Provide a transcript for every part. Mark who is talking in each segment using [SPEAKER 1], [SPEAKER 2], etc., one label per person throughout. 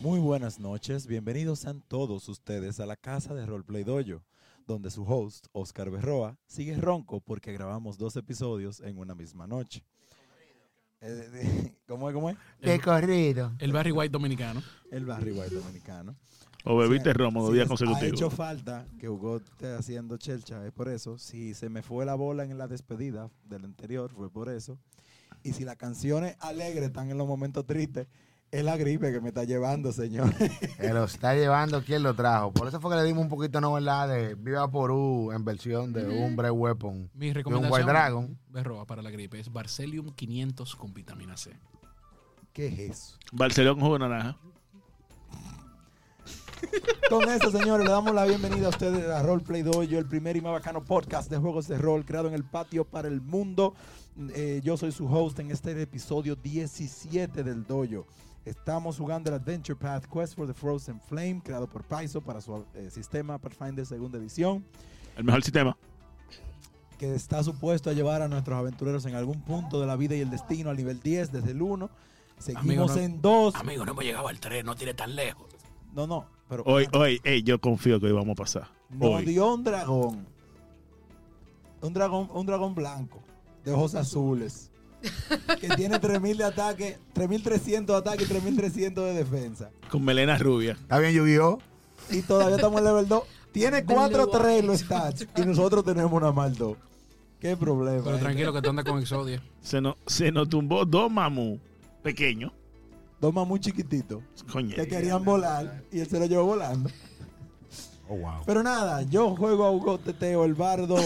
[SPEAKER 1] Muy buenas noches, bienvenidos sean todos ustedes a la casa de Roleplay Dojo, donde su host, Oscar Berroa, sigue ronco porque grabamos dos episodios en una misma noche. Eh, ¿Cómo es? ¿Cómo es?
[SPEAKER 2] Em.
[SPEAKER 3] De corrido.
[SPEAKER 4] El Barry White dominicano.
[SPEAKER 1] El Barry White dominicano.
[SPEAKER 2] O bebiste romo dos
[SPEAKER 1] Sí,
[SPEAKER 2] días
[SPEAKER 1] Ha hecho
[SPEAKER 2] consecutivos.
[SPEAKER 1] falta que Hugo esté haciendo chelcha, es por eso. Si se me fue la bola en la despedida del anterior, fue por eso. Y si las canciones alegres están en los momentos tristes, es la gripe que me está llevando, señor.
[SPEAKER 3] Que lo está llevando quien lo trajo. Por eso fue que le dimos un poquito de novedad de Viva Porú en versión de un Break Weapon.
[SPEAKER 4] Mi
[SPEAKER 3] De un
[SPEAKER 4] recomendación.
[SPEAKER 3] White Dragon.
[SPEAKER 4] Berroa para la gripe es Barcelium 500 con vitamina C.
[SPEAKER 1] ¿Qué es eso?
[SPEAKER 2] Barcelona con jugo de naranja.
[SPEAKER 1] Con eso, señores, le damos la bienvenida a ustedes a Roleplay Dojo, el primer y más bacano podcast de juegos de rol creado en el patio para el mundo. Eh, yo soy su host en este episodio 17 del Dojo. Estamos jugando el Adventure Path Quest for the Frozen Flame, creado por Paizo para su eh, sistema Pathfinder segunda edición,
[SPEAKER 2] El mejor sistema.
[SPEAKER 1] que está supuesto a llevar a nuestros aventureros en algún punto de la vida y el destino al nivel 10 desde el 1. Seguimos
[SPEAKER 4] Amigo, no-
[SPEAKER 1] en 2.
[SPEAKER 4] Amigo, no hemos llegado al 3, no tiene tan lejos.
[SPEAKER 1] No, no, pero
[SPEAKER 2] Hoy, hoy, ey, yo confío que hoy vamos a pasar.
[SPEAKER 1] Nos
[SPEAKER 2] Hoy.
[SPEAKER 1] dio un dragón. Un dragón, un dragón blanco. De ojos azules. Que tiene 3000 de ataque, 3300 de ataque y 3300 de defensa.
[SPEAKER 2] Con melena rubia.
[SPEAKER 3] Está bien, Yu-Gi-Oh.
[SPEAKER 1] Y todavía estamos en level 2. Tiene 4 3 los stats. Y nosotros tenemos una mal 2. Qué problema.
[SPEAKER 4] Pero
[SPEAKER 1] gente.
[SPEAKER 4] tranquilo que tú andas con Exodia.
[SPEAKER 2] Se nos, se nos tumbó dos mamú pequeños.
[SPEAKER 1] Toma muy chiquitito.
[SPEAKER 2] Coño.
[SPEAKER 1] Que querían volar. Y él se lo llevó volando.
[SPEAKER 3] Oh, wow.
[SPEAKER 1] Pero nada, yo juego a Hugo Teteo, el bardo.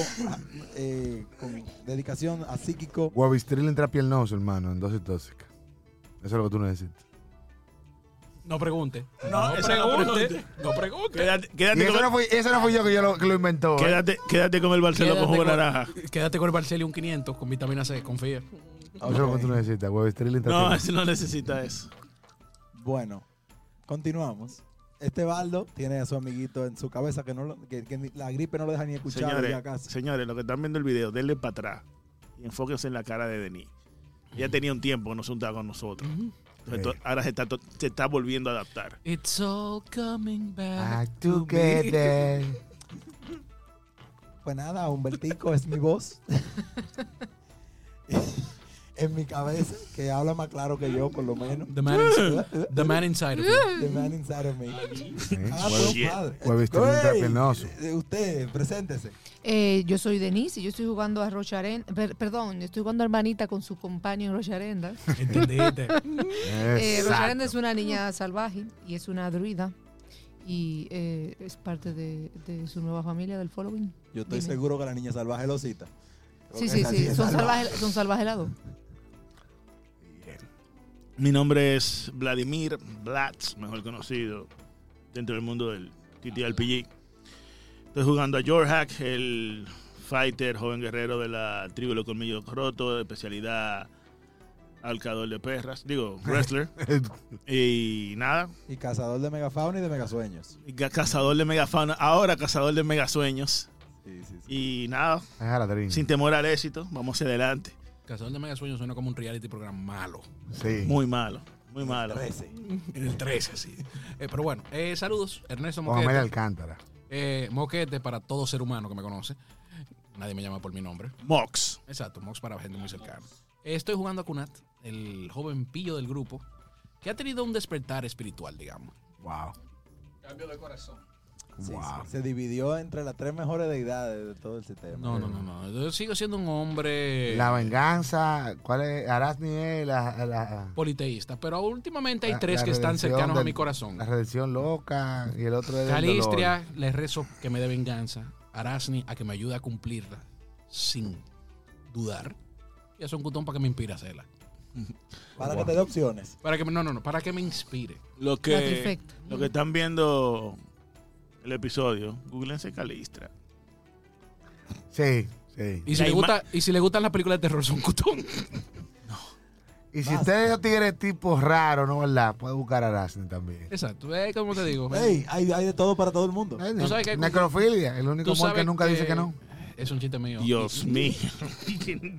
[SPEAKER 1] eh, con dedicación a psíquico.
[SPEAKER 3] Guavistril intrapielnoso, hermano, en dosis tóxica. Eso es lo que tú necesitas.
[SPEAKER 4] No pregunte.
[SPEAKER 2] No, esa no pregunte.
[SPEAKER 4] No pregunte.
[SPEAKER 2] Quédate,
[SPEAKER 3] Y
[SPEAKER 2] quédate,
[SPEAKER 3] eso
[SPEAKER 2] con,
[SPEAKER 3] no fui, eso no fui yo que, yo lo, que lo inventó. ¿eh?
[SPEAKER 2] quédate, quédate con el Barcelona con jugo de naranja.
[SPEAKER 4] quédate con el Barcelium 500 con vitamina C, confía.
[SPEAKER 3] Eso es lo que tú
[SPEAKER 1] Ok.
[SPEAKER 3] necesitas. Guavistril
[SPEAKER 2] No,
[SPEAKER 3] intrapielnoso.
[SPEAKER 2] ese no necesita eso.
[SPEAKER 1] Bueno, continuamos. Este baldo tiene a su amiguito en su cabeza que no lo- que, que ni- la gripe no lo deja ni escuchar ya
[SPEAKER 2] Señores,
[SPEAKER 1] casi.
[SPEAKER 2] señores, los que están viendo el video, denle para atrás y enfóquense en la cara de Denis. Ya tenía un tiempo que no se juntaba con nosotros. Entonces, to- ahora se está, to- se está volviendo a adaptar.
[SPEAKER 4] It's all coming
[SPEAKER 2] Ah,
[SPEAKER 4] back.
[SPEAKER 3] Back together.
[SPEAKER 1] Pues nada, Humbertico es mi voz. en mi cabeza, que habla más claro que yo, por lo menos.
[SPEAKER 4] The man, inside, the man inside of you.
[SPEAKER 1] The man inside of me.
[SPEAKER 3] ¿eh?
[SPEAKER 1] Ah,
[SPEAKER 2] Huevo-
[SPEAKER 1] pero padre.
[SPEAKER 3] Huevistrín
[SPEAKER 1] Ey,
[SPEAKER 3] intrapielnoso.
[SPEAKER 1] eh, Usted, preséntese.
[SPEAKER 5] Eh, yo soy Denise y yo estoy jugando a Rocharenda. Perdón, yo estoy jugando a Hermanita con su compañero en Rocharenda.
[SPEAKER 4] ¿Entendiste?
[SPEAKER 5] Eh, Rocharenda es
[SPEAKER 3] Exacto.
[SPEAKER 5] una niña salvaje y es una druida. Y eh, es parte de, de su nueva familia del following.
[SPEAKER 1] Yo estoy
[SPEAKER 5] Dime.
[SPEAKER 1] seguro que la niña salvaje lo cita.
[SPEAKER 5] Sí, sí, sí. Son salvajes son salvajes las dos.
[SPEAKER 2] Mi nombre es Vladimir Blatz, mejor conocido dentro del mundo del TTRPG. Estoy jugando a Jorhack, el fighter, joven guerrero de la tribu de los colmillos rotos, especialidad alcador de perras, digo, wrestler. y nada,
[SPEAKER 1] Y cazador de megafauna y de megasueños.
[SPEAKER 2] y ca- cazador de megafauna, ahora cazador de megasueños.
[SPEAKER 1] Sí, sí, sí.
[SPEAKER 2] Y nada,
[SPEAKER 3] Jaladrín.
[SPEAKER 2] sin temor al éxito, vamos hacia adelante.
[SPEAKER 4] Cazador de Mega Sueños suena como un reality program malo.
[SPEAKER 3] Sí.
[SPEAKER 2] Muy malo, muy malo.
[SPEAKER 1] Trece.
[SPEAKER 4] En el 13, así. Eh, pero bueno, eh, saludos. Ernesto
[SPEAKER 3] Con Amelia
[SPEAKER 4] Moquete.
[SPEAKER 3] Alcántara.
[SPEAKER 4] Eh, Moquete para todo ser humano que me conoce. Nadie me llama por mi nombre.
[SPEAKER 2] Mox.
[SPEAKER 4] Exacto, Mox para gente muy cercana. Eh, Estoy jugando a Kunat, el joven pillo del grupo, que ha tenido un despertar espiritual, digamos.
[SPEAKER 3] Wow.
[SPEAKER 4] Cambio de corazón.
[SPEAKER 1] Sí,
[SPEAKER 3] Wow.
[SPEAKER 1] sí. Se dividió entre las tres mejores deidades de todo el sistema.
[SPEAKER 4] No, no, no, no. Yo sigo siendo un hombre
[SPEAKER 2] Eh.
[SPEAKER 3] La venganza, ¿cuál es? Arasni es la, la-
[SPEAKER 4] politeísta, pero últimamente hay
[SPEAKER 3] la-
[SPEAKER 4] tres
[SPEAKER 3] la
[SPEAKER 4] que están
[SPEAKER 3] redención
[SPEAKER 4] cercanos a
[SPEAKER 3] del-
[SPEAKER 4] mi corazón.
[SPEAKER 3] La redención loca y el otro es el
[SPEAKER 4] Calistria, le rezo que me dé venganza. Arasni, a que me ayude a cumplirla sin dudar. Y a Son Cutón para que me inspire a hacerla.
[SPEAKER 1] Para que te dé opciones.
[SPEAKER 4] Para que me, no, no, no, para que me inspire.
[SPEAKER 2] Lo
[SPEAKER 5] La
[SPEAKER 2] que,
[SPEAKER 5] trifecta.
[SPEAKER 2] lo que están viendo el episodio, googleense Calistra.
[SPEAKER 3] Sí, sí.
[SPEAKER 4] Y si,
[SPEAKER 2] La
[SPEAKER 4] le
[SPEAKER 2] ima-
[SPEAKER 4] gusta, y si le gustan las películas de terror, Son Cutón.
[SPEAKER 3] Y si
[SPEAKER 1] Basta.
[SPEAKER 3] ustedes son tigres tipo raro, ¿no verdad? Puede buscar a Arasni también.
[SPEAKER 4] Exacto, es como te digo.
[SPEAKER 1] Ey, hay, hay de todo para todo el mundo.
[SPEAKER 3] Ay,
[SPEAKER 4] ¿Tú sabes que-
[SPEAKER 3] Necrofilia, el único
[SPEAKER 4] Tú
[SPEAKER 3] amor
[SPEAKER 4] sabes Eh,
[SPEAKER 3] que nunca dice que no.
[SPEAKER 4] Es un chiste mío.
[SPEAKER 2] Dios mío.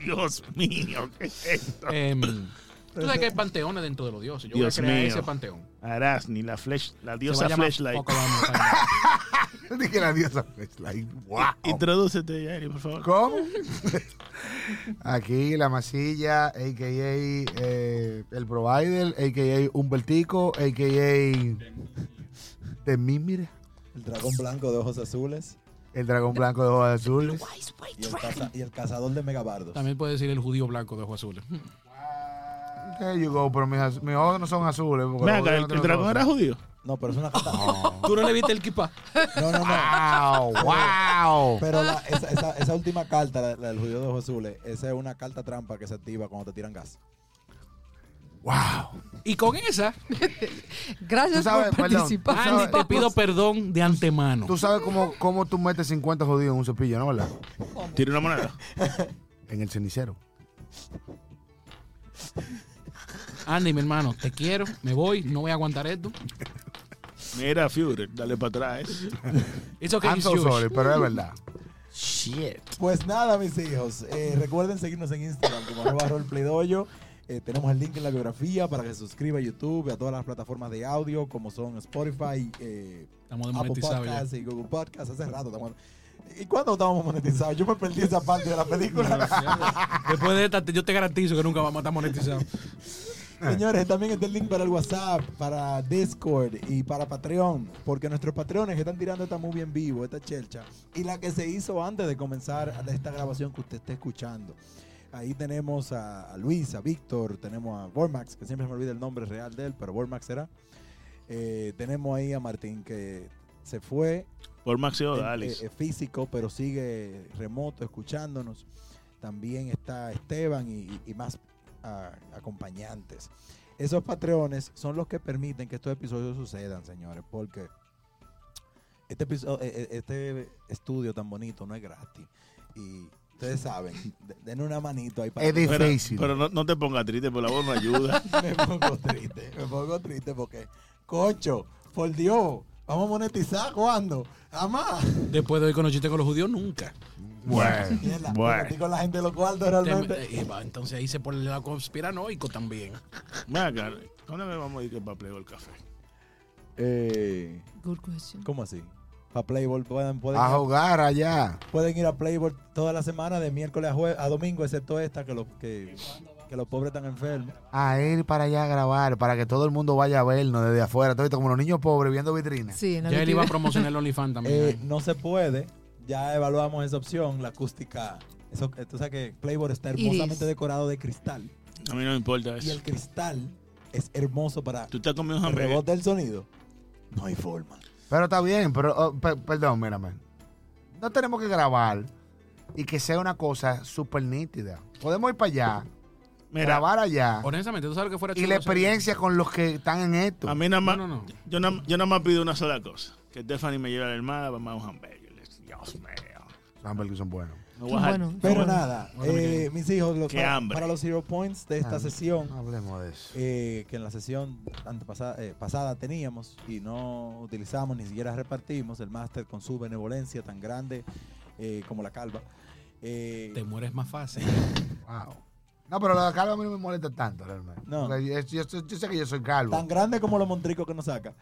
[SPEAKER 2] Dios mío. ¿qué es esto?
[SPEAKER 4] Em, Tú sabes que hay panteones dentro de los dioses. Yo
[SPEAKER 2] Dios
[SPEAKER 4] voy a crear
[SPEAKER 2] mío.
[SPEAKER 4] ese panteón.
[SPEAKER 2] Arasni, la, flesh, la
[SPEAKER 4] Se va
[SPEAKER 2] diosa
[SPEAKER 4] a llamar
[SPEAKER 2] Fleshlight.
[SPEAKER 4] Poco Vamos, Vamos.
[SPEAKER 3] Dije la diosa Fleshlight. ¡Wow!
[SPEAKER 2] Introdúcete, Yairi, por favor.
[SPEAKER 3] ¿Cómo? Aquí la masilla, a.k.a. eh, el provider, a.k.a. Humbertico, a.k.a. Temímira,
[SPEAKER 1] El dragón blanco de ojos azules
[SPEAKER 3] el dragón blanco de ojos azules.
[SPEAKER 1] y el, caza- y el cazador de megabardos.
[SPEAKER 4] También puede decir el judío blanco de ojos azules.
[SPEAKER 3] There you go, pero mis, az- mis ojos no son azules. porque
[SPEAKER 2] Ven
[SPEAKER 3] los ojos
[SPEAKER 2] acá,
[SPEAKER 3] no
[SPEAKER 2] el, el
[SPEAKER 3] tienen
[SPEAKER 2] dragón
[SPEAKER 3] ojos.
[SPEAKER 2] era judío.
[SPEAKER 1] No, pero es una cata-
[SPEAKER 4] ¿Tú no le viste el kipa?
[SPEAKER 1] No, no, no.
[SPEAKER 3] ¡Wow! ¡Wow!
[SPEAKER 1] Pero la- esa, esa- esa última carta, la, la del judío de ojos azules, esa es una carta trampa que se activa cuando te tiran gas.
[SPEAKER 3] ¡Wow!
[SPEAKER 4] Y con esa,
[SPEAKER 5] Gracias
[SPEAKER 3] Tú sabes,
[SPEAKER 5] por
[SPEAKER 3] perdón,
[SPEAKER 5] participar.
[SPEAKER 3] tú
[SPEAKER 4] Andy,
[SPEAKER 3] sabes-
[SPEAKER 4] te pido perdón de antemano.
[SPEAKER 3] Tú sabes cómo, cómo tú metes 50 jodidos en un cepillo, ¿no? ¿Verdad?
[SPEAKER 2] Tira una moneda.
[SPEAKER 3] En el cenicero.
[SPEAKER 4] Andy, mi hermano, te quiero, me voy, no voy a aguantar esto.
[SPEAKER 2] Mira, Führer, dale para atrás.
[SPEAKER 4] It's okay,
[SPEAKER 3] I'm
[SPEAKER 4] it's
[SPEAKER 3] so
[SPEAKER 4] yours.
[SPEAKER 3] sorry, pero es verdad.
[SPEAKER 2] Shit.
[SPEAKER 1] Pues nada, mis hijos. eh, recuerden seguirnos en Instagram como arroba roleplaydoyo. Eh, tenemos el link en la biografía para que se suscriba a YouTube, a todas las plataformas de audio como son Spotify, eh,
[SPEAKER 4] Estamos
[SPEAKER 1] Apple
[SPEAKER 4] desmonetizados ya.
[SPEAKER 1] Podcasts y Google Podcasts. Hace rato estamos... ¿Y cuándo estábamos monetizados? Yo me perdí esa parte de la película.
[SPEAKER 4] Después de esta, te- yo te garantizo que nunca vamos a estar monetizados.
[SPEAKER 1] Señores, también está el link para el WhatsApp, para Discord y para Patreon, porque nuestros patrones están tirando esta movie en vivo, esta chelcha, y la que se hizo antes de comenzar esta grabación que usted está escuchando. Ahí tenemos a, a Luis, a Víctor, tenemos a Bormax, que siempre me olvida el nombre real de él, pero Bormax será. Eh, tenemos ahí a Martín, que se fue,
[SPEAKER 2] Por Maxio
[SPEAKER 1] eh,
[SPEAKER 2] Dalis.
[SPEAKER 1] eh, físico, pero sigue remoto, escuchándonos. También está Esteban y, y más ah, acompañantes. Esos patreones son los que permiten que estos episodios sucedan, señores, porque este, episo- eh, eh, este estudio tan bonito no es gratis. Y ustedes saben, de- denle una manito ahí para
[SPEAKER 3] Es
[SPEAKER 2] Pero,
[SPEAKER 3] difícil.
[SPEAKER 2] pero no, no te pongas triste, por la voz no ayuda.
[SPEAKER 1] me pongo triste, me pongo triste porque, cocho, por Dios, vamos a monetizar cuando, jamás.
[SPEAKER 4] Después de hoy con los chistes con los judíos, nunca.
[SPEAKER 3] Bueno.
[SPEAKER 1] Mierda,
[SPEAKER 2] Bueno.
[SPEAKER 1] estoy con la gente de los cuartos realmente.
[SPEAKER 4] Te- eh, va, Entonces ahí se pone el lado conspiranoico también.
[SPEAKER 2] Ven acá, ¿dónde me vamos a ir que para Playboy el café?
[SPEAKER 1] Eh,
[SPEAKER 5] Good question.
[SPEAKER 1] ¿Cómo así? Para Playboy pueden, pueden,
[SPEAKER 3] A jugar allá.
[SPEAKER 1] pueden ir a Playboy toda la semana de miércoles a, jue- a domingo, excepto esta que los que, que los pobres están enfermos.
[SPEAKER 3] A ir para allá a grabar, para que todo el mundo vaya a vernos desde afuera. Todo esto como los niños pobres viendo vitrinas.
[SPEAKER 5] Sí, en la
[SPEAKER 4] Ya él iba a
[SPEAKER 5] vitrina.
[SPEAKER 4] promocionar el OnlyFans también.
[SPEAKER 1] Eh, no se puede. Ya evaluamos esa opción, la acústica. Eso, tú sabes que Playboy está
[SPEAKER 5] Iris.
[SPEAKER 1] hermosamente decorado de cristal
[SPEAKER 2] A mí no me importa
[SPEAKER 1] y
[SPEAKER 2] eso.
[SPEAKER 1] el cristal es hermoso para
[SPEAKER 2] Tú estás comiendo
[SPEAKER 1] el
[SPEAKER 2] hamburguesas.
[SPEAKER 1] rebote del sonido. No hay forma.
[SPEAKER 3] Pero está bien, pero oh, pe- perdón, mírame. No tenemos que grabar y que sea una cosa súper nítida. Podemos ir para allá,
[SPEAKER 2] Mira,
[SPEAKER 3] grabar allá
[SPEAKER 4] Honestamente, tú sabes lo que fuera
[SPEAKER 3] y la experiencia con los que están en esto.
[SPEAKER 2] a mí nada
[SPEAKER 4] No,
[SPEAKER 2] más.
[SPEAKER 4] no, no.
[SPEAKER 2] Yo, nada- yo nada más pido una sola cosa: que Stephanie me lleve a la hermana, vamos a un hamburger. Dios mío.
[SPEAKER 3] Los hamburguesas son buenos.
[SPEAKER 2] No voy a dejar-
[SPEAKER 5] Bueno,
[SPEAKER 1] Pero
[SPEAKER 5] bueno.
[SPEAKER 1] nada,
[SPEAKER 4] Bueno,
[SPEAKER 1] eh, mis hijos, lo-
[SPEAKER 2] Qué
[SPEAKER 1] para,
[SPEAKER 2] hambre.
[SPEAKER 1] para los Zero Points de esta
[SPEAKER 3] Ah,
[SPEAKER 1] sesión,
[SPEAKER 3] No hablemos de eso.
[SPEAKER 1] eh, que en la sesión antepasada, eh, pasada teníamos y no utilizamos ni siquiera repartimos el máster con su benevolencia tan grande eh, como la calva. Eh,
[SPEAKER 4] Te mueres más fácil.
[SPEAKER 3] Wow. No, pero lo de calvo a mí no me molesta tanto, realmente.
[SPEAKER 1] No.
[SPEAKER 3] Porque Yo, yo- yo- yo sé que yo soy calvo.
[SPEAKER 1] tan grande como los montricos que nos saca.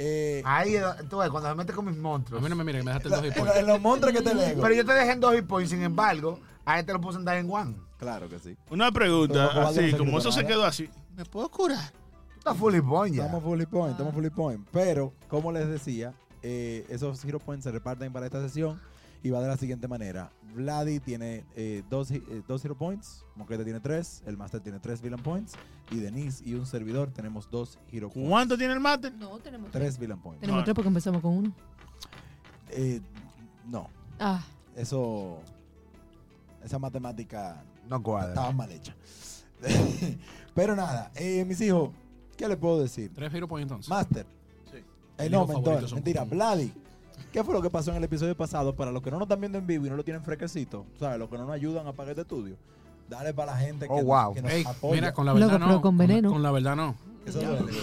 [SPEAKER 1] Eh,
[SPEAKER 3] Ahí, tú ves, cuando me metes con mis monstruos.
[SPEAKER 4] A mí no me mira que me dejaste
[SPEAKER 1] la-
[SPEAKER 4] dos
[SPEAKER 1] en,
[SPEAKER 4] hipótesis.
[SPEAKER 1] en los montres que te lego.
[SPEAKER 3] Pero yo te dejé en dos hip points, sin embargo, a este lo puse en dar en one.
[SPEAKER 1] Claro que sí. Pero como
[SPEAKER 2] Una pregunta,
[SPEAKER 1] vale, no
[SPEAKER 2] así,
[SPEAKER 1] se
[SPEAKER 2] como eso
[SPEAKER 1] quita
[SPEAKER 2] se
[SPEAKER 1] nada.
[SPEAKER 2] quedó así. ¿Me puedo curar?
[SPEAKER 3] Tú estás full hip point ya.
[SPEAKER 1] Estamos fully point, estamos fully point. Pero, como les decía, eh, esos Hero Points se reparten para esta sesión y va de la siguiente manera. Vladi tiene eh, dos, hi- eh, dos Hero Points, Moqueta tiene tres, el Master tiene tres Villain Points y Denise y un servidor tenemos dos Hero Points.
[SPEAKER 2] ¿Cuánto tiene el mate?
[SPEAKER 5] No, tenemos tres.
[SPEAKER 1] Tres Villain Points.
[SPEAKER 5] Tenemos
[SPEAKER 2] No.
[SPEAKER 5] tres porque empezamos con uno.
[SPEAKER 1] Eh, no,
[SPEAKER 5] Ah,
[SPEAKER 1] eso... Esa matemática
[SPEAKER 3] No cuadra.
[SPEAKER 1] estaba mal hecha. Pero nada, eh, mis hijos, ¿qué les puedo decir?
[SPEAKER 4] Tres giro por entonces.
[SPEAKER 1] Master.
[SPEAKER 2] Sí.
[SPEAKER 1] Eh,
[SPEAKER 4] El
[SPEAKER 1] no,
[SPEAKER 4] hijo favorito
[SPEAKER 1] mentor.
[SPEAKER 4] son
[SPEAKER 1] Mentira,
[SPEAKER 4] Cucuy.
[SPEAKER 1] Vladi. ¿Qué fue lo que pasó en el episodio pasado? Para los que no nos están viendo en vivo y no lo tienen fresquecito, ¿sabes? Los que no nos ayudan a pagar este estudio. Dale para la gente que,
[SPEAKER 3] Oh,
[SPEAKER 1] nos-
[SPEAKER 3] wow.
[SPEAKER 1] que nos
[SPEAKER 4] Ey,
[SPEAKER 1] apoya.
[SPEAKER 4] mira, con la
[SPEAKER 5] Loco,
[SPEAKER 4] verdad no.
[SPEAKER 5] pero con
[SPEAKER 4] la-
[SPEAKER 5] veneno.
[SPEAKER 4] con la verdad no.
[SPEAKER 1] Eso duele.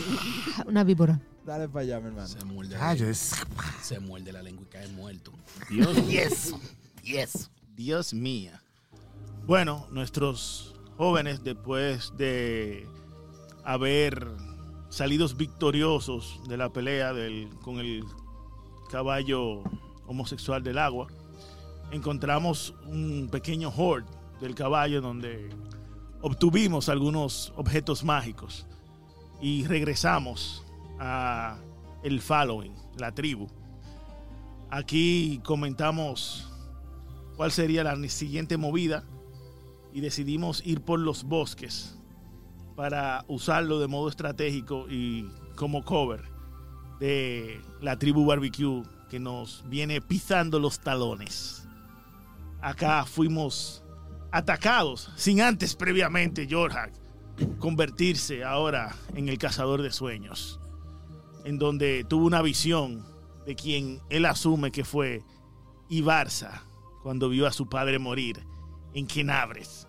[SPEAKER 5] Ah, una víbora.
[SPEAKER 1] Dale para allá, mi hermano.
[SPEAKER 4] Se muerde, la,
[SPEAKER 3] Ah, yo
[SPEAKER 4] lengua-
[SPEAKER 3] es-
[SPEAKER 4] se muerde la lengua y cae muerto.
[SPEAKER 2] Dios,
[SPEAKER 3] Yes. Yes.
[SPEAKER 2] Dios mía. Bueno, nuestros jóvenes, después de haber salidos victoriosos de la pelea del- con el caballo homosexual del agua, encontramos un pequeño hoard del caballo donde obtuvimos algunos objetos mágicos y regresamos a el following, la tribu. Aquí comentamos cuál sería la siguiente movida y decidimos ir por los bosques para usarlo de modo estratégico y como cover de la tribu barbecue que nos viene pisando los talones. Acá fuimos atacados sin antes previamente Jorhak convertirse ahora en el cazador de sueños, en donde tuvo una visión de quien él asume que fue Ibarza cuando vio a su padre morir en Quenabres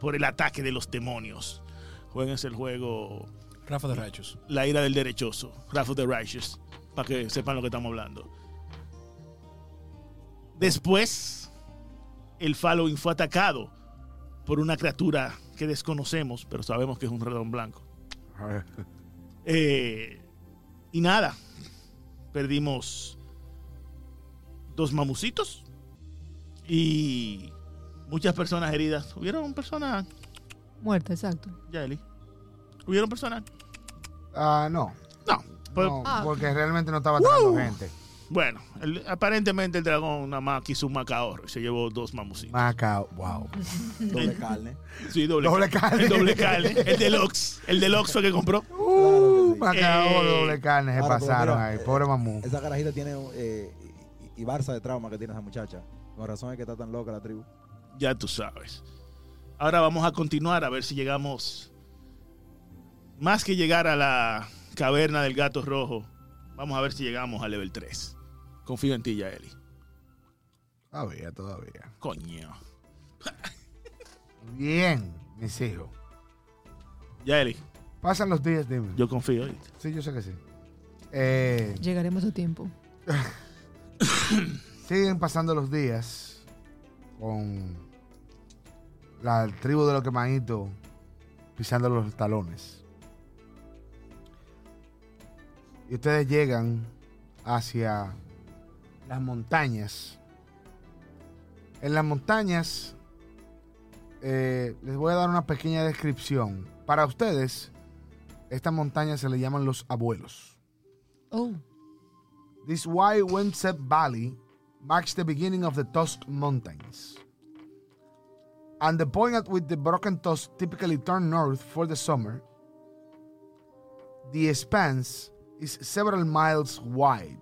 [SPEAKER 2] por el ataque de los demonios. Jueguense el juego
[SPEAKER 4] Rafa de Rachos.
[SPEAKER 2] La ira del derechoso, Wrath of the Righteous, para que sepan lo que estamos hablando. Después, el Following fue atacado por una criatura que desconocemos, pero sabemos que es un redón blanco. Eh, y nada, perdimos dos mamucitos y muchas personas heridas. Hubieron personas,
[SPEAKER 5] Muerta, exacto.
[SPEAKER 2] Yaeli. Hubieron personas.
[SPEAKER 3] Ah, no.
[SPEAKER 2] No, pues,
[SPEAKER 3] no,
[SPEAKER 5] Ah.
[SPEAKER 3] porque realmente no estaba atacando gente.
[SPEAKER 2] bueno, el- aparentemente el dragón nada más quiso un macaorro y se llevó dos mamucitos.
[SPEAKER 3] Macao, wow.
[SPEAKER 1] Doble carne.
[SPEAKER 2] Sí, doble,
[SPEAKER 3] Doble
[SPEAKER 2] carne.
[SPEAKER 3] carne.
[SPEAKER 2] El doble carne. El deluxe. El deluxe fue que compró.
[SPEAKER 3] Uh,
[SPEAKER 1] Claro que sí.
[SPEAKER 3] Macao,
[SPEAKER 2] Eh,
[SPEAKER 3] doble carne, se
[SPEAKER 1] Ahora, pero
[SPEAKER 3] pasaron
[SPEAKER 1] mira,
[SPEAKER 3] ahí.
[SPEAKER 1] eh,
[SPEAKER 3] Pobre mamú.
[SPEAKER 1] Esa carajita tiene eh, y, y Barça de trauma que tiene esa muchacha. Con razón es que está tan loca la tribu.
[SPEAKER 2] Ya tú sabes. Ahora vamos a continuar a ver si llegamos. Más que llegar a la caverna del gato rojo, vamos a ver si llegamos al level 3. Confío en ti, Yaeli.
[SPEAKER 3] Todavía, todavía.
[SPEAKER 2] Coño.
[SPEAKER 3] Bien, mis hijos.
[SPEAKER 2] Yaeli,
[SPEAKER 3] Pasan los días, dime.
[SPEAKER 2] yo confío. ¿oíste?
[SPEAKER 3] Sí, yo sé que sí. Eh,
[SPEAKER 5] Llegaremos a tiempo.
[SPEAKER 3] siguen pasando los días con la tribu de los quemaditos pisando los talones. Y ustedes llegan hacia las montañas. En las montañas eh, les voy a dar una pequeña descripción. Para ustedes, estas montañas se le llaman los abuelos.
[SPEAKER 5] Oh,
[SPEAKER 3] This wide Wensep Valley marks the beginning of the Tusk Mountains. And the point at which the broken tusk typically turn north for the summer, the expanse is several miles wide,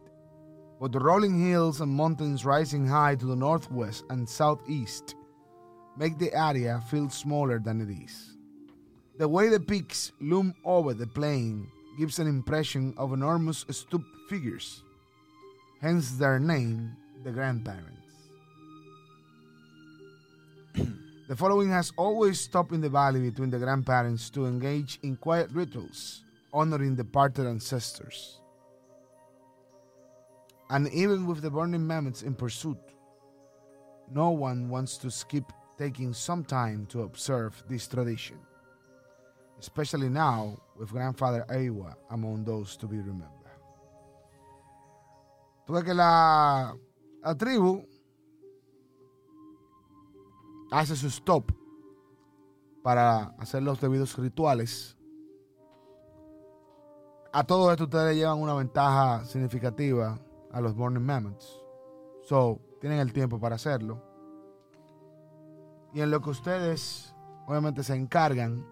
[SPEAKER 3] with rolling hills and mountains rising high to the northwest and southeast make the area feel smaller than it is. The way the peaks loom over the plain gives an impression of enormous stoop figures, hence their name, the grandparents. the following has always stopped in the valley between the grandparents to engage in quiet rituals, honoring departed ancestors. And even with the burning mammoths in pursuit, no one wants to skip taking some time to observe this tradition especially now with Grandfather Aiwa among those to be remembered. Tú ves que la, la tribu hace su stop para hacer los debidos rituales. A todo esto ustedes llevan una ventaja significativa a los Burning Mammoths. So, tienen el tiempo para hacerlo. Y en lo que ustedes obviamente se encargan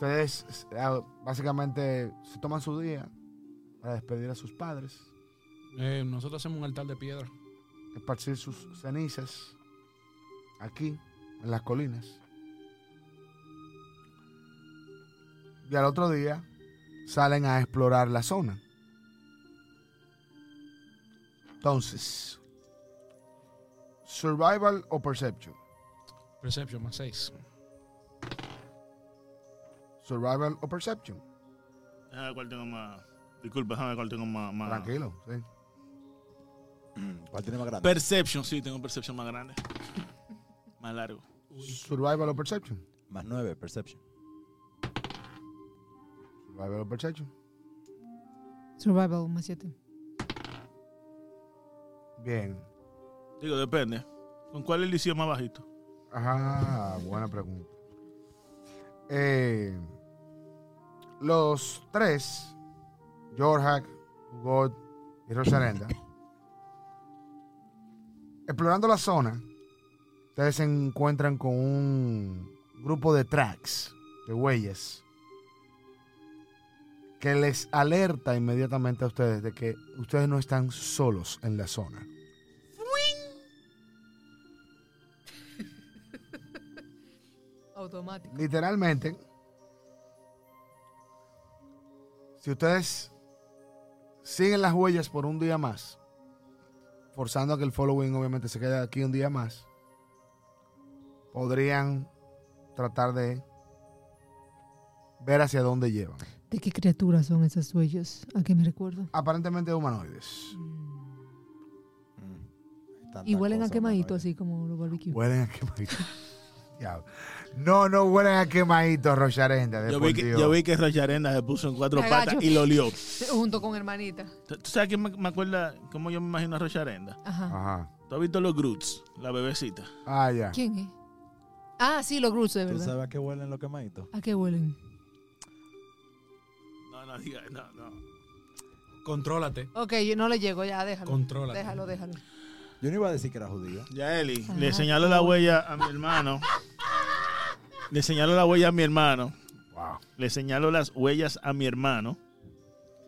[SPEAKER 3] Ustedes eh, básicamente se toman su día para despedir a sus padres,
[SPEAKER 4] Eh, nosotros hacemos un altar de piedra.
[SPEAKER 3] esparcir sus cenizas aquí, en las colinas. Y al otro día salen a explorar la zona. Entonces, survival o perception.
[SPEAKER 4] Perception más 6.
[SPEAKER 3] Survival o perception.
[SPEAKER 2] Déjame ver cuál tengo más. Disculpa, déjame ver cuál tengo más. más-
[SPEAKER 3] Tranquilo, sí.
[SPEAKER 1] ¿Cuál tiene más grande?
[SPEAKER 2] Perception, sí, tengo un perception más grande. Más largo.
[SPEAKER 3] Survival o perception.
[SPEAKER 1] más nueve, Perception.
[SPEAKER 3] Survival of Perception.
[SPEAKER 5] Survival más 7.
[SPEAKER 3] Bien.
[SPEAKER 2] Digo, depende. ¿Con cuál él hicieron más bajito?
[SPEAKER 3] Ajá, Ah, buena pregunta. Eh, los tres, Jorhak, God y Rosalenda, explorando la zona, ustedes se encuentran con un grupo de tracks, de huellas, que les alerta inmediatamente a ustedes de que ustedes no están solos en la zona.
[SPEAKER 5] Automático.
[SPEAKER 3] literalmente, si ustedes siguen las huellas por un día más, forzando a que el following obviamente se quede aquí un día más, podrían tratar de ver hacia dónde llevan.
[SPEAKER 5] ¿De qué criaturas son esas huellas? ¿A qué me recuerdo?
[SPEAKER 3] Aparentemente humanoides.
[SPEAKER 1] Mm.
[SPEAKER 5] Y huelen a quemadito, así como los barbecue.
[SPEAKER 3] Huelen a quemadito. Diablo. No, no huelen a quemadito, Rocharenda. de
[SPEAKER 2] Yo
[SPEAKER 3] Eh, por
[SPEAKER 2] vi, que,
[SPEAKER 3] Dios.
[SPEAKER 2] yo vi que Rocharenda se puso en cuatro
[SPEAKER 5] Cagacho.
[SPEAKER 2] patas y lo lió.
[SPEAKER 5] Junto con hermanita.
[SPEAKER 2] ¿Tú tú sabes quién me, me acuerda cómo yo me imagino a Rocharenda?
[SPEAKER 5] Ajá.
[SPEAKER 3] Ajá.
[SPEAKER 2] ¿Tú has visto los Groots, la bebecita?
[SPEAKER 3] Ah, ya.
[SPEAKER 5] ¿Quién es? Ah, sí, los gruesos, de
[SPEAKER 1] ¿Tú
[SPEAKER 5] verdad.
[SPEAKER 1] sabes a qué huelen los quemaditos?
[SPEAKER 5] ¿A qué huelen?
[SPEAKER 2] No, no, diga, no, no.
[SPEAKER 4] Contrólate.
[SPEAKER 5] Ok, yo no le llego, ya, déjalo.
[SPEAKER 4] Contrólate.
[SPEAKER 5] Déjalo, déjalo.
[SPEAKER 1] Yo no iba a decir que era judía.
[SPEAKER 2] Ya Eli,
[SPEAKER 5] Ah,
[SPEAKER 2] le señalo la huella a mi hermano. Le señalo la huella a mi hermano.
[SPEAKER 3] Wow.
[SPEAKER 2] Le señalo las huellas a mi hermano.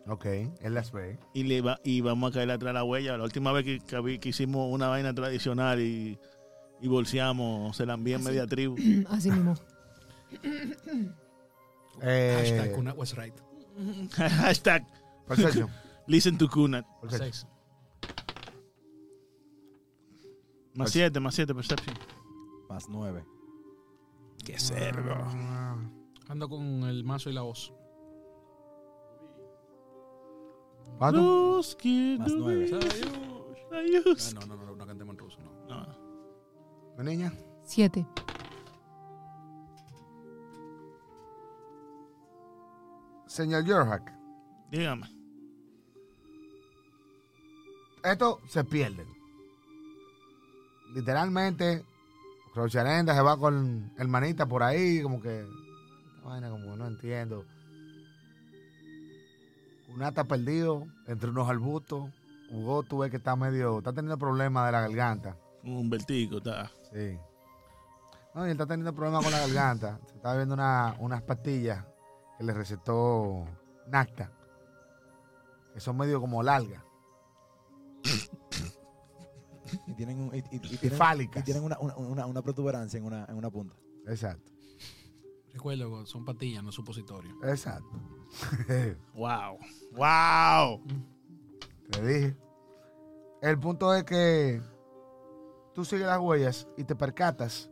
[SPEAKER 3] Ok, él las ve.
[SPEAKER 2] Y, le va, y vamos a caer atrás de la huella. La última vez que, que vi- que hicimos una vaina tradicional y, y bolseamos, se la envié en media tribu.
[SPEAKER 5] Así mismo.
[SPEAKER 3] Eh,
[SPEAKER 4] Hashtag Kunat was right.
[SPEAKER 2] Hashtag
[SPEAKER 3] Perception.
[SPEAKER 2] listen to Kunat.
[SPEAKER 3] Perception.
[SPEAKER 4] Sex.
[SPEAKER 2] Más siete, más siete, perception.
[SPEAKER 1] Más nueve.
[SPEAKER 2] Qué cerdo.
[SPEAKER 4] Ando con el mazo y la voz.
[SPEAKER 3] ¿Cuánto?
[SPEAKER 2] Los quiero
[SPEAKER 1] Más nueve.
[SPEAKER 2] ver. Ay,
[SPEAKER 4] Ah,
[SPEAKER 2] Dios.
[SPEAKER 4] Eh, no, no, no, no cantemos en ruso. No.
[SPEAKER 2] No.
[SPEAKER 3] ¿Mi niña?
[SPEAKER 5] Siete.
[SPEAKER 3] Señor Jorhak,
[SPEAKER 2] Dígame.
[SPEAKER 3] esto se pierde. Literalmente, Crocharenda se va con hermanita por ahí, como que. esta vaina como que no entiendo. Kunata perdido entre unos arbustos. Hugo, tú ves que está medio. Está teniendo problemas de la garganta.
[SPEAKER 2] Un vertigo, está.
[SPEAKER 3] Sí. No, y él está teniendo problemas con la garganta. Se está bebiendo una- unas pastillas que le recetó Nacta. Que son medio como largas.
[SPEAKER 1] Y tienen, un- y, y- y tienen,
[SPEAKER 3] fálicas.
[SPEAKER 1] y tienen una, una, una- una protuberancia en una, en una punta.
[SPEAKER 3] Exacto.
[SPEAKER 4] Recuerdo, son patillas, no supositorio.
[SPEAKER 3] Exacto. Te
[SPEAKER 2] Wow. Wow.
[SPEAKER 3] dije. El punto es que tú sigues las huellas y te percatas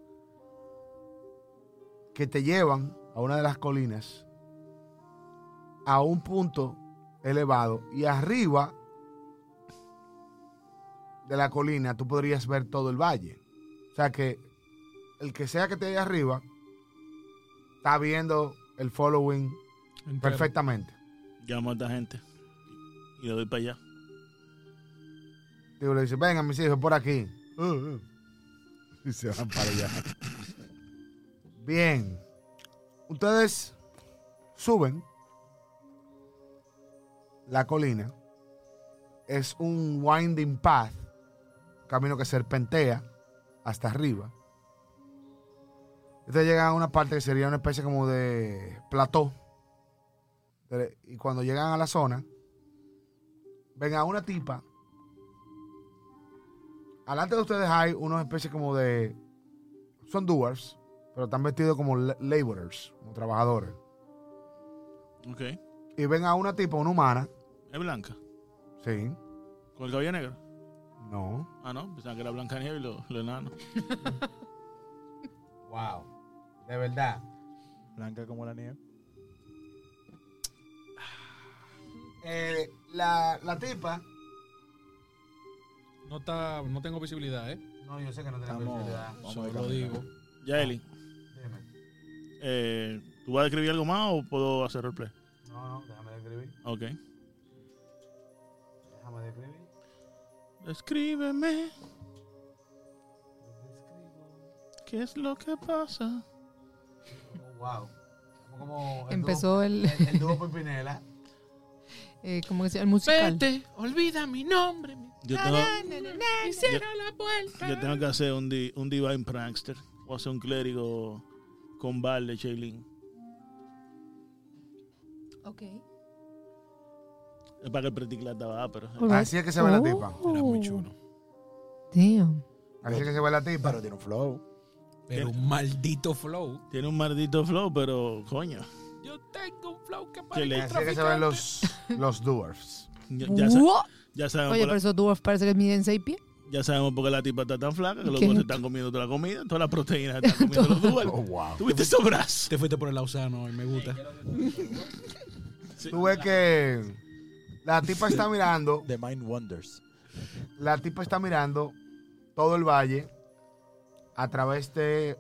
[SPEAKER 3] que te llevan a una de las colinas a un punto elevado y arriba de la colina tú podrías ver todo el valle. O sea que el que sea que esté ahí arriba está viendo el following perfectamente.
[SPEAKER 2] Llamo a esta gente. Y le doy para allá.
[SPEAKER 3] Digo, le dice, vengan mis hijos, por aquí. Uh, uh. Y se van para allá. Bien. Ustedes suben la colina. Es un winding path, camino que serpentea hasta arriba. Ustedes llegan a una parte que sería una especie como de plató. Pero- Y cuando llegan a la zona, ven a una tipa Alante de ustedes hay unas especies como de. Son dwarfs, pero están vestidos como la- laborers, como trabajadores.
[SPEAKER 2] Ok. Es
[SPEAKER 3] Y ven a una tipa, una humana.
[SPEAKER 2] blanca.
[SPEAKER 3] Sí.
[SPEAKER 2] Con el cabello negro.
[SPEAKER 3] No.
[SPEAKER 2] Ah, no. Pensaba que era blanca nieve y lo, lo enano.
[SPEAKER 3] Wow. De verdad.
[SPEAKER 1] Blanca como la nieve.
[SPEAKER 3] Eh, la, la tipa.
[SPEAKER 4] No, está, no tengo visibilidad, ¿eh?
[SPEAKER 3] No, yo sé que no tiene
[SPEAKER 1] Estamos-
[SPEAKER 3] visibilidad.
[SPEAKER 1] vamos
[SPEAKER 4] Solo
[SPEAKER 1] de
[SPEAKER 4] lo
[SPEAKER 1] camino.
[SPEAKER 4] digo.
[SPEAKER 2] Ya Eli.
[SPEAKER 3] Dime.
[SPEAKER 2] Eh, ¿Tú vas a escribir algo más o puedo hacer roleplay?
[SPEAKER 6] No, no, déjame describir.
[SPEAKER 2] Ok.
[SPEAKER 6] Déjame describir.
[SPEAKER 2] Escríbeme
[SPEAKER 6] Describo.
[SPEAKER 2] qué es lo que pasa.
[SPEAKER 6] Oh, wow. Como, como el
[SPEAKER 5] Empezó el,
[SPEAKER 6] dúo- el, el dúo Pimpinela.
[SPEAKER 5] eh, ¿cómo que se llama? El musical.
[SPEAKER 4] olvida mi nombre. mi-
[SPEAKER 2] Yo tengo,
[SPEAKER 4] y cierra la puerta.
[SPEAKER 2] yo tengo que hacer un, di- un divine prankster. O hacer un clérigo con bal de Shailene.
[SPEAKER 5] Ok.
[SPEAKER 2] Es para que practique la tabada, pero... eh,
[SPEAKER 3] Así es que se ve la tipa.
[SPEAKER 4] Era muy chulo.
[SPEAKER 5] Oh. Damn.
[SPEAKER 3] Así es que se ve la tipa.
[SPEAKER 1] Pero tiene un flow.
[SPEAKER 4] Pero un maldito flow.
[SPEAKER 2] Tiene un maldito flow, pero coño.
[SPEAKER 4] Yo tengo un flow que
[SPEAKER 2] le-
[SPEAKER 4] parece
[SPEAKER 3] Así es que se ven los, los dwarfs.
[SPEAKER 2] Ya, ya sa-
[SPEAKER 5] What?
[SPEAKER 2] ya sabemos
[SPEAKER 5] Oye,
[SPEAKER 2] por
[SPEAKER 5] pero
[SPEAKER 2] la-
[SPEAKER 5] esos dwarfs parece que miden seis pies.
[SPEAKER 2] ya sabemos por qué la tipa está tan flaca, que los
[SPEAKER 5] ¿Qué?
[SPEAKER 2] dos se están comiendo toda la comida, todas las proteínas se están comiendo los
[SPEAKER 3] Oh,
[SPEAKER 2] duales.
[SPEAKER 3] wow.
[SPEAKER 2] ¿Tuviste esos brazos?
[SPEAKER 4] Te fuiste por el Lausano y me gusta.
[SPEAKER 3] Tú ves que la tipa está mirando,
[SPEAKER 1] The Mind Wonders.
[SPEAKER 3] la tipa está mirando todo el valle a través de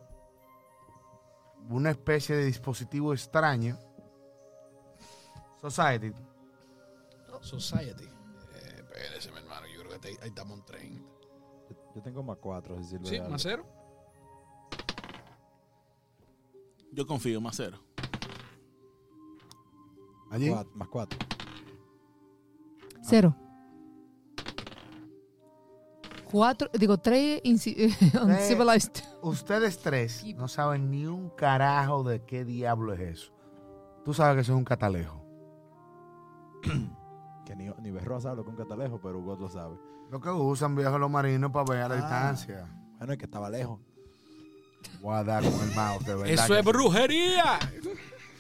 [SPEAKER 3] una especie de dispositivo extraño. Society.
[SPEAKER 4] Society. Eh, espérese, mi hermano. Yo creo que ahí, ahí estamos en 30.
[SPEAKER 1] Yo tengo más cuatro, si sirve
[SPEAKER 4] Sí,
[SPEAKER 1] de algo.
[SPEAKER 4] más cero.
[SPEAKER 2] Yo confío, más cero.
[SPEAKER 3] Allí.
[SPEAKER 1] Cuat- más cuatro.
[SPEAKER 5] Cero. Cuatro, digo, tres inci- uncivilized.
[SPEAKER 3] Ustedes tres no saben ni un carajo de qué diablo es eso. Tú sabes que eso es un catalejo.
[SPEAKER 1] Que ni, ni Berroa sabe lo que es un catalejo, pero Hugo lo sabe.
[SPEAKER 3] Lo que usan viejos los marinos para ver a la
[SPEAKER 1] Ah.
[SPEAKER 3] distancia.
[SPEAKER 1] Bueno, es que estaba lejos.
[SPEAKER 3] Voy a dar con el mouse, de verdad.
[SPEAKER 4] Eso
[SPEAKER 3] que
[SPEAKER 4] es
[SPEAKER 3] sí.
[SPEAKER 4] brujería.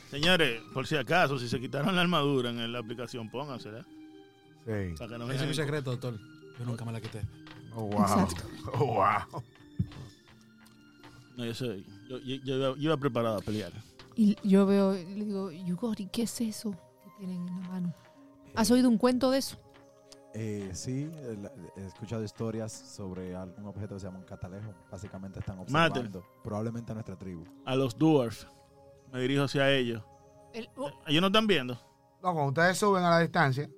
[SPEAKER 2] Señores, por si acaso, si se quitaron la armadura en la aplicación, póngansela.
[SPEAKER 3] Sí.
[SPEAKER 2] Para que no me
[SPEAKER 4] Ese es mi secreto, doctor. Yo nunca me la quité.
[SPEAKER 3] Oh, wow. Oh, wow.
[SPEAKER 2] No, yo soy. Yo, yo- yo iba, yo iba preparado a pelear.
[SPEAKER 5] Y yo veo, y le digo, Yugori, ¿qué es eso que tienen en la mano? ¿Has oído un cuento de eso?
[SPEAKER 1] Eh, sí, el- he escuchado historias sobre al- un objeto que se llama un catalejo. Básicamente están
[SPEAKER 2] Mate.
[SPEAKER 1] observando probablemente a nuestra tribu.
[SPEAKER 2] A los dwarfs. Me dirijo hacia ellos.
[SPEAKER 5] El- oh,
[SPEAKER 2] Ellos no están viendo.
[SPEAKER 3] No, cuando ustedes suben a la distancia,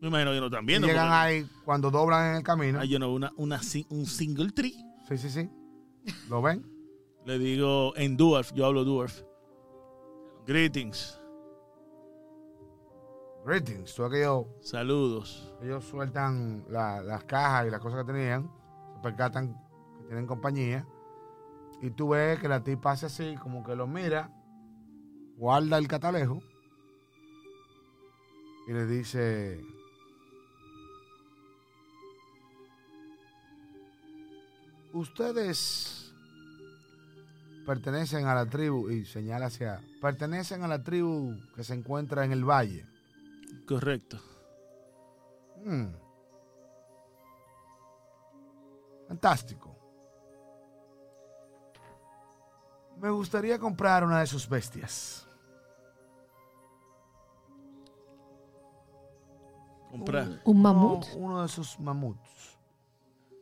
[SPEAKER 2] Me imagino que no están
[SPEAKER 3] y
[SPEAKER 2] viendo.
[SPEAKER 3] llegan
[SPEAKER 2] porque-
[SPEAKER 3] ahí cuando doblan en el camino.
[SPEAKER 2] Ah, yo no, una, una, si- un single tree.
[SPEAKER 3] Sí, sí, sí. ¿Lo ven?
[SPEAKER 2] Le digo en dwarf, yo hablo dwarf. Greetings,
[SPEAKER 3] Greetings. Tú ves que ellos,
[SPEAKER 2] saludos.
[SPEAKER 3] ellos sueltan la- las cajas y las cosas que tenían, se percatan que tienen compañía. Y tú ves que la tipa hace así, como que lo mira, guarda el catalejo y le dice... Ustedes pertenecen a la tribu, y señala hacia, pertenecen a la tribu que se encuentra en el valle.
[SPEAKER 2] Correcto.
[SPEAKER 3] Mm. Fantástico. Me gustaría comprar una de sus bestias.
[SPEAKER 2] Comprar.
[SPEAKER 5] ¿Un
[SPEAKER 3] Uno-
[SPEAKER 5] mamut?
[SPEAKER 3] Uno, de sus mamuts. Uh.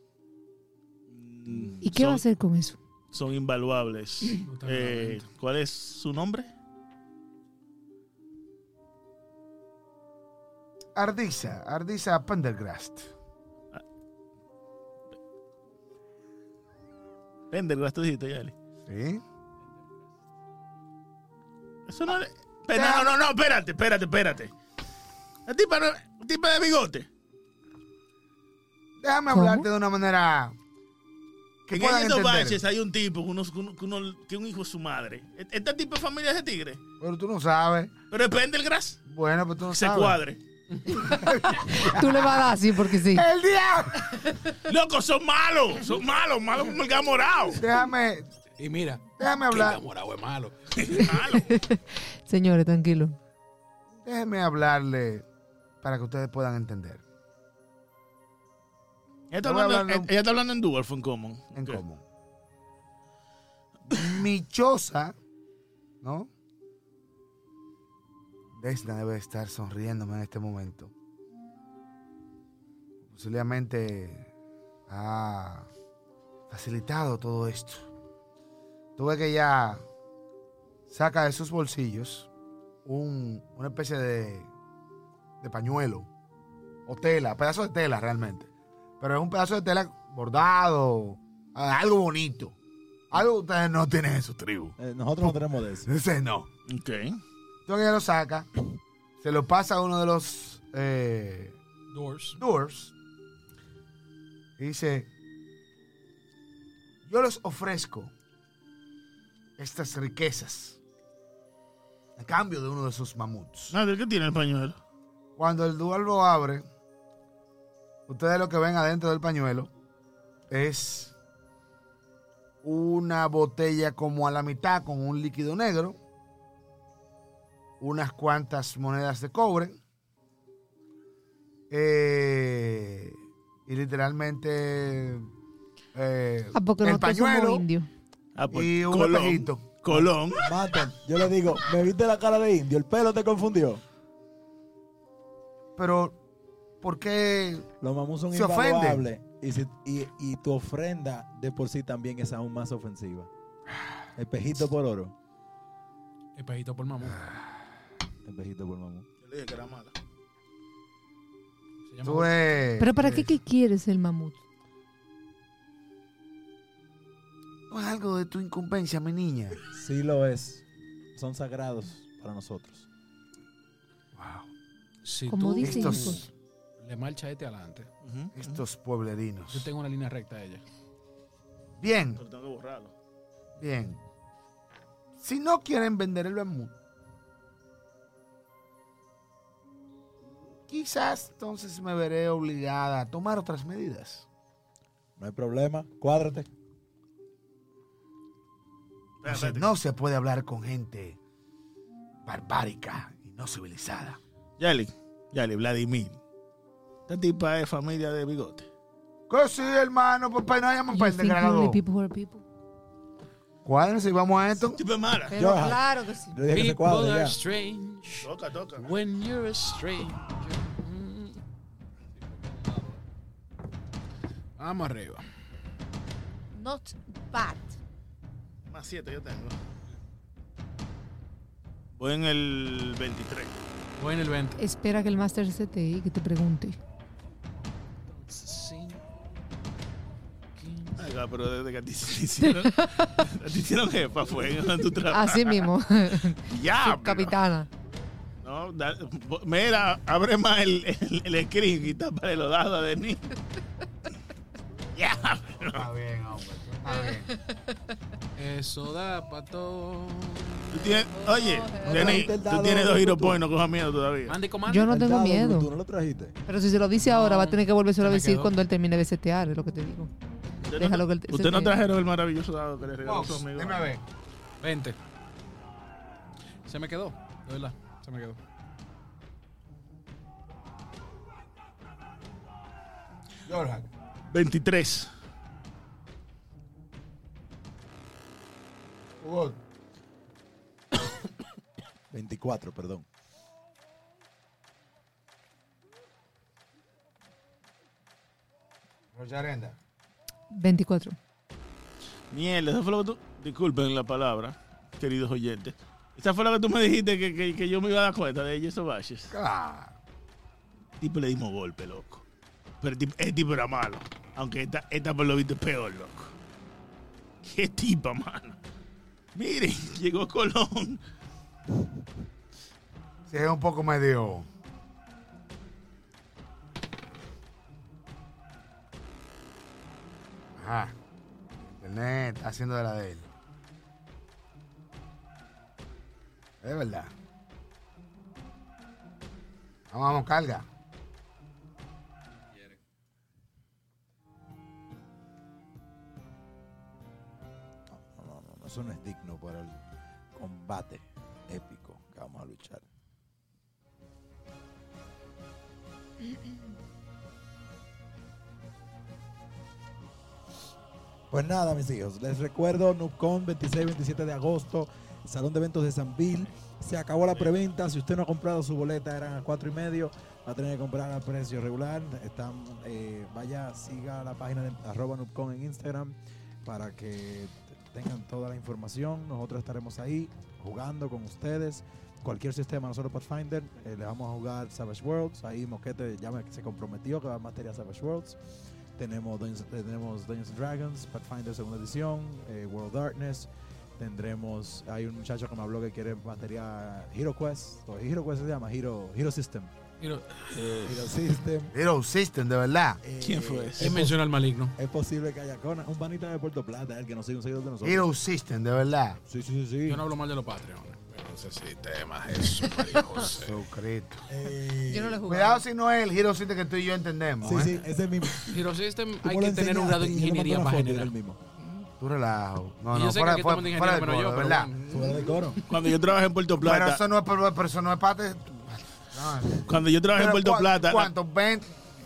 [SPEAKER 2] Mm,
[SPEAKER 5] ¿Y qué va a
[SPEAKER 2] son,
[SPEAKER 5] hacer con eso?
[SPEAKER 2] son invaluables.
[SPEAKER 4] Puta,
[SPEAKER 2] Eh,
[SPEAKER 4] realmente.
[SPEAKER 2] ¿Cuál es su nombre?
[SPEAKER 3] Ardisa, Ardisa Pendergrast.
[SPEAKER 2] Pendergast, tú dijiste, Yali.
[SPEAKER 3] ¿Sí?
[SPEAKER 2] Eso no le- Pe- No, no, no, espérate, espérate, espérate. La tipa, no- tipa de bigote.
[SPEAKER 3] Déjame
[SPEAKER 5] ¿Cómo?
[SPEAKER 3] hablarte de una manera que
[SPEAKER 2] en
[SPEAKER 3] puedan
[SPEAKER 2] estos
[SPEAKER 3] entender.
[SPEAKER 2] baches hay un tipo que, unos- que uno- que uno- que un hijo es su madre. E- Este tipo de familia es de tigre.
[SPEAKER 3] Pero tú no sabes.
[SPEAKER 2] Pero es Pendergast.
[SPEAKER 3] Bueno, pero tú no
[SPEAKER 2] Se
[SPEAKER 3] sabes.
[SPEAKER 2] cuadre.
[SPEAKER 5] Tú le vas a dar así porque sí.
[SPEAKER 3] ¡El diablo!
[SPEAKER 2] Loco, son malos. Son malos. Malos como el gas morado.
[SPEAKER 3] Déjame,
[SPEAKER 4] Y mira,
[SPEAKER 3] déjame
[SPEAKER 4] que el
[SPEAKER 3] hablar.
[SPEAKER 4] enamorado es malo.
[SPEAKER 2] Malos.
[SPEAKER 5] Señores, tranquilo.
[SPEAKER 3] Déjeme hablarle para que ustedes puedan entender.
[SPEAKER 2] Ella está
[SPEAKER 3] Yo voy a
[SPEAKER 2] hablando, eh,
[SPEAKER 3] hablar de-
[SPEAKER 2] ella está hablando en dual, fue en común.
[SPEAKER 3] en
[SPEAKER 2] Ok.
[SPEAKER 3] común. Mi choza, ¿no? Desna debe estar sonriéndome en este momento. Posiblemente ha facilitado todo esto. Tuve que ya saca de sus bolsillos un- una especie de, de pañuelo o tela, pedazo de tela realmente. Pero es un pedazo de tela bordado, ah, algo bonito. Algo que ustedes no tienen en su tribu.
[SPEAKER 1] Eh, nosotros no tenemos de eso.
[SPEAKER 3] Ese no.
[SPEAKER 2] Ok.
[SPEAKER 3] Entonces ella lo saca, se lo pasa a uno de los eh,
[SPEAKER 4] Doors.
[SPEAKER 3] doors y dice, yo les ofrezco estas riquezas a cambio de uno de sus mamuts.
[SPEAKER 2] Nader, Ah, ¿qué tiene el pañuelo?
[SPEAKER 3] Cuando el dual lo abre, ustedes lo que ven adentro del pañuelo es una botella como a la mitad con un líquido negro, unas cuantas monedas de cobre eh, y literalmente eh,
[SPEAKER 5] Ah, porque
[SPEAKER 3] el
[SPEAKER 5] nosotros somos
[SPEAKER 3] pañuelo Eh,
[SPEAKER 5] indios.
[SPEAKER 2] Ah, pues,
[SPEAKER 3] y un
[SPEAKER 2] Colón.
[SPEAKER 3] espejito.
[SPEAKER 2] Colón.
[SPEAKER 1] Mata, yo le digo, me viste la cara de indio, el pelo te confundió.
[SPEAKER 3] Pero, ¿por qué?
[SPEAKER 1] Los mamús son
[SPEAKER 3] Se ofenden.
[SPEAKER 1] invaluables. Y, si- y- y tu ofrenda de por sí también es aún más ofensiva. Espejito por oro.
[SPEAKER 4] Espejito por mamón.
[SPEAKER 1] Espejito por mamú.
[SPEAKER 2] Yo le dije que era mala.
[SPEAKER 4] Se llama-
[SPEAKER 3] Tú, eh,
[SPEAKER 5] Pero ¿para qué, qué quieres el mamut?
[SPEAKER 3] no es algo de tu incumbencia, mi niña.
[SPEAKER 1] Sí lo es. Son sagrados para nosotros.
[SPEAKER 4] si
[SPEAKER 5] Como
[SPEAKER 4] tú
[SPEAKER 5] dicen
[SPEAKER 3] Estos-
[SPEAKER 5] hijos.
[SPEAKER 4] le marcha este adelante,
[SPEAKER 2] Ujú.
[SPEAKER 3] Estos
[SPEAKER 4] yo
[SPEAKER 3] pueblerinos.
[SPEAKER 4] tengo una línea recta a ella.
[SPEAKER 3] Bien,
[SPEAKER 2] Pero tengo que borrarlo.
[SPEAKER 3] bien. Si no quieren vender el mamut, quizás entonces me veré obligada a tomar otras medidas.
[SPEAKER 1] No hay problema. Cuádrate.
[SPEAKER 3] No se,
[SPEAKER 2] Espérate.
[SPEAKER 3] no se puede hablar con gente barbárica y no civilizada.
[SPEAKER 2] Yali, Yali, Vladimir. Esta tipa es familia de bigote.
[SPEAKER 3] Que sí, hermano, papá, no llaman
[SPEAKER 5] You think you only
[SPEAKER 3] pendejo.
[SPEAKER 5] people who are people.
[SPEAKER 3] ¿Cuál? Si vamos a esto.
[SPEAKER 2] Tipa es mala.
[SPEAKER 5] Pero
[SPEAKER 1] Yo-
[SPEAKER 5] claro que sí.
[SPEAKER 1] Le dije que se cuadre ya.
[SPEAKER 4] strange
[SPEAKER 2] Toca, toca.
[SPEAKER 4] when you're a stranger. Mm. Vamos arriba.
[SPEAKER 5] Not bad.
[SPEAKER 2] Más siete yo tengo. Voy en el 23.
[SPEAKER 4] Voy en el 20.
[SPEAKER 5] Espera que el máster se te y que te pregunte.
[SPEAKER 2] Acá, pero desde que a ti te hicieron, a ti te hicieron jefa, fue en tu trabajo.
[SPEAKER 5] Así mismo.
[SPEAKER 3] Ah,
[SPEAKER 2] ¡Diablo!
[SPEAKER 5] Capitana.
[SPEAKER 2] No, da- mira, abre más el, el, el screen y tapa los dados de mí. ¡Diablo!
[SPEAKER 3] Está bien, hombre. Está bien.
[SPEAKER 4] Eso da pa' todo.
[SPEAKER 2] Tú tienes- oye,
[SPEAKER 1] No
[SPEAKER 2] Denis,
[SPEAKER 1] trajiste el
[SPEAKER 2] tú
[SPEAKER 1] dado,
[SPEAKER 2] tienes dos
[SPEAKER 1] tú.
[SPEAKER 2] hero points, no cojas miedo todavía.
[SPEAKER 4] Mande comando.
[SPEAKER 5] Yo no
[SPEAKER 1] El
[SPEAKER 5] tengo
[SPEAKER 1] dado,
[SPEAKER 5] miedo.
[SPEAKER 1] Tú no lo trajiste.
[SPEAKER 5] Pero si se lo dice ahora,
[SPEAKER 4] No,
[SPEAKER 5] va a tener que volverse a
[SPEAKER 4] se me
[SPEAKER 5] decir
[SPEAKER 4] quedó.
[SPEAKER 5] cuando él termine de setear, es lo que te digo.
[SPEAKER 2] Usted
[SPEAKER 5] Déjalo
[SPEAKER 2] no,
[SPEAKER 5] que él te-
[SPEAKER 2] usted
[SPEAKER 5] se
[SPEAKER 2] no
[SPEAKER 5] te-
[SPEAKER 2] trajeron el maravilloso dado que le regaló su
[SPEAKER 3] Fox,
[SPEAKER 2] amigo.
[SPEAKER 3] dime a ver.
[SPEAKER 4] 20. Se me quedó, de verdad. Se me quedó.
[SPEAKER 3] Jorge.
[SPEAKER 2] 23.
[SPEAKER 3] Hugo,
[SPEAKER 1] 24, perdón.
[SPEAKER 3] Rocha Arenda.
[SPEAKER 5] 24.
[SPEAKER 2] Mierda, eso fue lo que tú. Disculpen la palabra, queridos oyentes. Esa fue lo que tú me dijiste que, que- que yo me iba a dar cuenta de Yeso Baches.
[SPEAKER 3] Claro.
[SPEAKER 2] Tipo le dimos golpe, loco. Pero el tipo, el tipo era malo. Aunque esta, esta por lo visto es peor, loco. Qué tipa, mano. Miren, llegó Colón.
[SPEAKER 3] Sí, es un poco medio. Ajá. Internet haciendo de la de él. Es verdad. Vamos, vamos, carga.
[SPEAKER 1] No, no, no, no, Eso no es digno para el combate épico que vamos a luchar. Pues nada, mis hijos, les recuerdo NUPCON 26-27 de agosto, Salón de Eventos de Sanville. Se acabó la preventa. Si usted no ha comprado su boleta, eran a cuatro y medio. Va a tener que comprar a precio regular. Están, eh, vaya, siga la página de arroba NUPCON en Instagram para que tengan toda la información. Nosotros estaremos ahí jugando con ustedes. cualquier sistema, nosotros Pathfinder, eh, le vamos a jugar Savage Worlds. Ahí Moquete ya me- se comprometió que va a materia Savage Worlds. Tenemos Dungeons, eh, tenemos Dungeons and Dragons, Pathfinder segunda edición, eh, World Darkness. Tendremos, hay un muchacho que me habló que quiere materia Hero Quest. O Hero Quest se llama Hero, Hero System.
[SPEAKER 4] Mira,
[SPEAKER 1] Hero System.
[SPEAKER 3] Hero System, de verdad.
[SPEAKER 1] Eh,
[SPEAKER 2] Eh. ¿Quién fue ese?
[SPEAKER 1] es
[SPEAKER 4] ¿Quién menciona al maligno?
[SPEAKER 1] es posible que haya cona. Un panita de Puerto Plata, el que nos sigue un seguidor de nosotros.
[SPEAKER 3] Hero System, de verdad.
[SPEAKER 1] Sí, sí, sí. sí.
[SPEAKER 4] Yo no hablo mal de los Patreon. Pero ese sistema, Jesús, María José.
[SPEAKER 3] Jesucristo.
[SPEAKER 1] Eh,
[SPEAKER 5] Yo no le jugué.
[SPEAKER 3] Cuidado si no es el Hero System que tú y yo entendemos.
[SPEAKER 1] Sí,
[SPEAKER 3] ¿eh?
[SPEAKER 1] sí, ese mismo.
[SPEAKER 4] Hero System
[SPEAKER 1] Tú
[SPEAKER 4] este hay
[SPEAKER 1] me lo
[SPEAKER 4] que tener un grado
[SPEAKER 1] enseñaste, yo
[SPEAKER 4] de
[SPEAKER 1] le mandé
[SPEAKER 4] ingeniería
[SPEAKER 1] una foto
[SPEAKER 4] para
[SPEAKER 1] y era
[SPEAKER 4] generar.
[SPEAKER 1] el mismo.
[SPEAKER 3] Tú relajo. No,
[SPEAKER 4] Y yo
[SPEAKER 3] no,
[SPEAKER 4] sé
[SPEAKER 3] fuera,
[SPEAKER 4] que aquí
[SPEAKER 3] fuera,
[SPEAKER 4] estamos de
[SPEAKER 3] fuera
[SPEAKER 4] ingeniero,
[SPEAKER 3] de
[SPEAKER 4] pero
[SPEAKER 3] coro,
[SPEAKER 4] yo,
[SPEAKER 3] de
[SPEAKER 4] pero
[SPEAKER 3] verdad.
[SPEAKER 4] bueno.
[SPEAKER 1] Fuera de coro.
[SPEAKER 2] Cuando yo trabajé en Puerto
[SPEAKER 3] Pero
[SPEAKER 2] Plata,
[SPEAKER 3] eso no es, pero- pero eso no es parte. No,
[SPEAKER 2] cuando yo trabajé en
[SPEAKER 3] Pero
[SPEAKER 2] Puerto
[SPEAKER 3] ¿cuá-
[SPEAKER 2] Plata,
[SPEAKER 3] ¿Cuánto? ¿20?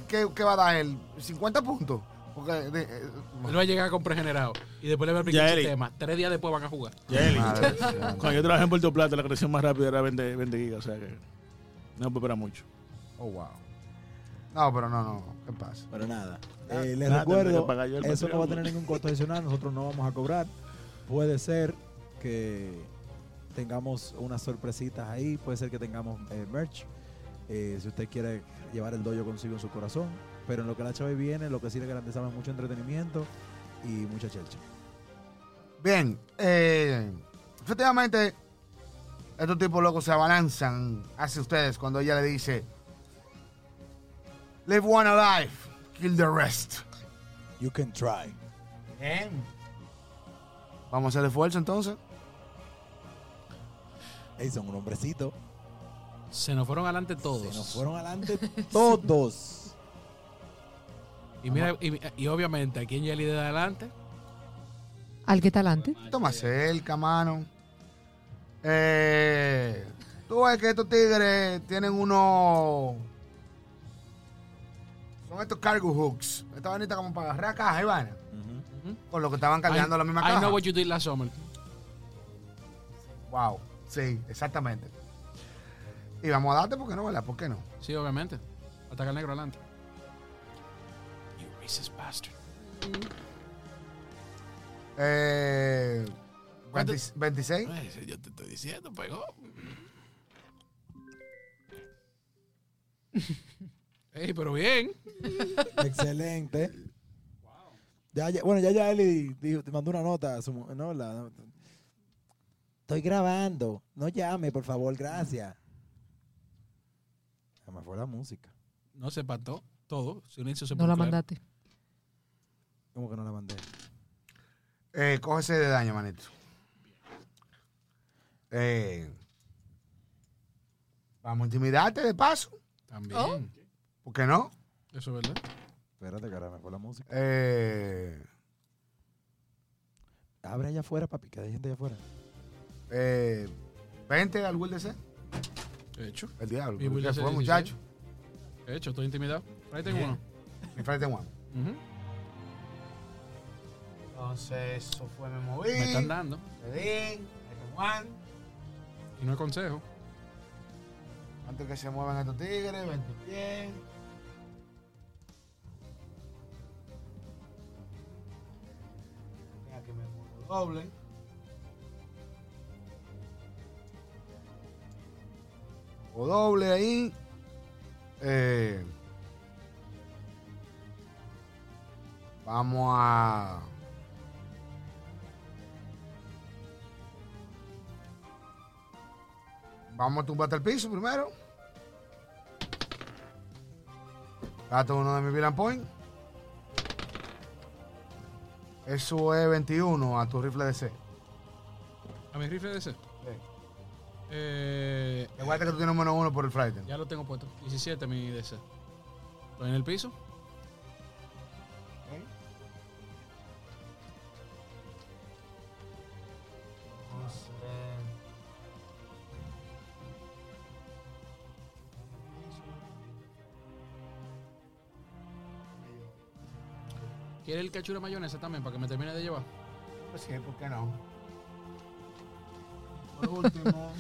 [SPEAKER 3] ¿Qué, qué va a dar él? ¿50 puntos? Porque de- eh,
[SPEAKER 4] Él va a llegar con pregenerado. Y después le va a aplicar
[SPEAKER 2] Ya,
[SPEAKER 4] el
[SPEAKER 2] Eric.
[SPEAKER 4] sistema. Tres días después van a jugar.
[SPEAKER 2] Yeli,
[SPEAKER 3] madre mía.
[SPEAKER 2] cuando yo trabajé en Puerto Plata, la creación más rápida era 20, 20 gigas, o sea que no me espera mucho.
[SPEAKER 3] Oh, wow. No, pero no, no. ¿Qué pasa?
[SPEAKER 1] Pero nada.
[SPEAKER 2] Ah,
[SPEAKER 1] Eh, les
[SPEAKER 2] nada, tendré
[SPEAKER 1] recuerdo,
[SPEAKER 2] que pagar yo el
[SPEAKER 1] eso no va a
[SPEAKER 2] Patreon.
[SPEAKER 1] tener ningún costo adicional, nosotros no vamos a cobrar. Puede ser que tengamos unas sorpresitas ahí, puede ser que tengamos eh, merch. eh, si usted quiere llevar el dojo consigo en su corazón. Pero en lo que la chave viene, lo que sí le garantizamos es mucho entretenimiento y mucha chelcha.
[SPEAKER 3] Bien. eh, efectivamente, estos tipos locos se abalanzan hacia ustedes cuando ella le dice: Live one alive, kill the rest.
[SPEAKER 1] You can try.
[SPEAKER 6] Bien.
[SPEAKER 3] Vamos a hacer esfuerzo entonces.
[SPEAKER 1] Ey, son un hombrecito.
[SPEAKER 4] Se nos fueron adelante
[SPEAKER 1] Se
[SPEAKER 4] todos.
[SPEAKER 1] nos fueron adelante todos.
[SPEAKER 4] Y mira, y, y obviamente, ¿a quién Yeli de adelante?
[SPEAKER 5] Al que está adelante.
[SPEAKER 3] Toma cerca, mano. Eh, tú ves que estos tigres tienen unos. Son estos cargo hooks. Esta vainita como para agarrar caja, Ivana. Con lo que estaban cargando
[SPEAKER 4] I-
[SPEAKER 3] la misma
[SPEAKER 4] I
[SPEAKER 3] caja.
[SPEAKER 4] know what you did last summer.
[SPEAKER 3] Wow. Sí, exactamente. Y vamos a darte porque no, ¿verdad? ¿Por qué no?
[SPEAKER 4] Sí, obviamente. Ataca al negro adelante. You racist bastard.
[SPEAKER 3] Eh,
[SPEAKER 4] ¿Cuánto?
[SPEAKER 3] 20 26.
[SPEAKER 4] Ay, yo te estoy diciendo, pegó. Ey, pero bien.
[SPEAKER 1] Excelente. Ya, ya- bueno, ya, ya Eli dijo- te mandó una nota. a su mu- no, la- estoy grabando. No llame, por favor, gracias. Se me fue la música.
[SPEAKER 4] No se pató todo. Silencio se
[SPEAKER 5] No la mandaste.
[SPEAKER 1] ¿Cómo que no la mandé?
[SPEAKER 3] Eh, cógese de daño, manito. Eh, vamos a intimidarte de paso.
[SPEAKER 4] También.
[SPEAKER 5] Oh.
[SPEAKER 3] ¿Por qué no?
[SPEAKER 4] Eso es verdad.
[SPEAKER 1] Espérate, cara, me fue la música.
[SPEAKER 3] Eh,
[SPEAKER 1] Abre allá afuera, papi, que hay gente allá afuera.
[SPEAKER 3] eh, 20 al Will DC.
[SPEAKER 4] De hecho,
[SPEAKER 3] El diablo.
[SPEAKER 4] Y Will
[SPEAKER 3] ¿Qué
[SPEAKER 4] DC
[SPEAKER 3] fue,
[SPEAKER 4] 16.
[SPEAKER 3] muchacho?
[SPEAKER 4] de hecho, estoy intimidado. Ahí tengo uno.
[SPEAKER 3] Enfrente Juan.
[SPEAKER 4] Ujú.
[SPEAKER 6] Entonces, eso fue, me moví.
[SPEAKER 4] Me están dando.
[SPEAKER 6] Le di, me di Juan.
[SPEAKER 4] Y no hay consejo.
[SPEAKER 3] Antes que se muevan estos tigres,
[SPEAKER 6] 20 pies. Tenga que me muevo doble.
[SPEAKER 3] o doble ahí. Eh, vamos a. Vamos a tumbarte al piso primero. Gato uno de mi Villain Point. Eso es 21 a tu rifle DC.
[SPEAKER 4] A mi rifle de ese. Eh,
[SPEAKER 3] Recuerda que tú tienes menos uno por el Friday.
[SPEAKER 4] ya lo tengo puesto. 17 mi DC. Estoy en el piso.
[SPEAKER 6] Entonces.
[SPEAKER 4] ¿Quiere el cachura mayonesa también para que me termine de llevar?
[SPEAKER 3] Pues sí, ¿por qué no?
[SPEAKER 6] Por último.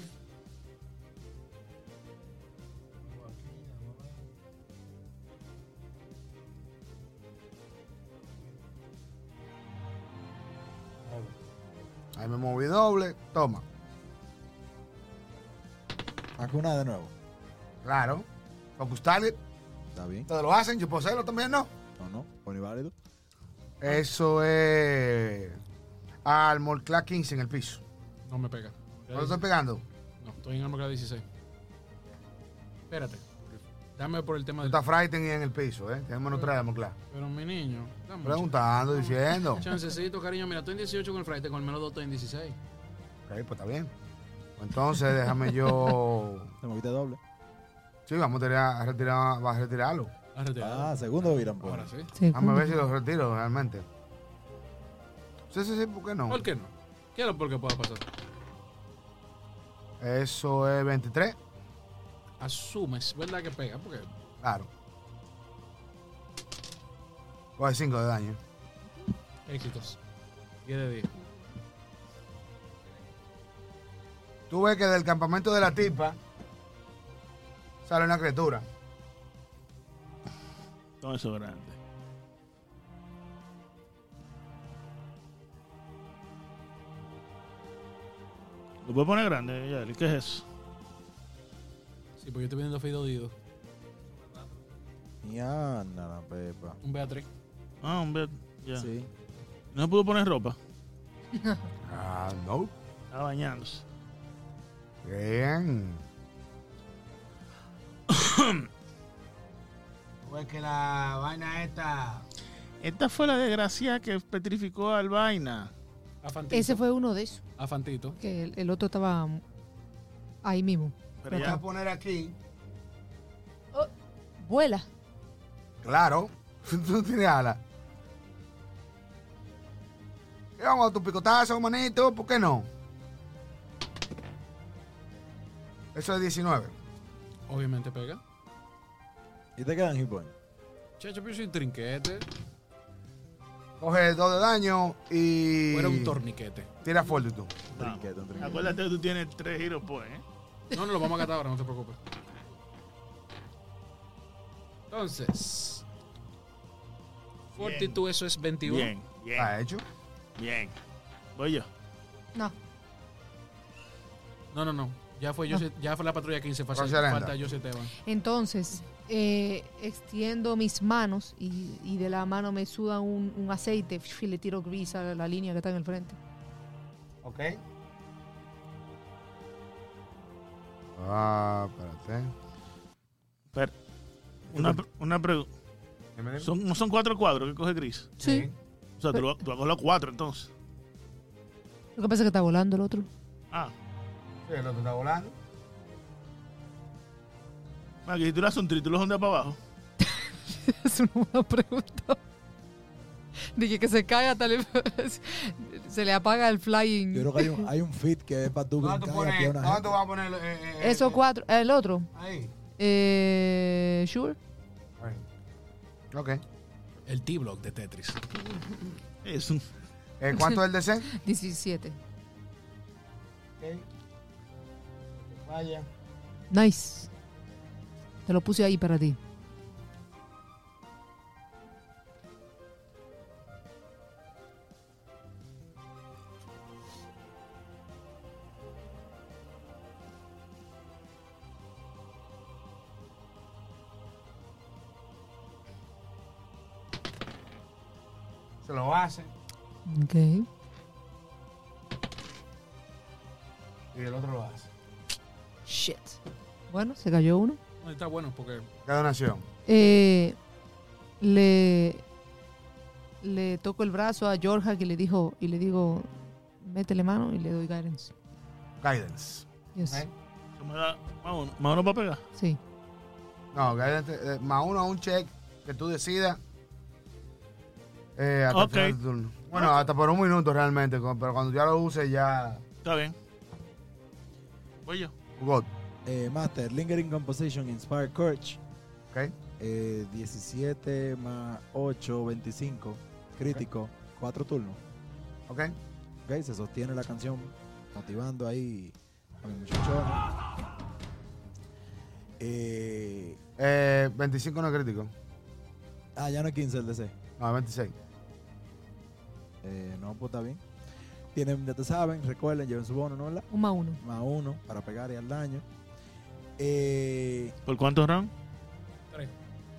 [SPEAKER 3] Ahí me moví doble. Toma.
[SPEAKER 1] vacunar de nuevo.
[SPEAKER 3] Claro. Focus Target,
[SPEAKER 1] Está bien.
[SPEAKER 3] ustedes lo hacen, yo puedo hacerlo también, ¿no?
[SPEAKER 1] No, no. Pone válido.
[SPEAKER 3] Eso es. Armor Class 15 en el piso.
[SPEAKER 4] No me pega.
[SPEAKER 3] ¿No lo estoy pegando?
[SPEAKER 4] No, estoy en Armor Class 16. Espérate. Dame por el tema
[SPEAKER 3] Tú
[SPEAKER 4] del...
[SPEAKER 3] estás Frighten en el piso, ¿eh? Tenemos nuestra Armor Class.
[SPEAKER 4] Pero mi niño... Dame un
[SPEAKER 3] Preguntando, diciendo.
[SPEAKER 4] ch- chancecito, cariño. Mira, estoy en 18 con el Friday, con el menos 2 estoy en 16.
[SPEAKER 3] Ok, pues está bien. Entonces, déjame yo.
[SPEAKER 1] Te moviste doble.
[SPEAKER 3] Sí, vamos a retirar, a retirar- va a retirarlo.
[SPEAKER 4] La retirada.
[SPEAKER 1] Ah, segundo Viran por.
[SPEAKER 4] Ahora sí.
[SPEAKER 3] Vamos a ver si lo retiro realmente. Sí, sí, sí, ¿por qué no?
[SPEAKER 4] ¿Por qué no? ¿Qué es lo por qué pueda pasar?
[SPEAKER 3] Eso es 23.
[SPEAKER 4] Asumes, ¿verdad que pega? Porque
[SPEAKER 3] Claro. Coge 5 de daño.
[SPEAKER 4] éxitos. 10 de 10.
[SPEAKER 3] Tú ves que del campamento de la tipa sale una criatura.
[SPEAKER 2] Todo eso grande. Lo puedo poner grande, Yari. ¿Qué es eso?
[SPEAKER 4] Sí, porque yo estoy viendo Fido Dido.
[SPEAKER 1] Ya, nada, pepa.
[SPEAKER 4] Un Beatriz.
[SPEAKER 2] Ah, hombre. Ya.
[SPEAKER 1] Sí.
[SPEAKER 2] No pudo poner ropa.
[SPEAKER 3] Ah, no.
[SPEAKER 2] Estaba bañándose.
[SPEAKER 3] Bien.
[SPEAKER 6] Pues que la vaina esta.
[SPEAKER 2] Esta fue la desgracia que petrificó al vaina.
[SPEAKER 4] A Fantito.
[SPEAKER 5] Ese fue uno de esos,
[SPEAKER 4] A Fantito.
[SPEAKER 5] que el, el otro estaba ahí mismo.
[SPEAKER 2] Pero
[SPEAKER 6] Voy a
[SPEAKER 2] ya,
[SPEAKER 6] poner aquí.
[SPEAKER 5] Vuela.
[SPEAKER 3] Claro. Tú no tienes alas. Y Vamos a tu picotazo, manito. ¿Por qué no? Eso es 19.
[SPEAKER 4] Obviamente pega.
[SPEAKER 1] Y te quedan hit points.
[SPEAKER 4] Chacho, pero yo soy un trinquete.
[SPEAKER 3] Coge 2 de daño y.
[SPEAKER 4] O era un torniquete.
[SPEAKER 3] Tira fortitude.
[SPEAKER 2] vamos.
[SPEAKER 1] Trinquete, un trinquete.
[SPEAKER 2] Acuérdate que tú tienes tres giros, pues. ¿eh?
[SPEAKER 4] No, no lo vamos a catar ahora, no te preocupes. Entonces. Fortitude, eso es 21.
[SPEAKER 2] Bien, bien,
[SPEAKER 3] ¿Está hecho?
[SPEAKER 2] bien. Voy yo.
[SPEAKER 5] No.
[SPEAKER 4] No, no, no. Ya fue, yo, ya fue la patrulla 15. Falta,
[SPEAKER 3] Rosa Aranda.
[SPEAKER 4] falta José Esteban.
[SPEAKER 5] Entonces, eh, extiendo mis manos y, y de la mano me suda un, un aceite y le tiro gris a la línea que está en el frente.
[SPEAKER 3] Ok. Ah, espérate.
[SPEAKER 2] Pero, una, pre- una pregunta. Son, no son cuatro cuadros que coge gris.
[SPEAKER 5] Sí.
[SPEAKER 2] O sea, tú, lo- tú vas a coger los cuatro entonces.
[SPEAKER 5] Lo que pasa es que está volando el otro.
[SPEAKER 2] Ah,
[SPEAKER 3] Sí, el otro está volando.
[SPEAKER 2] bueno, que si tú le haces un tri, tú lo jondeas para abajo.
[SPEAKER 5] Es una buena pregunta. Dije que se caiga, tal vez se le apaga el flying.
[SPEAKER 1] Yo creo que hay un, hay un fit que es para tú
[SPEAKER 6] ¿Dónde tú
[SPEAKER 1] brincar y aquí a
[SPEAKER 6] pones?
[SPEAKER 1] una
[SPEAKER 3] ¿Dónde
[SPEAKER 1] gente.
[SPEAKER 3] tú vas a poner? eh, eh, eh,
[SPEAKER 5] Esos
[SPEAKER 3] eh,
[SPEAKER 5] cuatro. El otro.
[SPEAKER 6] Ahí.
[SPEAKER 5] Eh, sure.
[SPEAKER 3] ahí? Ok.
[SPEAKER 4] El T-Block de Tetris.
[SPEAKER 2] Es un.
[SPEAKER 3] Eh, ¿Cuánto es el DC?
[SPEAKER 5] 17.
[SPEAKER 6] Ok. Vaya.
[SPEAKER 5] Nice. Te lo puse ahí para ti.
[SPEAKER 6] Se lo hace.
[SPEAKER 5] Ok.
[SPEAKER 6] Y el otro lo hace.
[SPEAKER 5] Shit. Bueno, se cayó uno.
[SPEAKER 4] No, está bueno porque
[SPEAKER 3] ¿Qué donación?
[SPEAKER 5] Eh, le, le toco el brazo a Georgia que le dijo y le digo, métele mano y le doy guidance.
[SPEAKER 3] Guidance.
[SPEAKER 5] Yes.
[SPEAKER 6] ¿Eh?
[SPEAKER 2] eso me da Más uno, más uno para pegar.
[SPEAKER 5] Sí.
[SPEAKER 3] No, guidance. eh, más uno a un check que tú decidas. Eh, hasta el
[SPEAKER 2] Ok.
[SPEAKER 3] final del turno. Bueno, hasta por un minuto realmente. con- Pero cuando ya lo uses, ya.
[SPEAKER 2] Está bien. Voy yo.
[SPEAKER 3] God.
[SPEAKER 1] Eh, Master, Lingering Composition, Inspire Courage.
[SPEAKER 3] Ok.
[SPEAKER 1] Eh, 17 más 8, 25. Crítico. 4 turnos.
[SPEAKER 3] Ok.
[SPEAKER 1] Ok, se sostiene la canción motivando ahí a mi muchachona. Eh,
[SPEAKER 3] Eh, 25 no es crítico.
[SPEAKER 1] ah, ya no es 15 el DC.
[SPEAKER 3] No, es 26.
[SPEAKER 1] Eh, no, pues está bien. Tienen, ya te saben, recuerden, lleven su bono, ¿no? ¿Verdad?
[SPEAKER 5] Un más uno.
[SPEAKER 1] Más uno para pegar y al daño. Eh,
[SPEAKER 2] ¿Por cuántos rounds?
[SPEAKER 4] Tres.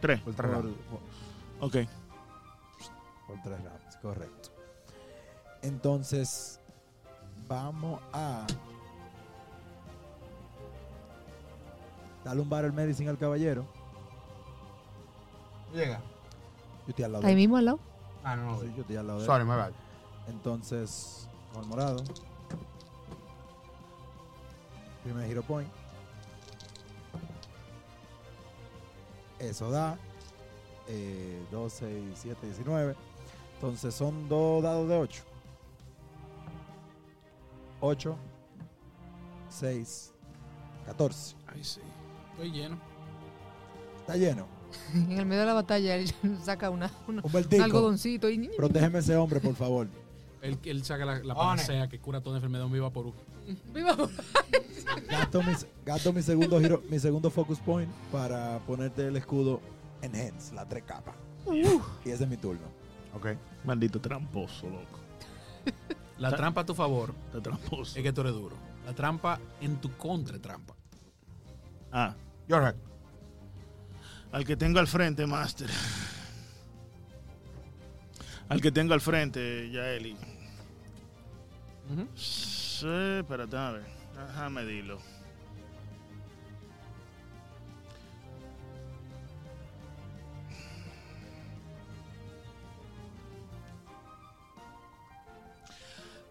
[SPEAKER 2] Tres.
[SPEAKER 3] Por tres
[SPEAKER 1] por,
[SPEAKER 3] rounds.
[SPEAKER 2] Ok.
[SPEAKER 1] por tres rounds, correcto. Entonces, vamos a darle un barrel medicine al caballero.
[SPEAKER 6] Llega.
[SPEAKER 1] Yo estoy al lado de
[SPEAKER 5] Ahí
[SPEAKER 1] él.
[SPEAKER 5] mismo al lado.
[SPEAKER 6] Ah, no, no.
[SPEAKER 1] Sí,
[SPEAKER 6] ve.
[SPEAKER 1] yo estoy al lado de él.
[SPEAKER 3] Sorry, my bad.
[SPEAKER 1] Entonces, con el morado. Primer hero point. Eso da. Eh, 12 y 7, 19. Entonces son dos dados de 8. 8, 6, 14.
[SPEAKER 4] Ahí sí. Estoy lleno.
[SPEAKER 1] Está lleno.
[SPEAKER 5] En el medio de la batalla él saca una, una- un
[SPEAKER 1] Humbertico,
[SPEAKER 5] algodoncito y...
[SPEAKER 1] protégeme a ese hombre, por favor.
[SPEAKER 4] Él, él saca la, la
[SPEAKER 6] One.
[SPEAKER 4] panacea que cura toda enfermedad en viva por uno.
[SPEAKER 5] Viva-
[SPEAKER 1] Gasto mi, gasto mi segundo giro, mi segundo focus point para ponerte el escudo Enhance, la tres capas. Y ese es mi turno.
[SPEAKER 3] Ok.
[SPEAKER 2] Maldito tramposo, loco.
[SPEAKER 4] La
[SPEAKER 2] Está-
[SPEAKER 4] trampa a tu favor
[SPEAKER 2] Está tramposo.
[SPEAKER 4] es que tú eres duro. La trampa en tu contra es trampa.
[SPEAKER 2] Ah,
[SPEAKER 3] Your hack.
[SPEAKER 2] al que tengo al frente, Master. Al que tengo al frente, Yaeli. Sí, espérate, a ver. Déjame dilo.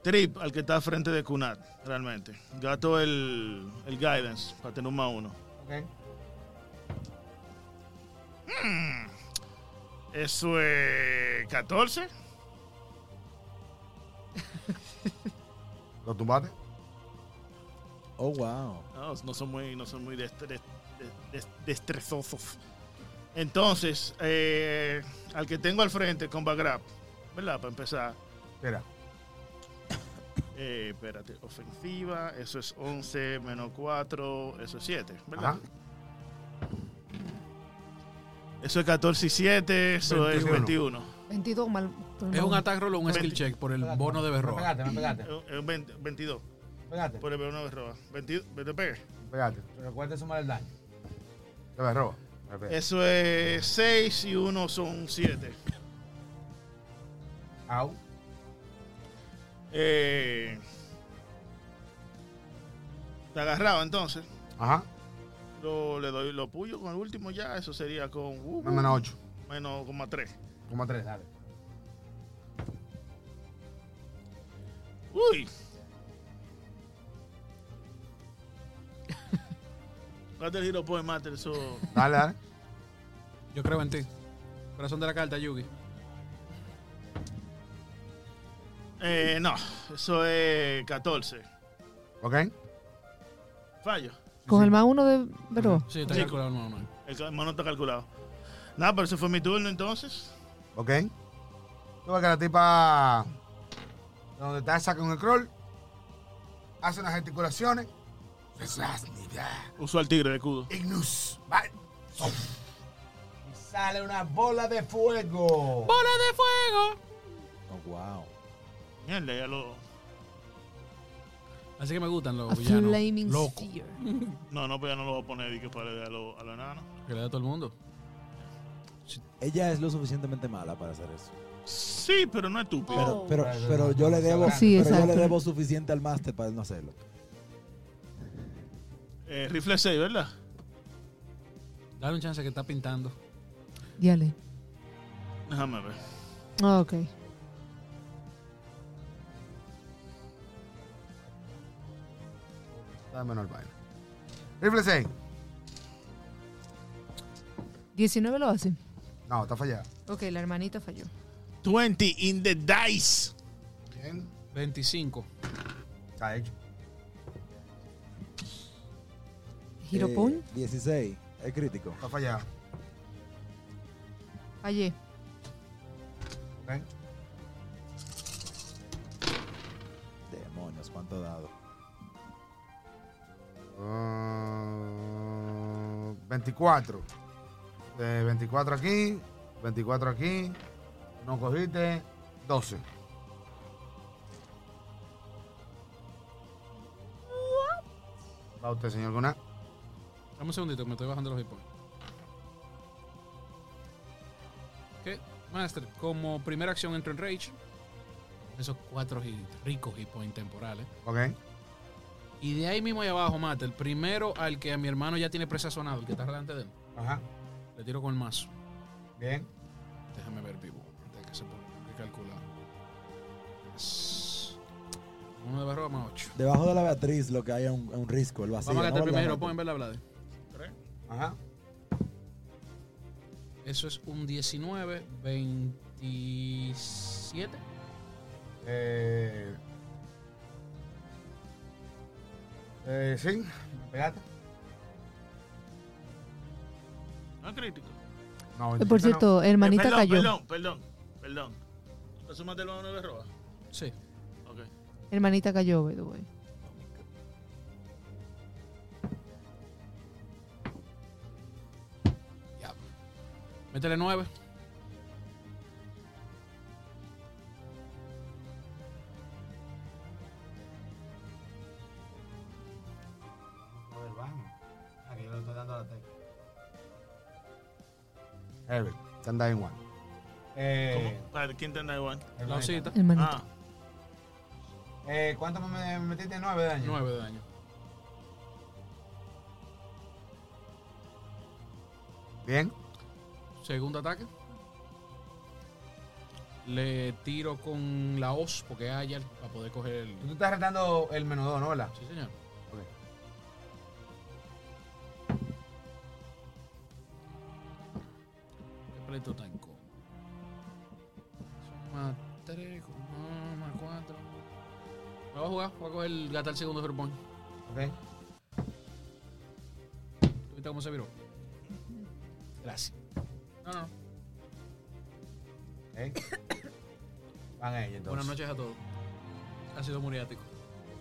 [SPEAKER 2] Trip al que está frente de Kunat, realmente. Gato el, el guidance para tener un más uno.
[SPEAKER 6] Ok.
[SPEAKER 2] Eso es 14.
[SPEAKER 3] ¿Lo tumbaste?
[SPEAKER 1] Oh, wow.
[SPEAKER 2] No, no son muy, no son muy destre- des- des- destrezosos. Entonces, eh, al que tengo al frente con Bagrap, ¿verdad? Para empezar,
[SPEAKER 3] Espera.
[SPEAKER 2] eh, espérate, ofensiva, eso es 11 menos 4, eso es 7, ¿verdad?
[SPEAKER 3] Ajá.
[SPEAKER 2] Eso es 14 y 7, eso es
[SPEAKER 3] 21.
[SPEAKER 2] 21.
[SPEAKER 5] 22 mal... pues,
[SPEAKER 4] Es un attack roll o un skill
[SPEAKER 2] Veinti-
[SPEAKER 4] check por el
[SPEAKER 6] Pégate,
[SPEAKER 4] bono de berro.
[SPEAKER 6] Me pegaste, me
[SPEAKER 2] Es
[SPEAKER 6] pegaste.
[SPEAKER 2] un- Es un 20 22,
[SPEAKER 6] Pegate.
[SPEAKER 2] por el una vez roba. 22, ¿te pegué?
[SPEAKER 3] Pégate.
[SPEAKER 6] Pero recuerda sumar el daño.
[SPEAKER 3] Te me roba. Espera.
[SPEAKER 2] Eso es 6 y 1 son 7.
[SPEAKER 6] Au.
[SPEAKER 2] Eh, te agarraba entonces.
[SPEAKER 3] Ajá.
[SPEAKER 2] Lo, le doy lo puyo con el último ya. Eso sería con uh,
[SPEAKER 3] Más menos 8.
[SPEAKER 2] menos coma tres.
[SPEAKER 3] Como 3, dale.
[SPEAKER 2] Uy. Date el giro pues, Master. Eso.
[SPEAKER 3] Dale, dale.
[SPEAKER 4] Yo creo en ti. Corazón de la carta, Yugi.
[SPEAKER 2] Eh, no, eso es 14.
[SPEAKER 3] Ok.
[SPEAKER 2] Fallo.
[SPEAKER 5] Con el más uno de... Pero...
[SPEAKER 4] Sí, está
[SPEAKER 2] Sí.
[SPEAKER 4] calculado, no, no.
[SPEAKER 2] El ca- mano está calculado. Nada, pero ese fue mi turno entonces.
[SPEAKER 3] ¿Ok? Tú ves que la tipa donde está esa con el crawl hace unas articulaciones.
[SPEAKER 2] Usó al tigre de escudo.
[SPEAKER 3] Ignus. va-
[SPEAKER 6] Y sale una bola de fuego.
[SPEAKER 1] Oh, wow.
[SPEAKER 2] Mierda, ya lo.
[SPEAKER 4] Así que me gustan los
[SPEAKER 5] A
[SPEAKER 4] villanos.
[SPEAKER 5] flaming
[SPEAKER 4] Loco.
[SPEAKER 5] spear.
[SPEAKER 2] No, no, pues ya no lo voy a poner. Y que para a los a lo enanos.
[SPEAKER 4] Que le da a todo el mundo.
[SPEAKER 1] Ella es lo suficientemente mala para hacer eso.
[SPEAKER 2] Sí, pero no estúpido.
[SPEAKER 1] Pero, pero,
[SPEAKER 6] Pero
[SPEAKER 1] pero yo le debo,
[SPEAKER 5] Oh. Sí,
[SPEAKER 1] pero yo le
[SPEAKER 5] exacto.
[SPEAKER 1] debo suficiente al máster para no hacerlo.
[SPEAKER 2] Eh, rifle 6, ¿verdad?
[SPEAKER 4] Dale un chance que está pintando.
[SPEAKER 5] Dale.
[SPEAKER 2] Déjame ver.
[SPEAKER 5] Ah, ok.
[SPEAKER 3] Dame menor vaina. Rifle 6.
[SPEAKER 5] 19 lo hace.
[SPEAKER 3] No, está fallado.
[SPEAKER 5] Ok, la hermanita falló.
[SPEAKER 2] 20 in the dice.
[SPEAKER 3] Bien.
[SPEAKER 4] 25.
[SPEAKER 3] Está hecho.
[SPEAKER 5] Hero
[SPEAKER 1] Eh,
[SPEAKER 5] point.
[SPEAKER 1] 16. Es crítico.
[SPEAKER 3] Está fallado.
[SPEAKER 5] Fallé.
[SPEAKER 3] ¿Ok?
[SPEAKER 1] Demonios, cuánto dado.
[SPEAKER 3] Ah, 24. De 24 aquí. 24 aquí. No cogiste. 12. Va usted, señor Gunnar.
[SPEAKER 4] Dame un segundito, que me estoy bajando los hipones. Ok, Master, como primera acción entro en Rage. Esos cuatro hit- ricos hit points temporales.
[SPEAKER 3] Ok.
[SPEAKER 4] Y de ahí mismo ahí abajo, mata. El primero al que a mi hermano ya tiene presazonado, el que está delante de él.
[SPEAKER 3] Ajá.
[SPEAKER 4] Le tiro con el mazo.
[SPEAKER 3] Bien.
[SPEAKER 4] Déjame ver vivo. Antes de que se ponga. Hay que calcular. Es- Uno de barro más ocho.
[SPEAKER 1] Debajo de la Beatriz lo que hay es un, es un risco, el vacío.
[SPEAKER 4] Vamos
[SPEAKER 1] ¿no?
[SPEAKER 4] a gastar el
[SPEAKER 1] ¿Verdad?
[SPEAKER 4] primero. Pueden ver la Vlade.
[SPEAKER 3] Ajá.
[SPEAKER 4] Eso es un 19, 27.
[SPEAKER 3] Eh. Eh, sí. Pegate.
[SPEAKER 2] No es crítico.
[SPEAKER 3] No,
[SPEAKER 5] Por cierto,
[SPEAKER 2] Eh,
[SPEAKER 5] hermanita
[SPEAKER 2] perdón,
[SPEAKER 5] cayó.
[SPEAKER 2] Perdón, perdón, perdón. ¿Te sumaste el uno de roba?
[SPEAKER 4] Sí.
[SPEAKER 2] Ok.
[SPEAKER 5] Hermanita cayó, by the way.
[SPEAKER 4] Métele 9.
[SPEAKER 6] Lo del baño. Ah, que yo le estoy dando la tecla.
[SPEAKER 3] Heavy. Están dying one. Eh.
[SPEAKER 2] ¿Cómo? Para, ¿Quién te da igual?
[SPEAKER 4] La
[SPEAKER 6] hermanita.
[SPEAKER 4] osita.
[SPEAKER 5] Hermanita.
[SPEAKER 2] Ah,
[SPEAKER 6] Eh, ¿Cuánto me- me metiste? ¿Nueve daños?
[SPEAKER 4] 9 de daño.
[SPEAKER 3] Bien.
[SPEAKER 4] Segundo ataque. Le tiro con la os porque es ayer para poder coger el.
[SPEAKER 6] Tú te estás retando el menudo, ¿no? ¿Verdad?
[SPEAKER 4] Sí, señor.
[SPEAKER 3] Ok.
[SPEAKER 4] Qué pleito tan cómodo. Son más 3, más 4. Me voy a jugar, voy a coger el gatar segundo herpón.
[SPEAKER 6] Ok.
[SPEAKER 4] ¿Viste cómo se viró? Gracias. No, no. no.
[SPEAKER 6] ¿Eh? Van ellos entonces.
[SPEAKER 4] Buenas noches a todos. Ha sido muriático.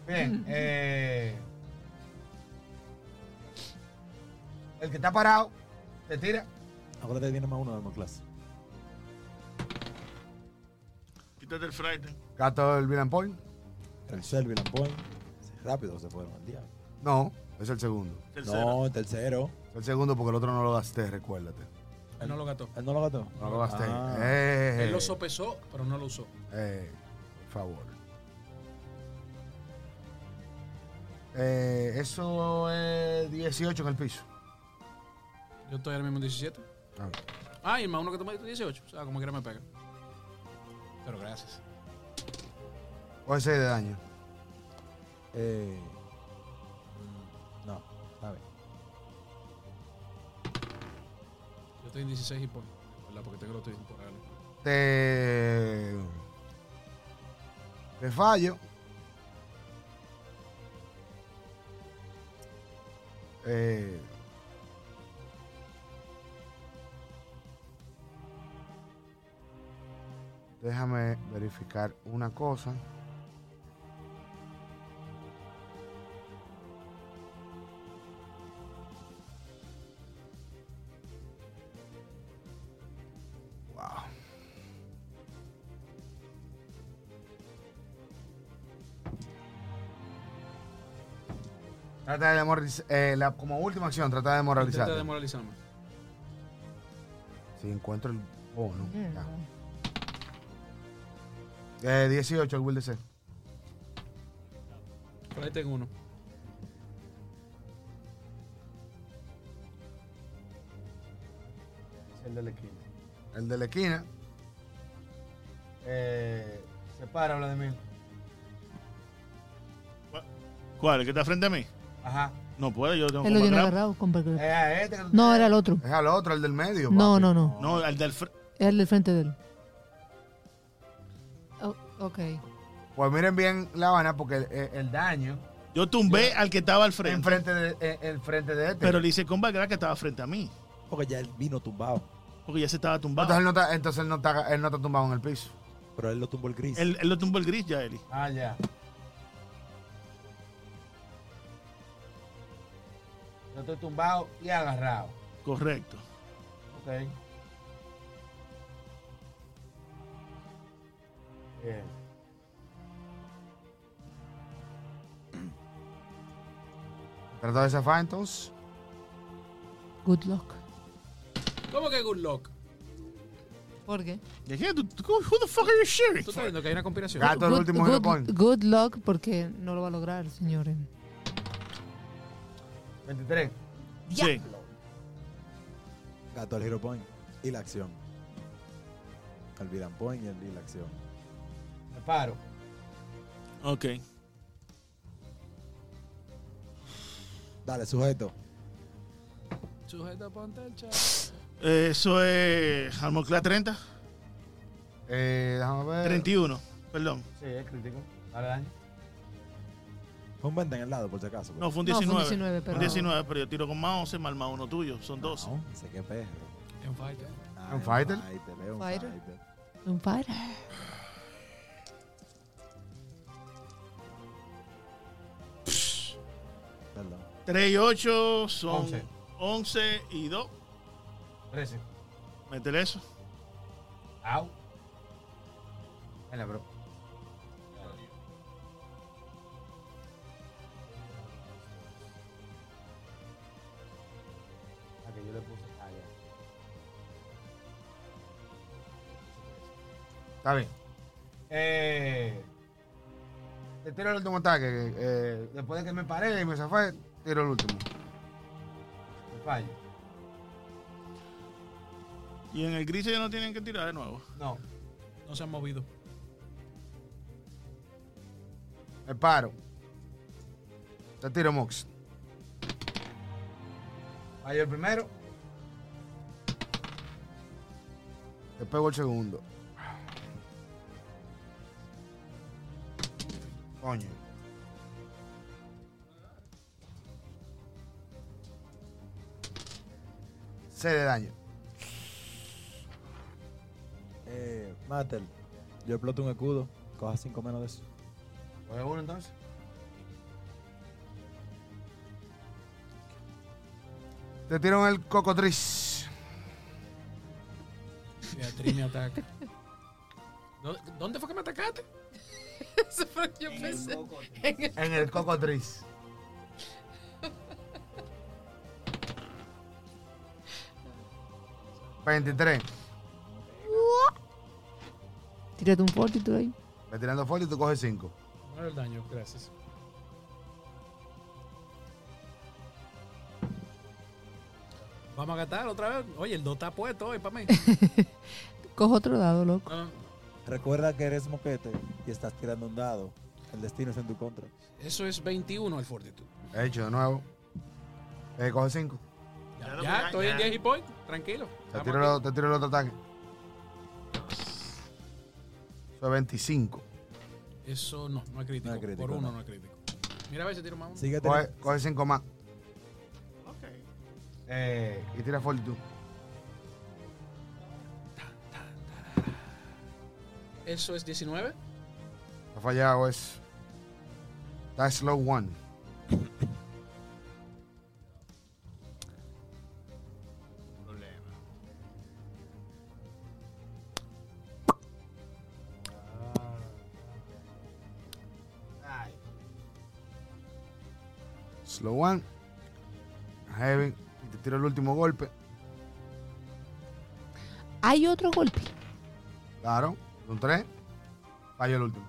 [SPEAKER 6] Bien, eh, el que está parado, te tira.
[SPEAKER 1] Ahora te tiene más uno de Moclas.
[SPEAKER 2] quítate el Friday.
[SPEAKER 3] Gato el Villain Point.
[SPEAKER 1] El Selvin and Point. Rápido se fueron al diablo.
[SPEAKER 3] No, es el segundo.
[SPEAKER 2] Tercero.
[SPEAKER 1] No, el tercero.
[SPEAKER 3] Es el segundo porque el otro no lo gasté, recuérdate.
[SPEAKER 4] Él no lo gató.
[SPEAKER 1] Él no lo gastó.
[SPEAKER 3] No lo gasté.
[SPEAKER 1] Ah.
[SPEAKER 3] Eh, eh,
[SPEAKER 4] Él lo
[SPEAKER 3] eh.
[SPEAKER 4] sopesó, pero no lo usó.
[SPEAKER 3] Eh, por favor. Eh, eso es 18 en el piso.
[SPEAKER 4] Yo estoy ahora mismo en 17.
[SPEAKER 3] Ah,
[SPEAKER 4] Ah, y el más uno que toma 18. O sea, como quiera me pega. Pero gracias.
[SPEAKER 3] O ese de daño.
[SPEAKER 1] Eh, mm, no, está bien.
[SPEAKER 4] Yo estoy en 16 y por. ¿Verdad? Porque tengo los tuyos por ahí.
[SPEAKER 3] Te. Te fallo. Eh. Déjame verificar una cosa. Wow. Trata de demoralizar. como última acción, trata de demoralizar.
[SPEAKER 4] Intenta demoralizarme.
[SPEAKER 3] Si encuentro el bono.
[SPEAKER 5] Mierda.
[SPEAKER 3] ya. Eh, 18, el Will DC.
[SPEAKER 4] Por ahí tengo uno.
[SPEAKER 6] Es el de la esquina.
[SPEAKER 3] El de la esquina.
[SPEAKER 6] Eh, se para, Vladimir.
[SPEAKER 2] ¿Cuál? ¿El que está frente a mí?
[SPEAKER 6] Ajá.
[SPEAKER 2] No puedo, yo tengo
[SPEAKER 5] Él lo
[SPEAKER 2] combat
[SPEAKER 5] tiene
[SPEAKER 2] grab.
[SPEAKER 5] agarrado con Burger.
[SPEAKER 6] Eh, a este que tú
[SPEAKER 5] No,
[SPEAKER 6] te-
[SPEAKER 5] era el otro.
[SPEAKER 3] Es al otro, el del medio.
[SPEAKER 5] No,
[SPEAKER 3] papi.
[SPEAKER 5] no, no.
[SPEAKER 2] No, al del frente.
[SPEAKER 5] Es el del frente de él. Oh, ok.
[SPEAKER 3] Pues miren bien La Habana porque el, el- el
[SPEAKER 6] El daño.
[SPEAKER 2] Yo tumbé al que estaba al
[SPEAKER 3] en
[SPEAKER 2] frente.
[SPEAKER 3] frente de, en- en frente de este.
[SPEAKER 2] Pero le hice combat grab que estaba frente a mí.
[SPEAKER 1] Porque ya él vino tumbado.
[SPEAKER 2] Porque ya se estaba
[SPEAKER 3] entonces
[SPEAKER 2] tumbado.
[SPEAKER 3] él no está, entonces él no está, él no está tumbado en el piso.
[SPEAKER 1] Pero él lo tumbó el gris.
[SPEAKER 2] Él, él lo tumbó el gris ya, Eli.
[SPEAKER 6] Ah, ya. Yo estoy tumbado y agarrado.
[SPEAKER 2] Correcto.
[SPEAKER 6] Ok. Bien.
[SPEAKER 3] Trata de zafar entonces.
[SPEAKER 5] Good luck.
[SPEAKER 4] ¿Cómo que good luck?
[SPEAKER 5] ¿Por qué?
[SPEAKER 2] ¿De qué? ¿Tú- tú- Who the fuck are you sharing?
[SPEAKER 4] ¿Tú estás viendo que hay una conspiración?
[SPEAKER 3] Gato Ah, el
[SPEAKER 5] good,
[SPEAKER 3] último hero point.
[SPEAKER 5] good, good luck porque no lo va a lograr, señores.
[SPEAKER 6] 23.
[SPEAKER 2] Sí.
[SPEAKER 1] Gato al Hero Point y la acción. Olvidan Point y, el- y la acción.
[SPEAKER 6] Me paro.
[SPEAKER 2] Ok.
[SPEAKER 1] Dale, sujeto.
[SPEAKER 4] Sujeta, ponte el chal.
[SPEAKER 2] Eh, Eso es Armor Class 30.
[SPEAKER 3] Eh, déjame ver.
[SPEAKER 2] 31, perdón.
[SPEAKER 6] Sí, es crítico. Dale daño.
[SPEAKER 1] Fue un 20 en el lado, por si acaso. pues.
[SPEAKER 2] No, fue un
[SPEAKER 5] No, fue
[SPEAKER 2] 19.
[SPEAKER 5] un 19, pero-
[SPEAKER 2] Un 19, pero yo tiro con más 11, más el más uno tuyo. Son 12.
[SPEAKER 1] No, sé qué Ah, perro.
[SPEAKER 4] En fighter.
[SPEAKER 1] Ah,
[SPEAKER 3] ¿Un
[SPEAKER 1] es
[SPEAKER 3] pues. fighter?
[SPEAKER 1] es un
[SPEAKER 5] Fighter.
[SPEAKER 1] fighter.
[SPEAKER 5] Un fighter.
[SPEAKER 1] Perdón.
[SPEAKER 2] 3 y 8 son
[SPEAKER 6] Once.
[SPEAKER 2] 11 y 2.
[SPEAKER 6] 13.
[SPEAKER 2] Métele eso.
[SPEAKER 6] Au. Venga, bro. Ah, que yo le puse. Ah, ya.
[SPEAKER 3] Está bien.
[SPEAKER 6] Eh,
[SPEAKER 3] Te tiro el último ataque. eh, después de que me paré y me zafé, tiro el último.
[SPEAKER 6] me fallo.
[SPEAKER 2] Y en el gris ellos no tienen que tirar de nuevo.
[SPEAKER 6] No.
[SPEAKER 4] No se han movido.
[SPEAKER 3] Me paro. Te tiro Mox.
[SPEAKER 6] Fallo el primero.
[SPEAKER 3] Te pego el segundo. Coño. Se de daño.
[SPEAKER 1] Eh, Matel, yo exploto un escudo. Coja 5 menos de eso.
[SPEAKER 6] Coge uno entonces.
[SPEAKER 3] Te tiro en el cocotriz.
[SPEAKER 4] Beatriz me ataca. ¿Dó- ¿Dónde fue que me atacaste?
[SPEAKER 5] Eso fue lo que yo pensé.
[SPEAKER 3] En el cocotriz. ¿23?
[SPEAKER 5] Tírate un fortitude ahí.
[SPEAKER 3] Me tirando fuerte y tú coges 5.
[SPEAKER 4] No era el daño, gracias. Vamos a gastar otra vez. Oye, el 2 está puesto hoy para mí.
[SPEAKER 5] Coge otro dado, loco.
[SPEAKER 4] No,
[SPEAKER 1] Recuerda que eres moquete y estás tirando un dado. El destino es en tu contra.
[SPEAKER 4] eso es 21 al fortitud.
[SPEAKER 3] Hecho de nuevo. Eh, coge 5.
[SPEAKER 2] Ya
[SPEAKER 4] Ya,
[SPEAKER 2] lo
[SPEAKER 4] ya,
[SPEAKER 2] que-
[SPEAKER 4] estoy
[SPEAKER 2] ya.
[SPEAKER 4] en 10 y point. Tranquilo.
[SPEAKER 3] Te
[SPEAKER 4] Estamos
[SPEAKER 3] tiro,
[SPEAKER 4] aquí.
[SPEAKER 3] el- te tiro el otro ataque. Eso es 25.
[SPEAKER 4] Eso no, no es crítico.
[SPEAKER 1] No es crítico,
[SPEAKER 4] Por uno
[SPEAKER 1] no.
[SPEAKER 4] no, es crítico. Mira a ver si tiro más uno.
[SPEAKER 1] Sigue
[SPEAKER 3] Coge,
[SPEAKER 1] teniendo-
[SPEAKER 3] 5 más.
[SPEAKER 2] Ok.
[SPEAKER 6] Eh,
[SPEAKER 3] Y tira Fortitude.
[SPEAKER 4] Eso es 19.
[SPEAKER 3] Ha fallado es. Está slow one.
[SPEAKER 6] ay.
[SPEAKER 3] Slow one. Heavy. Y te tiro el último golpe.
[SPEAKER 5] Hay otro golpe.
[SPEAKER 3] Claro. Un 3. Falla el último.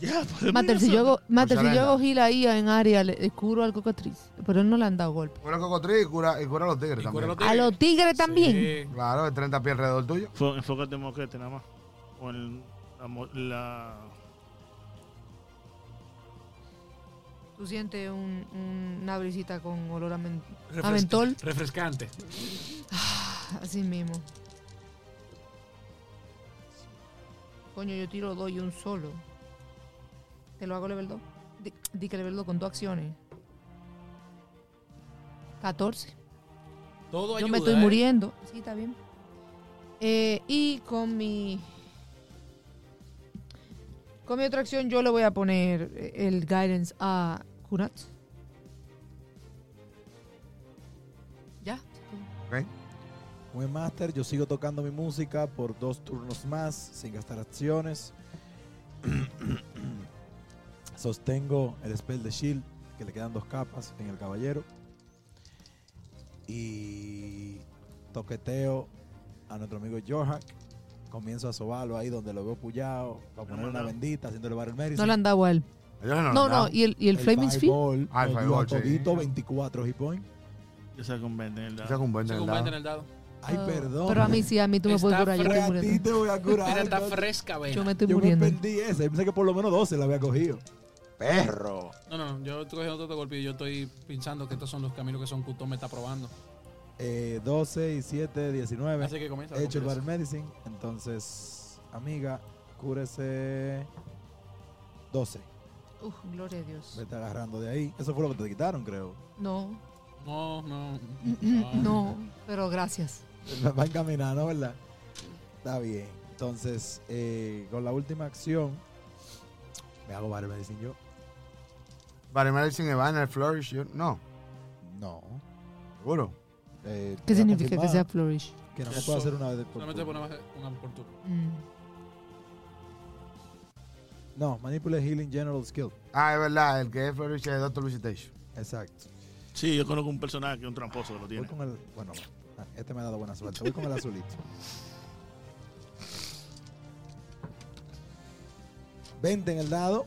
[SPEAKER 2] Ya, podemos
[SPEAKER 5] Mater,
[SPEAKER 2] ir
[SPEAKER 5] si yo
[SPEAKER 2] nosotros.
[SPEAKER 5] hago, Mater, si yo
[SPEAKER 3] Cucharela.
[SPEAKER 5] hago gila ahí en área, le le curo al cocatriz. Pero él no le han dado golpe.
[SPEAKER 3] Cura el cocotrí y cura, y cura a los tigres
[SPEAKER 4] Y
[SPEAKER 3] también.
[SPEAKER 4] cuero lo
[SPEAKER 5] A
[SPEAKER 4] tiene.
[SPEAKER 5] los tigres también.
[SPEAKER 4] Sí.
[SPEAKER 3] Claro, el 30 pies alrededor tuyo.
[SPEAKER 2] Fo- Enfócate en Moquete nada más. O en la. mo- la-
[SPEAKER 5] Tú sientes un- un- una brisita con olor a, men- a
[SPEAKER 4] Refresca-
[SPEAKER 5] mentol.
[SPEAKER 4] Refrescante.
[SPEAKER 5] Así mismo. Coño, yo tiro dos y un solo. Te lo hago level 2. Di, di que level 2 con dos acciones. 14.
[SPEAKER 4] Todo ayuda.
[SPEAKER 5] Yo me estoy
[SPEAKER 4] ¿eh?
[SPEAKER 5] muriendo. Sí, está bien. Eh, y con mi. Con mi otra acción, yo le voy a poner eh, el guidance a Kunat. Ya.
[SPEAKER 3] Ok.
[SPEAKER 1] Buen Master, yo sigo tocando mi música por dos turnos más, sin gastar acciones. Sostengo el spell de Shield, que le quedan dos capas en el caballero. y toqueteo a nuestro amigo Jorhack. Comienzo a sobarlo ahí donde lo veo puyado, para poner una
[SPEAKER 2] mandado.
[SPEAKER 1] bendita, haciéndole barrel mérito.
[SPEAKER 5] No le han dado a él.
[SPEAKER 3] Ellos lo han
[SPEAKER 5] No,
[SPEAKER 3] dado.
[SPEAKER 5] no, y el, y el, Flaming Sphere.
[SPEAKER 1] Fireball
[SPEAKER 3] Ah, el
[SPEAKER 1] nos dio
[SPEAKER 3] Fireball,
[SPEAKER 1] a
[SPEAKER 3] sí.
[SPEAKER 1] todito 24 hit point.
[SPEAKER 2] Yo saco un 20 en el
[SPEAKER 3] Está
[SPEAKER 2] dado.
[SPEAKER 3] con buen
[SPEAKER 4] Se
[SPEAKER 3] del
[SPEAKER 4] convierte en
[SPEAKER 3] lado.
[SPEAKER 4] el dado.
[SPEAKER 1] Ay,
[SPEAKER 5] Oh,
[SPEAKER 1] perdón.
[SPEAKER 5] Pero a mí sí, a mí tú me
[SPEAKER 4] Está
[SPEAKER 5] puedes curar. Yo
[SPEAKER 1] Fue
[SPEAKER 5] estoy
[SPEAKER 1] a ti
[SPEAKER 5] muriendo.
[SPEAKER 1] te voy a
[SPEAKER 4] Mira,
[SPEAKER 1] curar.
[SPEAKER 4] está
[SPEAKER 1] yo-
[SPEAKER 4] fresca,
[SPEAKER 5] Yo
[SPEAKER 4] vela.
[SPEAKER 5] me estoy
[SPEAKER 1] yo me
[SPEAKER 5] muriendo.
[SPEAKER 1] perdí ese. Pensé que por lo menos 12 la había cogido. Perro.
[SPEAKER 4] No, no, no, yo estoy cogiendo otro golpe y yo estoy pensando que estos son los caminos que son Cutón me está probando.
[SPEAKER 1] Eh, 12 y 7, 19.
[SPEAKER 4] Así que comienza.
[SPEAKER 1] He hecho el
[SPEAKER 4] comienza.
[SPEAKER 1] Battle Medicine. Entonces, amiga, cúrese 12.
[SPEAKER 5] Uf, gloria a Dios.
[SPEAKER 1] Vete agarrando de ahí. Eso fue lo que te quitaron, creo.
[SPEAKER 5] No,
[SPEAKER 4] No, no. Ah.
[SPEAKER 5] no, pero gracias.
[SPEAKER 1] Va a encaminar, ¿no? ¿Verdad? Está bien. Entonces, eh, con la última acción, me hago Battle Medicine yo.
[SPEAKER 3] Para Medicine Evan, el Flourish, yo- no,
[SPEAKER 1] No.
[SPEAKER 3] seguro.
[SPEAKER 1] Eh,
[SPEAKER 5] ¿Qué
[SPEAKER 1] está
[SPEAKER 5] significa que sea
[SPEAKER 1] confirmado
[SPEAKER 5] Flourish?
[SPEAKER 1] Que no se
[SPEAKER 4] Eso.
[SPEAKER 1] puede hacer una vez por
[SPEAKER 4] Solamente por
[SPEAKER 1] turno.
[SPEAKER 4] una, vez- una por turno.
[SPEAKER 5] Mm.
[SPEAKER 1] No, Manipulate Healing General Skill.
[SPEAKER 3] Ah, es verdad, el que es Flourish es Doctor Visitation.
[SPEAKER 1] Exacto.
[SPEAKER 2] Sí, yo conozco un personaje que es un tramposo que lo
[SPEAKER 1] Voy
[SPEAKER 2] tiene.
[SPEAKER 1] con el. Bueno, ah, este me ha dado buena suerte. Voy con el azulito. 20 en el dado.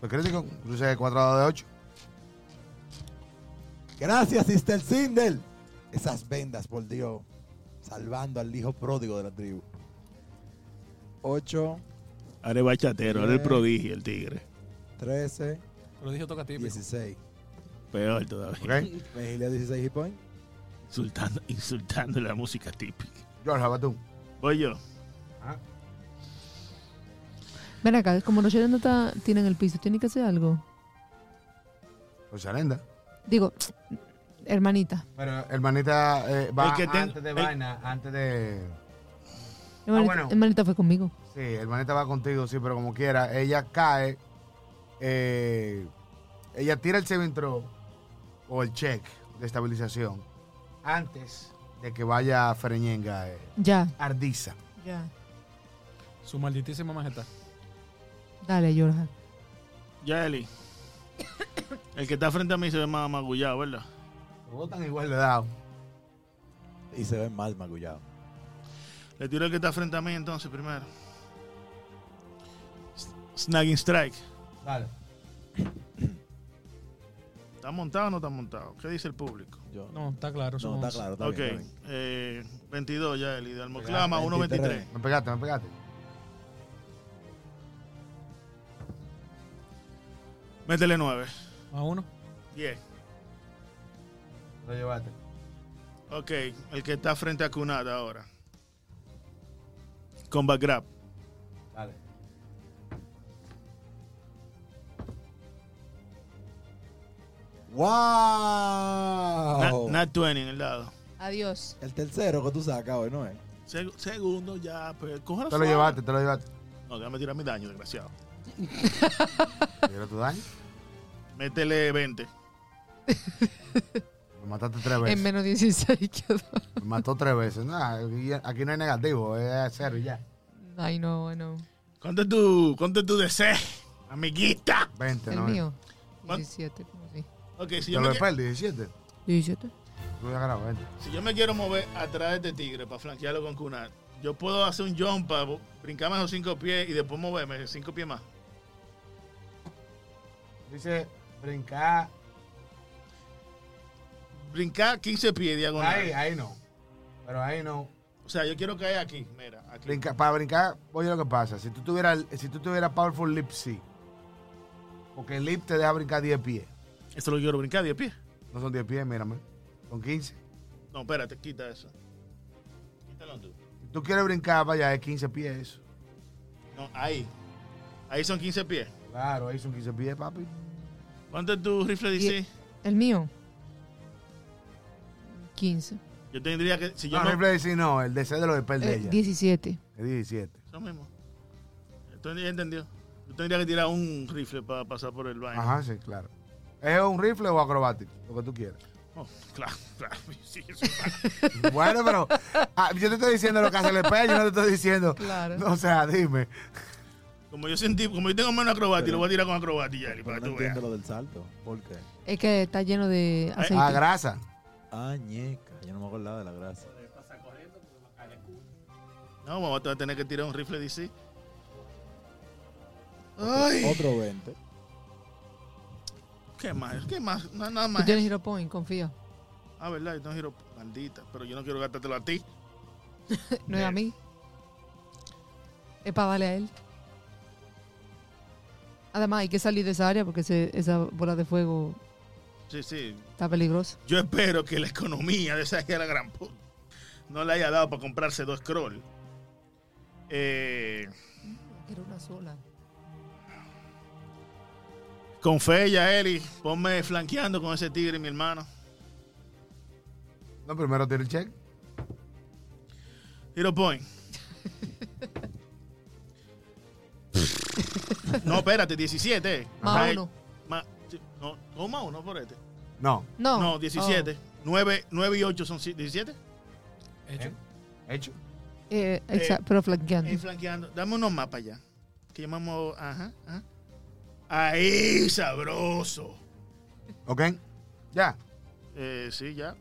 [SPEAKER 3] Fue crítico, cruce de 4 a 2 de 8.
[SPEAKER 1] Gracias, Sister Sindel. Esas vendas, por Dios. Salvando al hijo pródigo de la tribu. 8,
[SPEAKER 2] Ahora es bachatero, ahora es el prodigio, el tigre.
[SPEAKER 1] 13,
[SPEAKER 4] Lo dije toca a ti. pero-
[SPEAKER 1] 16.
[SPEAKER 2] Peor todavía.
[SPEAKER 3] ¿Ok?
[SPEAKER 1] Me gileo 16 hit points.
[SPEAKER 2] Insultando, insultando la música típica.
[SPEAKER 3] George, va tú.
[SPEAKER 2] Voy yo.
[SPEAKER 5] Ven acá, como los Shadow no está, tienen el piso, tienen que hacer algo.
[SPEAKER 3] Pues Arenda.
[SPEAKER 5] Digo, hermanita.
[SPEAKER 3] Pero hermanita eh, va
[SPEAKER 2] El que ten-
[SPEAKER 3] antes de
[SPEAKER 2] el-
[SPEAKER 3] vaina, antes de.
[SPEAKER 5] Hermanita,
[SPEAKER 3] Ah, bueno.
[SPEAKER 5] hermanita fue conmigo.
[SPEAKER 3] Sí, hermanita va contigo, sí, pero como quiera. Ella cae. eh, ella tira el saving throw o el check de estabilización antes de que vaya Fereñenga eh,
[SPEAKER 5] Ya,
[SPEAKER 3] Ardiza.
[SPEAKER 5] ya.
[SPEAKER 4] Su malditísima majestad.
[SPEAKER 5] Dale, Jorja.
[SPEAKER 2] Ya, Eli. El que está frente a mí se ve más magullado, ¿verdad?
[SPEAKER 3] Los dos están igual de dado.
[SPEAKER 1] Y se ven mal magullado.
[SPEAKER 2] Le tiro el que está frente a mí entonces primero. S- Snagging Strike.
[SPEAKER 3] Dale.
[SPEAKER 2] ¿Está montado o no está montado? ¿Qué dice el público?
[SPEAKER 1] Yo- no,
[SPEAKER 4] No, está claro. son
[SPEAKER 1] está
[SPEAKER 4] once.
[SPEAKER 1] claro. Está
[SPEAKER 2] Ok.
[SPEAKER 1] bien, está bien.
[SPEAKER 2] eh, 22 ya, Eli. De Almoclama,
[SPEAKER 1] 23.
[SPEAKER 2] 1.23.
[SPEAKER 3] Me pegaste, me pegaste.
[SPEAKER 2] 23. Métele 9.
[SPEAKER 4] Más uno.
[SPEAKER 2] 10.
[SPEAKER 3] Lo llevaste.
[SPEAKER 2] Ok. El que está frente a Kunada ahora. Combat Grab.
[SPEAKER 3] Dale.
[SPEAKER 2] Na-
[SPEAKER 1] ¡Wow!
[SPEAKER 2] Nat 20 en el lado.
[SPEAKER 5] Adiós.
[SPEAKER 1] El tercero que tú sacas hoy, ¿no es?
[SPEAKER 2] Seg- segundo ya, pues cógelo
[SPEAKER 3] Te lo
[SPEAKER 2] suave.
[SPEAKER 3] llevaste, te lo llevaste.
[SPEAKER 2] No, déjame tirar mi daño, desgraciado.
[SPEAKER 3] Tira tu daño.
[SPEAKER 2] Métele 20.
[SPEAKER 3] Me mataste tres
[SPEAKER 5] En
[SPEAKER 3] veces.
[SPEAKER 5] menos 16 quedó.
[SPEAKER 3] Me mató tres veces. Nah, aquí, aquí no hay negativo, eh, es cero y ya.
[SPEAKER 5] Ay, no, bueno.
[SPEAKER 2] ¿Cuánto es tu, cuánto es tu DC, amiguita?
[SPEAKER 3] 20,
[SPEAKER 5] El
[SPEAKER 3] ¿no?
[SPEAKER 5] mío.
[SPEAKER 2] ¿Cuán-
[SPEAKER 5] 17, como así.
[SPEAKER 2] Ok, si
[SPEAKER 3] Te
[SPEAKER 2] yo,
[SPEAKER 3] lo
[SPEAKER 2] me,
[SPEAKER 3] desperdí, 17.
[SPEAKER 5] 17.
[SPEAKER 3] Tú hubieras ganado 20.
[SPEAKER 2] qui- si yo me quiero mover atrás de este tigre para flanquearlo con Kunal, yo puedo hacer un jump para brincarme esos cinco pies y después moverme esos cinco pies más.
[SPEAKER 3] Dice brincar.
[SPEAKER 2] Brincar 15 pies diagonal.
[SPEAKER 3] ahí no. Pero ahí no.
[SPEAKER 2] O sea, yo quiero caer aquí, mira, aquí.
[SPEAKER 3] Brinca- para brincar, oye lo que pasa. Si tú tuvieras, el- si tú tuvieras Powerful Leap, sí. Porque el Leap te deja brincar 10 pies.
[SPEAKER 2] Esto es lo que quiero brincar, 10 pies.
[SPEAKER 3] No son 10 pies, mírame. Son 15.
[SPEAKER 2] No, espérate, quita eso. Quítalo tú.
[SPEAKER 3] Si tú quieres brincar para allá, es 15 pies eso.
[SPEAKER 2] No, ahí. Ahí son 15 pies.
[SPEAKER 3] Claro, ahí son 15 pies, papi.
[SPEAKER 2] ¿Cuánto es tu rifle
[SPEAKER 5] Die-
[SPEAKER 2] DC?
[SPEAKER 5] El mío. 15.
[SPEAKER 2] Yo tendría que, si yo
[SPEAKER 3] No,
[SPEAKER 2] me-
[SPEAKER 3] Ah, rifle decir no, el DC de los desperdí
[SPEAKER 5] Eh,
[SPEAKER 3] ella.
[SPEAKER 5] 17.
[SPEAKER 3] Es 17.
[SPEAKER 2] Eso mismo. Tú ya entendió. Yo tendría que tirar un rifle para pasar por el baño.
[SPEAKER 3] Ajá, sí, claro. ¿Es un rifle o acrobático? Lo que tú quieras.
[SPEAKER 2] Oh, claro, claro. Sí, eso es malo.
[SPEAKER 3] Bueno, pero ah, yo te estoy diciendo lo que hace el espejo, yo no te estoy diciendo.
[SPEAKER 5] Claro.
[SPEAKER 3] O sea, dime.
[SPEAKER 2] como yo sentí, como yo tengo menos acrobatis, lo voy a tirar con acrobatis, Yali,
[SPEAKER 1] Pero
[SPEAKER 2] para que
[SPEAKER 1] no
[SPEAKER 2] tú veas.
[SPEAKER 1] entiendo lo del salto. ¿Por qué?
[SPEAKER 5] Es que está lleno de aceite.
[SPEAKER 3] Ah, grasa.
[SPEAKER 1] Añeca. Yo no me acordaba de la grasa.
[SPEAKER 2] No, vamos a tener que tirar un rifle DC. Ay,
[SPEAKER 1] Otro 20.
[SPEAKER 2] ¿qué más? ¿Qué más? No, nada
[SPEAKER 5] Tú
[SPEAKER 2] más.
[SPEAKER 5] tienes Hero Point, confía.
[SPEAKER 2] Ah, verdad, yo no giro maldita, pero yo no quiero gastártelo a ti.
[SPEAKER 5] No es a mí. Es para darle a él. Además, hay que salir de esa área porque ese- esa bola de fuego
[SPEAKER 2] Sí, sí.
[SPEAKER 5] está peligrosa.
[SPEAKER 2] Yo espero que la economía de esa hija de la gran puta no le haya dado para comprarse dos scroll. Eh,
[SPEAKER 5] Quiero una sola.
[SPEAKER 2] con fe, Yaeli, ponme flanqueando con ese tigre, mi hermano.
[SPEAKER 3] No, primero tira el check.
[SPEAKER 2] Hero point. no, espérate, 17.
[SPEAKER 5] Más
[SPEAKER 2] Ajá,
[SPEAKER 5] uno.
[SPEAKER 2] ma- sí, no, no, más uno por este.
[SPEAKER 3] No.
[SPEAKER 5] No.
[SPEAKER 2] No, 17.
[SPEAKER 5] Oh.
[SPEAKER 2] 9, y 8 son si- 17.
[SPEAKER 4] Hecho.
[SPEAKER 3] Hecho.
[SPEAKER 5] Oh. Eh, exacto, pero flanqueando.
[SPEAKER 2] Ahí flanqueando. Dame unos mapas ya. Que llamamos. Ajá, ajá. Ahí, sabroso.
[SPEAKER 3] Ok. Ya.
[SPEAKER 2] Eh, sí, ya.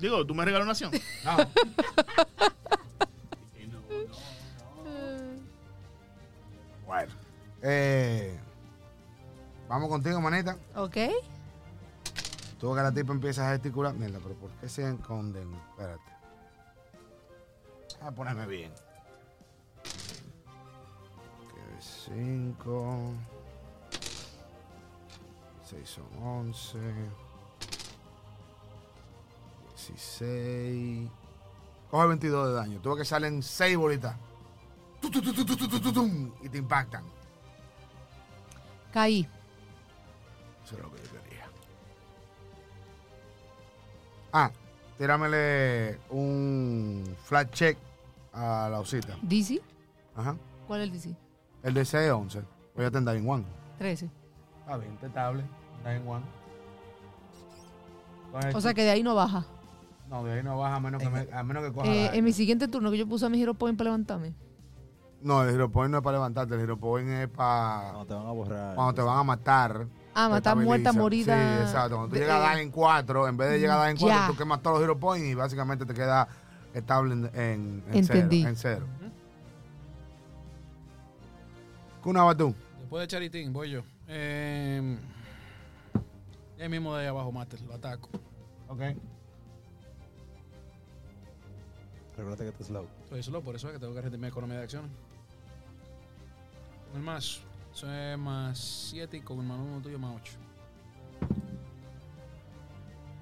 [SPEAKER 2] Digo, tú me regalas una acción.
[SPEAKER 3] No.
[SPEAKER 5] Eh,
[SPEAKER 3] bueno. Eh, vamos contigo, maneta.
[SPEAKER 5] Ok.
[SPEAKER 3] Tú que la tipa empieza a gesticular. Mierda, pero ¿por qué se esconden? Espérate. A ponerme bien. Ok, Cinco. Seis son once. Dieciséis. Coge 22 de daño. Tú ves que salen seis bolitas. Tu, tu, tu, tu, tu, tu, tu, tu, tum, y te impactan.
[SPEAKER 5] Caí.
[SPEAKER 3] Eso es lo que yo quería. Ah, tíramele un flat check a la osita.
[SPEAKER 5] DC.
[SPEAKER 3] Ajá.
[SPEAKER 5] ¿Cuál es el DC?
[SPEAKER 3] El DC es 11. Voy a tener en One.
[SPEAKER 5] 13.
[SPEAKER 6] Está bien, intentable. Está en one. Con el-
[SPEAKER 5] O sea que de ahí no baja.
[SPEAKER 6] no, de ahí no baja a menos que, me- a menos que coja.
[SPEAKER 5] Eh,
[SPEAKER 6] la-
[SPEAKER 5] en mi siguiente turno que yo puse a mi Hero Point para levantarme.
[SPEAKER 3] No, el Hero Point no es para levantarte. El Hero Point es para
[SPEAKER 1] No, te van a borrar.
[SPEAKER 3] cuando te van a matar.
[SPEAKER 5] Ah, matar muerta,
[SPEAKER 3] Estabiliza.
[SPEAKER 5] morida.
[SPEAKER 3] Sí, exacto. Cuando tú
[SPEAKER 5] de- eh,
[SPEAKER 3] llegas a dar en 4, en vez de llegar a dar en 4,
[SPEAKER 5] Ya.
[SPEAKER 3] tú quemas todos los Hero Points y básicamente te queda estable en, en, en
[SPEAKER 5] Entendí.
[SPEAKER 3] cero. En cero. Kuna Batu.
[SPEAKER 4] Después de Charitín, voy yo. Eh, el mismo de ahí abajo, Master, lo ataco.
[SPEAKER 6] Ok.
[SPEAKER 1] Recuerda que te slow.
[SPEAKER 4] Estoy solo, por eso es que tengo que rendir mi economía de acciones. Con el más, eso es más 7 y con el más 1 tuyo más 8.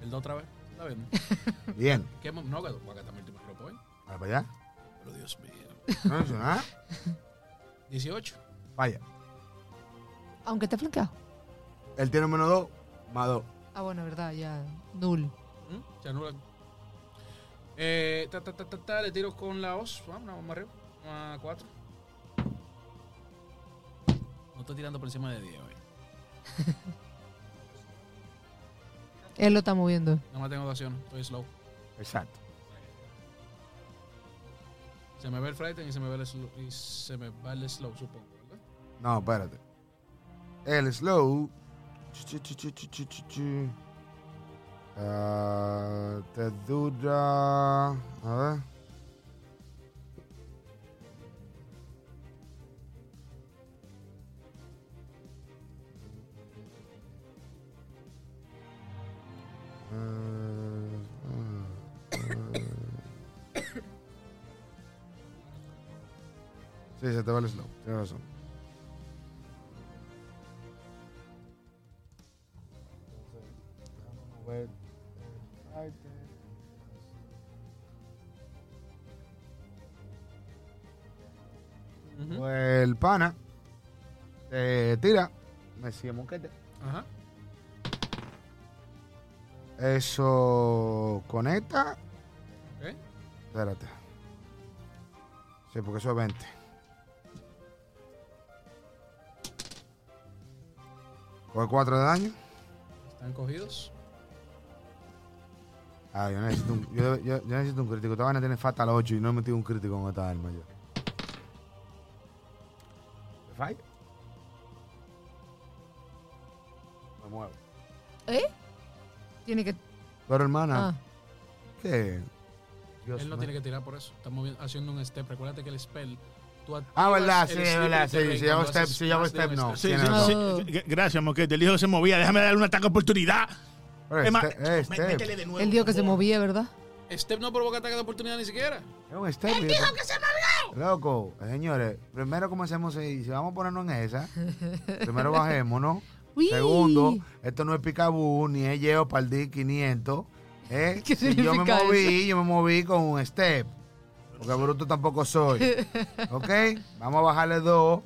[SPEAKER 4] El 2 otra vez, está bien.
[SPEAKER 3] Bien.
[SPEAKER 4] ¿Qué más? No, que voy a gastar mi último ropo, ¿eh?
[SPEAKER 3] Ahora para allá.
[SPEAKER 4] Pero Dios mío.
[SPEAKER 3] No hizo nada.
[SPEAKER 4] 18.
[SPEAKER 3] Vaya.
[SPEAKER 5] Aunque esté flanqueado.
[SPEAKER 3] Él tiene menos 2, más 2.
[SPEAKER 5] Ah, bueno, verdad, ya. Null.
[SPEAKER 4] ¿Mm? Se anula. Eh, ta, ta, ta, ta, ta, le tiro con la os. Vamos, vamos más arriba. Más 4. No estoy tirando por encima de 10 hoy.
[SPEAKER 5] Él lo está moviendo.
[SPEAKER 4] No más tengo dos acciones, estoy slow.
[SPEAKER 3] Exacto.
[SPEAKER 4] Se me ve el frighten y se me ve el slow, y se me va el slow supongo, ¿verdad?
[SPEAKER 3] No, espérate. El slow. chu, chu, chu, chu, chu, chu, chu, chu. Ah, te dura. A ver. Eh, eh, eh. Sí, se te va el slow. Tienes razón. eh, Pues el pana te tira. Me sigue mosquete.
[SPEAKER 4] Ajá.
[SPEAKER 3] Eso conecta.
[SPEAKER 4] Ok.
[SPEAKER 3] Espérate. Sí, porque eso es 20. Coge 4 de daño.
[SPEAKER 4] Están cogidos.
[SPEAKER 3] Ah, yo necesito un, yo, yo- yo necesito un crítico. Esta a tiene fatal 8 y no he metido un crítico en esta arma yo. ¿Me falla? Me muevo.
[SPEAKER 5] Tiene que.
[SPEAKER 3] Pero hermana,
[SPEAKER 5] ¿Eh? Ah.
[SPEAKER 3] ¿Qué? Dios
[SPEAKER 4] Él no
[SPEAKER 3] mío.
[SPEAKER 4] tiene que tirar por eso. Estamos vi- haciendo un step. Recuérdate que el spell. Tú
[SPEAKER 3] Ah,
[SPEAKER 4] activas
[SPEAKER 3] verdad,
[SPEAKER 4] el
[SPEAKER 3] sí,
[SPEAKER 4] sneak
[SPEAKER 3] es verdad,
[SPEAKER 4] attack
[SPEAKER 3] sí. Si
[SPEAKER 4] cuando
[SPEAKER 3] hago
[SPEAKER 4] haces
[SPEAKER 3] step, si hago
[SPEAKER 4] más de un
[SPEAKER 3] step, no.
[SPEAKER 4] step.
[SPEAKER 2] Sí,
[SPEAKER 3] Tiene
[SPEAKER 2] sí,
[SPEAKER 3] razón.
[SPEAKER 2] sí.
[SPEAKER 5] No.
[SPEAKER 2] G- Gracias, Moquete. El hijo que se movía. Déjame darle una taca oportunidad.
[SPEAKER 3] Pero
[SPEAKER 2] Es más,
[SPEAKER 3] este- eh,
[SPEAKER 2] mé-
[SPEAKER 3] step.
[SPEAKER 2] métele de nuevo,
[SPEAKER 5] El dios que
[SPEAKER 2] por
[SPEAKER 5] se
[SPEAKER 2] favor.
[SPEAKER 5] movía, ¿verdad?
[SPEAKER 4] Step no provoca ataque de oportunidad ni siquiera.
[SPEAKER 3] Es un step. ¡Él dijo que se movió! Loco, eh, señores, primero comencemos y si vamos a ponernos en esa, primero bajémonos.
[SPEAKER 5] Uy.
[SPEAKER 3] Segundo, esto no es picabú, ni es Yeo Paldí 500. ¿eh?
[SPEAKER 5] ¿Qué
[SPEAKER 3] Si yo me
[SPEAKER 5] significa
[SPEAKER 3] moví, yo me moví con un step. Porque bruto tampoco soy. ¿Ok? Vamos a bajarle dos.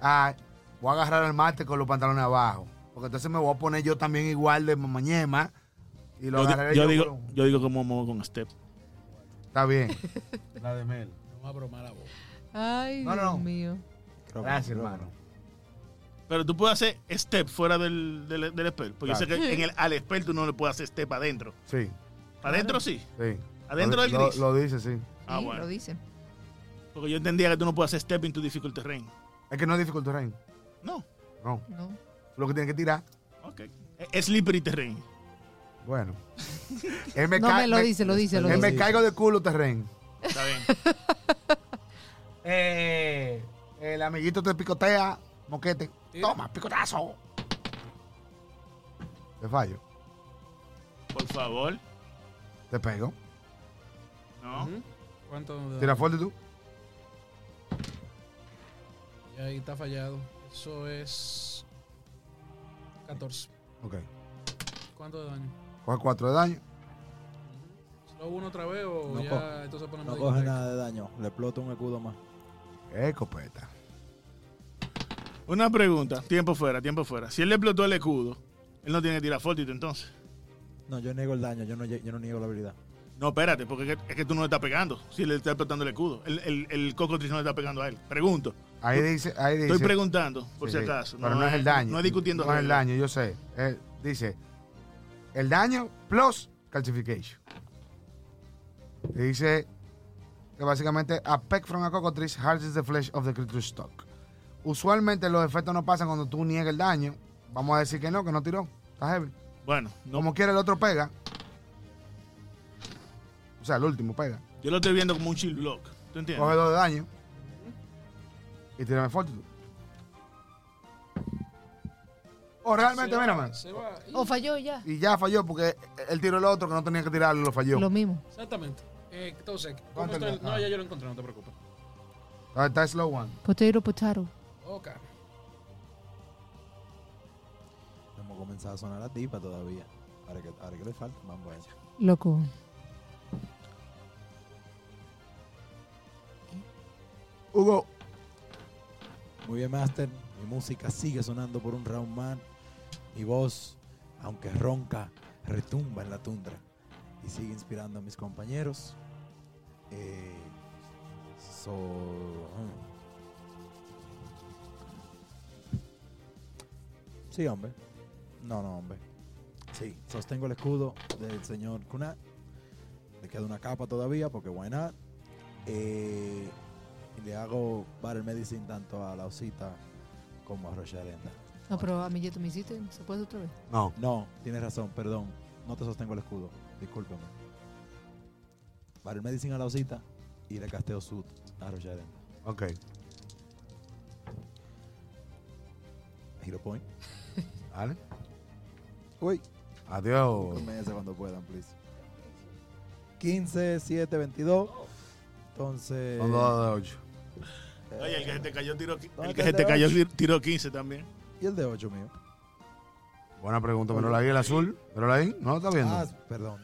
[SPEAKER 3] Ah, voy a agarrar al mate con los pantalones abajo. Porque entonces me voy a poner yo también igual de mamañema. Y lo
[SPEAKER 2] Yo, di-
[SPEAKER 3] agarraré
[SPEAKER 2] yo
[SPEAKER 3] yo
[SPEAKER 2] digo,
[SPEAKER 3] con-
[SPEAKER 2] yo digo como muevo con Step.
[SPEAKER 3] Está bien.
[SPEAKER 6] La de Mel.
[SPEAKER 4] Vamos a bromar a vos.
[SPEAKER 5] Ay,
[SPEAKER 3] No, no,
[SPEAKER 5] Dios
[SPEAKER 3] no.
[SPEAKER 5] mío.
[SPEAKER 3] Gracias, hermano.
[SPEAKER 2] Pero tú puedes hacer Step fuera del, del, del spell. Porque yo sé
[SPEAKER 5] Claro.
[SPEAKER 2] que en el, al spell tú no le puedes hacer Step adentro.
[SPEAKER 3] Sí,
[SPEAKER 2] Adentro sí.
[SPEAKER 3] sí.
[SPEAKER 2] Adentro
[SPEAKER 3] Lo-
[SPEAKER 2] del
[SPEAKER 3] lo-
[SPEAKER 2] gris.
[SPEAKER 3] Lo, dice, sí.
[SPEAKER 2] Ah,
[SPEAKER 5] Sí,
[SPEAKER 2] bueno.
[SPEAKER 5] lo dicen.
[SPEAKER 2] Porque yo entendía que tú no puedes hacer Step into difficult terrain.
[SPEAKER 3] Es que no es difícil terreno.
[SPEAKER 2] No.
[SPEAKER 3] No.
[SPEAKER 5] No.
[SPEAKER 3] Lo que tienes que tirar.
[SPEAKER 2] Ok. Es- Es slippery terrain.
[SPEAKER 3] Bueno. Él me
[SPEAKER 5] No,
[SPEAKER 3] ca-
[SPEAKER 5] me lo dice, lo dice, lo
[SPEAKER 3] él me
[SPEAKER 5] dice.
[SPEAKER 3] caigo de culo terreno.
[SPEAKER 2] Está bien.
[SPEAKER 3] Eh, el amiguito te picotea, moquete.
[SPEAKER 4] Tira.
[SPEAKER 3] Toma, picotazo. Te fallo.
[SPEAKER 2] Por favor.
[SPEAKER 3] Te pego.
[SPEAKER 2] No.
[SPEAKER 4] Ujú. ¿Cuánto? da?
[SPEAKER 3] Tira fuerte tú.
[SPEAKER 4] Y ahí está fallado. Eso es 14.
[SPEAKER 3] Ok.
[SPEAKER 4] ¿Cuánto de daño?
[SPEAKER 3] Coge cuatro de daño.
[SPEAKER 4] ¿Solo uno otra vez o
[SPEAKER 1] No
[SPEAKER 4] ya
[SPEAKER 1] coge.
[SPEAKER 4] entonces ponemos
[SPEAKER 1] No
[SPEAKER 4] de
[SPEAKER 1] coge
[SPEAKER 4] contacto?
[SPEAKER 1] nada de daño. Le explota un escudo más.
[SPEAKER 3] Qué Eh, copeta.
[SPEAKER 2] Una pregunta. Tiempo fuera, tiempo fuera. Si él le explotó el escudo, él no tiene que tirar fortitude entonces.
[SPEAKER 1] No, yo niego el daño. Yo no, lle- yo no niego la habilidad.
[SPEAKER 2] No, espérate, porque es que, es que tú no le estás pegando. Si le estás explotando el escudo. El, el, el cocotris no le está pegando a él. Pregunto.
[SPEAKER 3] Ahí dice, ahí dice.
[SPEAKER 2] Estoy preguntando, por
[SPEAKER 3] Sí,
[SPEAKER 2] si
[SPEAKER 3] sí.
[SPEAKER 2] acaso.
[SPEAKER 3] Pero no, es el daño.
[SPEAKER 2] No es discutiendo
[SPEAKER 3] No es el
[SPEAKER 2] reglas.
[SPEAKER 3] daño, yo sé. Eh, dice, el daño plus calcification. Dice que básicamente a peck from a cockatrice hardsens the flesh of the creature stock. Usualmente los efectos no pasan cuando tú niegas el daño. Vamos a decir que no, que no tiró. Está heavy.
[SPEAKER 2] Bueno, no,
[SPEAKER 3] Como quiera el otro pega. O sea, el último pega.
[SPEAKER 2] yo lo estoy viendo como un shield block. ¿Tú entiendes?
[SPEAKER 3] Coge dos de daño. Y tírame fortitude. O Oh, realmente,
[SPEAKER 4] Se va,
[SPEAKER 3] mírame.
[SPEAKER 4] se va.
[SPEAKER 5] O falló ya.
[SPEAKER 3] Y ya falló porque él tiró el otro que no tenía que tirarlo y lo falló.
[SPEAKER 5] Lo mismo.
[SPEAKER 4] Exactamente. Eh, entonces, ¿cómo
[SPEAKER 3] ¿Cuánto
[SPEAKER 4] estoy?
[SPEAKER 3] le-
[SPEAKER 4] No,
[SPEAKER 3] ah.
[SPEAKER 4] ya yo lo encontré, no te preocupes.
[SPEAKER 3] Ah, Está slow one.
[SPEAKER 5] Potato, potato.
[SPEAKER 4] Ok.
[SPEAKER 1] Hemos comenzado a sonar la tipa todavía. Ahora que, ahora que le falta, vamos a ella.
[SPEAKER 5] Loco.
[SPEAKER 3] Hugo.
[SPEAKER 1] Muy bien, Master. Mi música sigue sonando por un round man. Mi voz, aunque ronca, retumba en la tundra y sigue inspirando a mis compañeros. Eh, so- mm. sí, hombre. No, no, hombre. Sí, sostengo el escudo del señor Kunat. Le queda una capa todavía porque why not. Eh, y le hago Battle Medicine tanto a la osita como a Rocha Arenda.
[SPEAKER 5] No, pero a mi me hiciste. ¿Se puede otra vez?
[SPEAKER 3] No.
[SPEAKER 1] No, tienes razón, perdón. No te sostengo el escudo. Discúlpame. Battle Medicine a la osita y le casteo Sud a Rocha Arenda.
[SPEAKER 3] Ok.
[SPEAKER 1] Hero Point.
[SPEAKER 3] Dale.
[SPEAKER 1] Uy.
[SPEAKER 3] Adiós.
[SPEAKER 1] Búsquenme ese cuando puedan, please. 15, 7, 22. Entonces.
[SPEAKER 3] Son dos de ocho.
[SPEAKER 1] eh,
[SPEAKER 2] Oye, el que se te cayó tiró, qui-
[SPEAKER 1] ¿Dónde
[SPEAKER 2] el que
[SPEAKER 1] está
[SPEAKER 2] se
[SPEAKER 1] el
[SPEAKER 2] te
[SPEAKER 1] de
[SPEAKER 2] cayó
[SPEAKER 1] ocho?
[SPEAKER 2] tir- tiró 15 también.
[SPEAKER 1] Y el de 8 mío.
[SPEAKER 3] Buena pregunta. ¿Pero la vi el azul? ¿Pero la vi? ¿No lo está viendo?
[SPEAKER 1] Ah, perdón.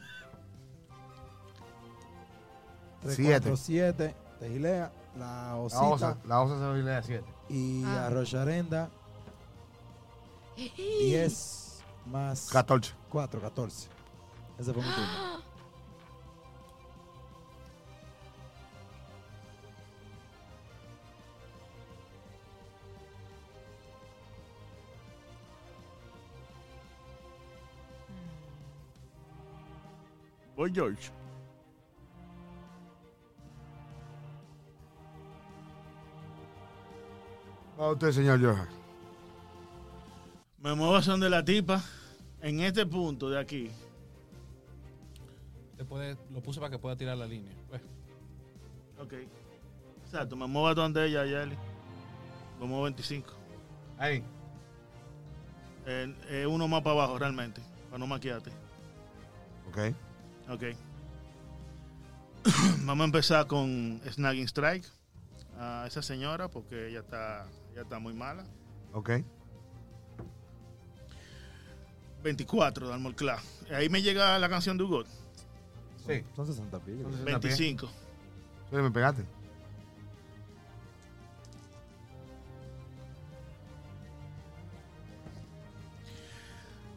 [SPEAKER 1] 3,
[SPEAKER 3] Siete.
[SPEAKER 1] 4, 7. Te gilea. La
[SPEAKER 3] la
[SPEAKER 1] osita.
[SPEAKER 3] osa. La osa se ve de siete.
[SPEAKER 1] Y
[SPEAKER 5] Ah.
[SPEAKER 1] a Rocharenda, 10 más
[SPEAKER 3] 14.
[SPEAKER 1] 4, 14. Ese fue mi
[SPEAKER 5] ¡Ah!
[SPEAKER 1] turno.
[SPEAKER 2] Voy George.
[SPEAKER 3] A usted, señor Johan.
[SPEAKER 2] Me muevo a donde la tipa. En este punto de aquí.
[SPEAKER 4] Te te puede, lo puse para que pueda tirar la línea. Pues,
[SPEAKER 2] Ok. Exacto, me muevo a donde ella, Yali. Me muevo 25.
[SPEAKER 3] Ahí.
[SPEAKER 2] Eh, eh, uno más para abajo, realmente. Para no maquillarte.
[SPEAKER 7] Ok.
[SPEAKER 2] Ok. Vamos a empezar con Snagging Strike. A esa señora, porque ella está, ella está muy mala.
[SPEAKER 7] Ok.
[SPEAKER 2] 24 de Armor Class. Ahí me llega la canción de Hugo.
[SPEAKER 3] Sí.
[SPEAKER 1] Son 60 pies. yo creo.
[SPEAKER 2] 25.
[SPEAKER 7] Sí, me pegaste.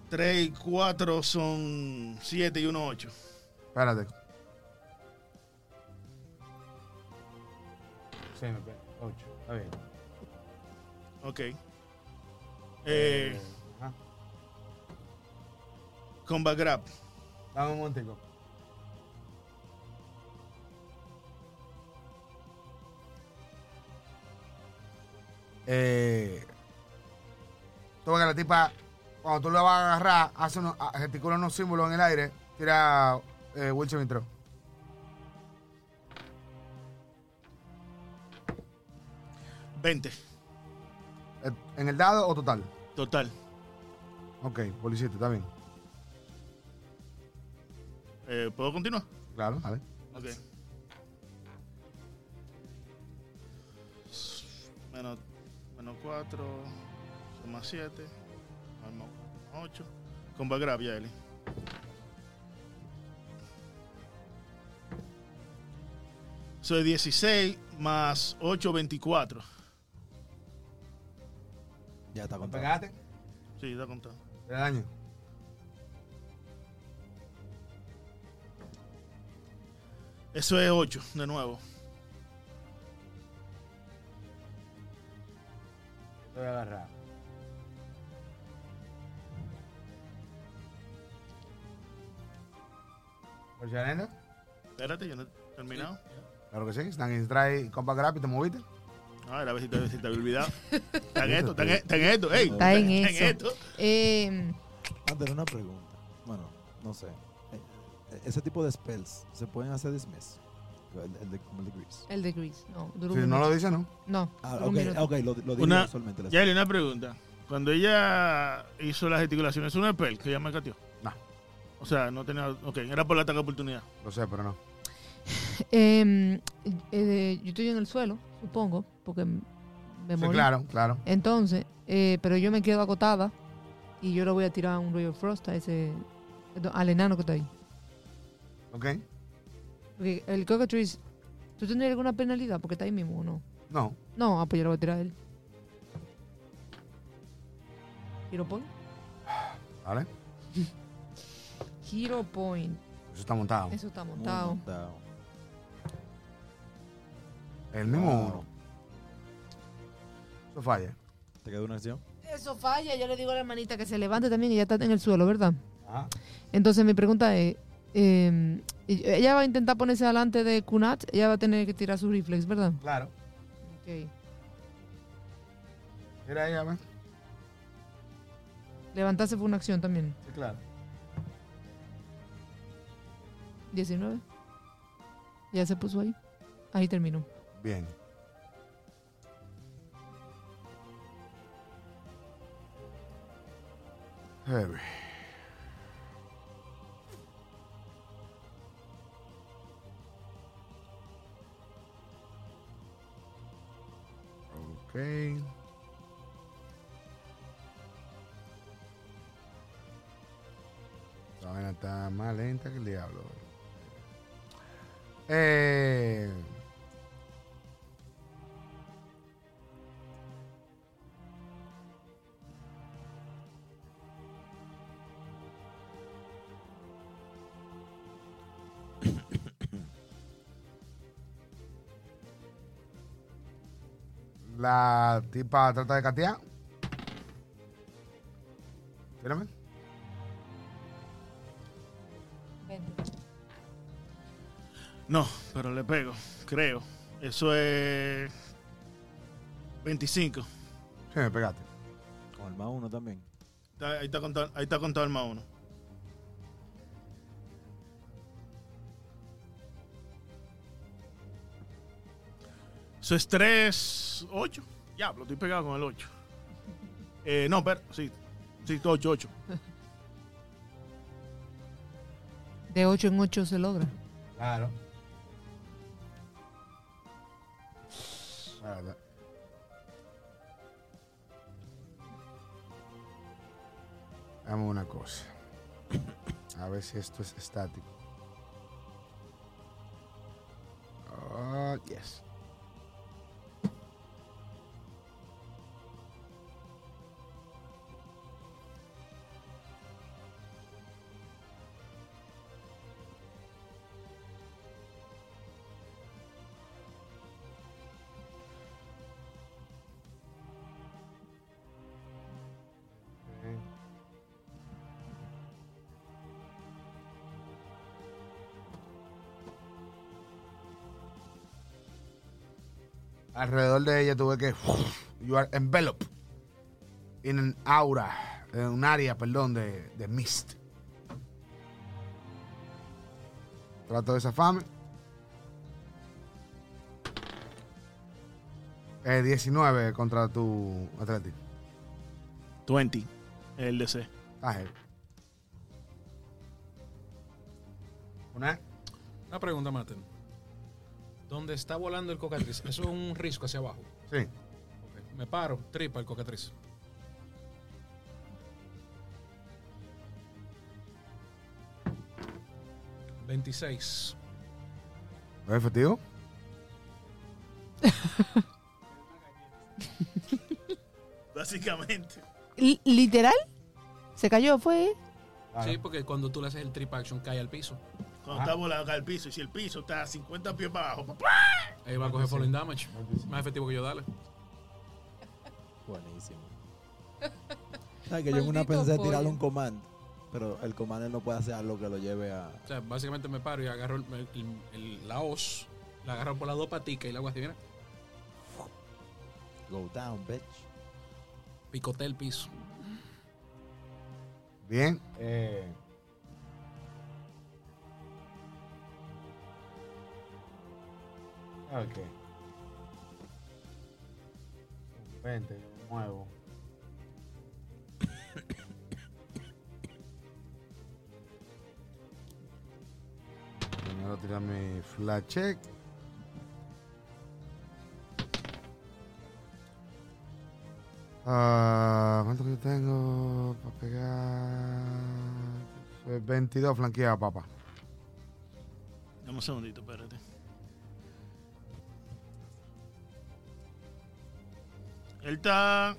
[SPEAKER 2] Tres y 4 son 7 y 1, 8.
[SPEAKER 7] Espérate.
[SPEAKER 3] Sí, me pega. Ocho. Está bien.
[SPEAKER 2] Ok. Eh,
[SPEAKER 3] Ajá.
[SPEAKER 2] combat Grab.
[SPEAKER 3] Dame un momentico.
[SPEAKER 7] Eh,
[SPEAKER 3] Tú ves que la tipa, cuando tú la vas a agarrar, hace unos, ah, gesticula unos símbolos en el aire, tira eh, Wilson Intro.
[SPEAKER 2] Veinte.
[SPEAKER 3] Eh, ¿En el dado o total?
[SPEAKER 2] Total.
[SPEAKER 7] ok, policía, está bien.
[SPEAKER 2] Eh, ¿Puedo continuar?
[SPEAKER 7] Claro, vale.
[SPEAKER 2] Ok. Menos, menos 4, más 7, más 8. Combat Grab, ya, Eli. Soy 16 más 8, 24.
[SPEAKER 1] Ya está
[SPEAKER 3] ¿Me
[SPEAKER 1] contado.
[SPEAKER 3] pegaste?
[SPEAKER 2] Sí, da contado.
[SPEAKER 3] Te daño.
[SPEAKER 2] Eso es 8, de nuevo.
[SPEAKER 3] Te voy a agarrar. ¿Por Yanena?
[SPEAKER 2] Espérate, yo no he terminado.
[SPEAKER 7] Claro que sí. Están en strike, compa grab y te moviste.
[SPEAKER 2] A Ah, ver, a ver si te, si te había olvidado. Está en esto, está en, e, está en esto. Ey,
[SPEAKER 5] Está en eso.
[SPEAKER 2] esto.
[SPEAKER 5] Eh,
[SPEAKER 1] Ander, una pregunta. Bueno, no sé. Eh, eh, Ese tipo de spells se pueden hacer dismiss. El, el de, como el de Grease.
[SPEAKER 5] el de Grease. No, duró
[SPEAKER 7] Si
[SPEAKER 5] un
[SPEAKER 7] no
[SPEAKER 5] minuto.
[SPEAKER 7] lo dice, no.
[SPEAKER 5] No,
[SPEAKER 1] Ah,
[SPEAKER 5] duró
[SPEAKER 1] ok,
[SPEAKER 5] un minuto.
[SPEAKER 1] ok, lo, lo dije
[SPEAKER 2] Una-
[SPEAKER 1] usualmente. la-
[SPEAKER 2] Yaeli, una pregunta. Cuando ella hizo las gesticulaciones, ¿es un spell que ella me cateó?
[SPEAKER 7] No.
[SPEAKER 2] O sea, no tenía. Ok, era por la ataque de oportunidad.
[SPEAKER 7] Lo sé, pero no.
[SPEAKER 5] Eh, eh, yo estoy en el suelo, supongo, porque m- me
[SPEAKER 7] Sí,
[SPEAKER 5] morí.
[SPEAKER 7] claro, claro.
[SPEAKER 5] Entonces, eh, pero yo me quedo acotada y yo le voy a tirar un Ray of Frost a ese, al enano que está ahí.
[SPEAKER 7] Ok.
[SPEAKER 5] Porque el Cockatrice, ¿tú tendrías alguna penalidad? Porque está ahí mismo, ¿o ¿no?
[SPEAKER 7] No.
[SPEAKER 5] No, ah, pues yo lo voy a tirar a él. Hero Point.
[SPEAKER 7] Vale.
[SPEAKER 5] Hero Point.
[SPEAKER 7] Eso está montado.
[SPEAKER 5] Eso está
[SPEAKER 1] Muy
[SPEAKER 5] montado.
[SPEAKER 1] montado.
[SPEAKER 7] El mismo
[SPEAKER 1] Wow.
[SPEAKER 7] uno. Eso falla.
[SPEAKER 1] ¿Te quedó una acción?
[SPEAKER 5] Eso falla. Yo le digo a la hermanita que se levante también y ya está en el suelo, ¿verdad?
[SPEAKER 7] Ah,
[SPEAKER 3] Ajá.
[SPEAKER 5] Entonces mi pregunta es, eh, ella va a intentar ponerse delante de Kunat, ella va a tener que tirar su reflex, ¿verdad?
[SPEAKER 3] Claro.
[SPEAKER 5] Ok.
[SPEAKER 3] Mira ahí, a ver.
[SPEAKER 5] Levantarse fue una acción también.
[SPEAKER 3] Sí, claro.
[SPEAKER 5] 19. Ya se puso ahí. Ahí terminó.
[SPEAKER 7] Bien. Heavy. Ok. La vaina está más lenta que el diablo. Eh, la tipa trata de catear. Espérame.
[SPEAKER 5] 20.
[SPEAKER 2] No, pero le pego, creo. Eso es. 25.
[SPEAKER 7] Sí, me pegaste.
[SPEAKER 1] Con el más uno también.
[SPEAKER 2] Está- ahí, está contado, ahí está contado el más uno. Eso es 3, 8. Diablo, estoy pegado con el 8. Eh, no, pero sí. Sí, 8, 8.
[SPEAKER 5] De 8 en 8 se logra.
[SPEAKER 6] Claro.
[SPEAKER 7] Espérate. Dame una cosa. A ver si esto es estático. Ah, yes.
[SPEAKER 3] Alrededor de ella tuve que. You are enveloped in an aura, en un área, perdón, de, de mist. Trato de zafarme. Eh, 19 contra tu Atlético.
[SPEAKER 2] 20. El DC.
[SPEAKER 3] Ah, heavy. Una.
[SPEAKER 4] Una pregunta, Maten. ¿Dónde está volando el cocatriz? Eso es un risco hacia abajo.
[SPEAKER 3] Sí.
[SPEAKER 4] Ok. Me paro, tripa el cocatriz. ¿26
[SPEAKER 3] ¿Es efectivo?
[SPEAKER 2] Básicamente.
[SPEAKER 5] Li- ¿Literal? ¿Se cayó? ¿Fue?
[SPEAKER 4] Sí, porque cuando tú le haces el trip action cae al piso.
[SPEAKER 2] Cuando está volando al piso. Y si el piso está a 50 pies para abajo. ¡papá!
[SPEAKER 4] Ahí va a coger falling damage. Más efectivo que yo dale.
[SPEAKER 1] Buenísimo. ¿Sabes que yo en una
[SPEAKER 5] Maldito
[SPEAKER 1] pensé
[SPEAKER 5] pollo.
[SPEAKER 1] tirarle un comando? Pero el comando no puede hacer algo que lo lleve a.
[SPEAKER 4] O sea, básicamente me paro y agarro el- el- el- la hoz, la agarro por las dos paticas y la hago así, mira,
[SPEAKER 1] Go down, bitch.
[SPEAKER 4] picotea el piso.
[SPEAKER 3] Bien. Eh.
[SPEAKER 7] ah, Ok. 20, yo me muevo.
[SPEAKER 3] Primero tirar mi flat check. Ah, ¿Cuánto que yo tengo para pegar? Eh, 22 flanqueada, papá.
[SPEAKER 2] Dame un segundito, espérate. Él está.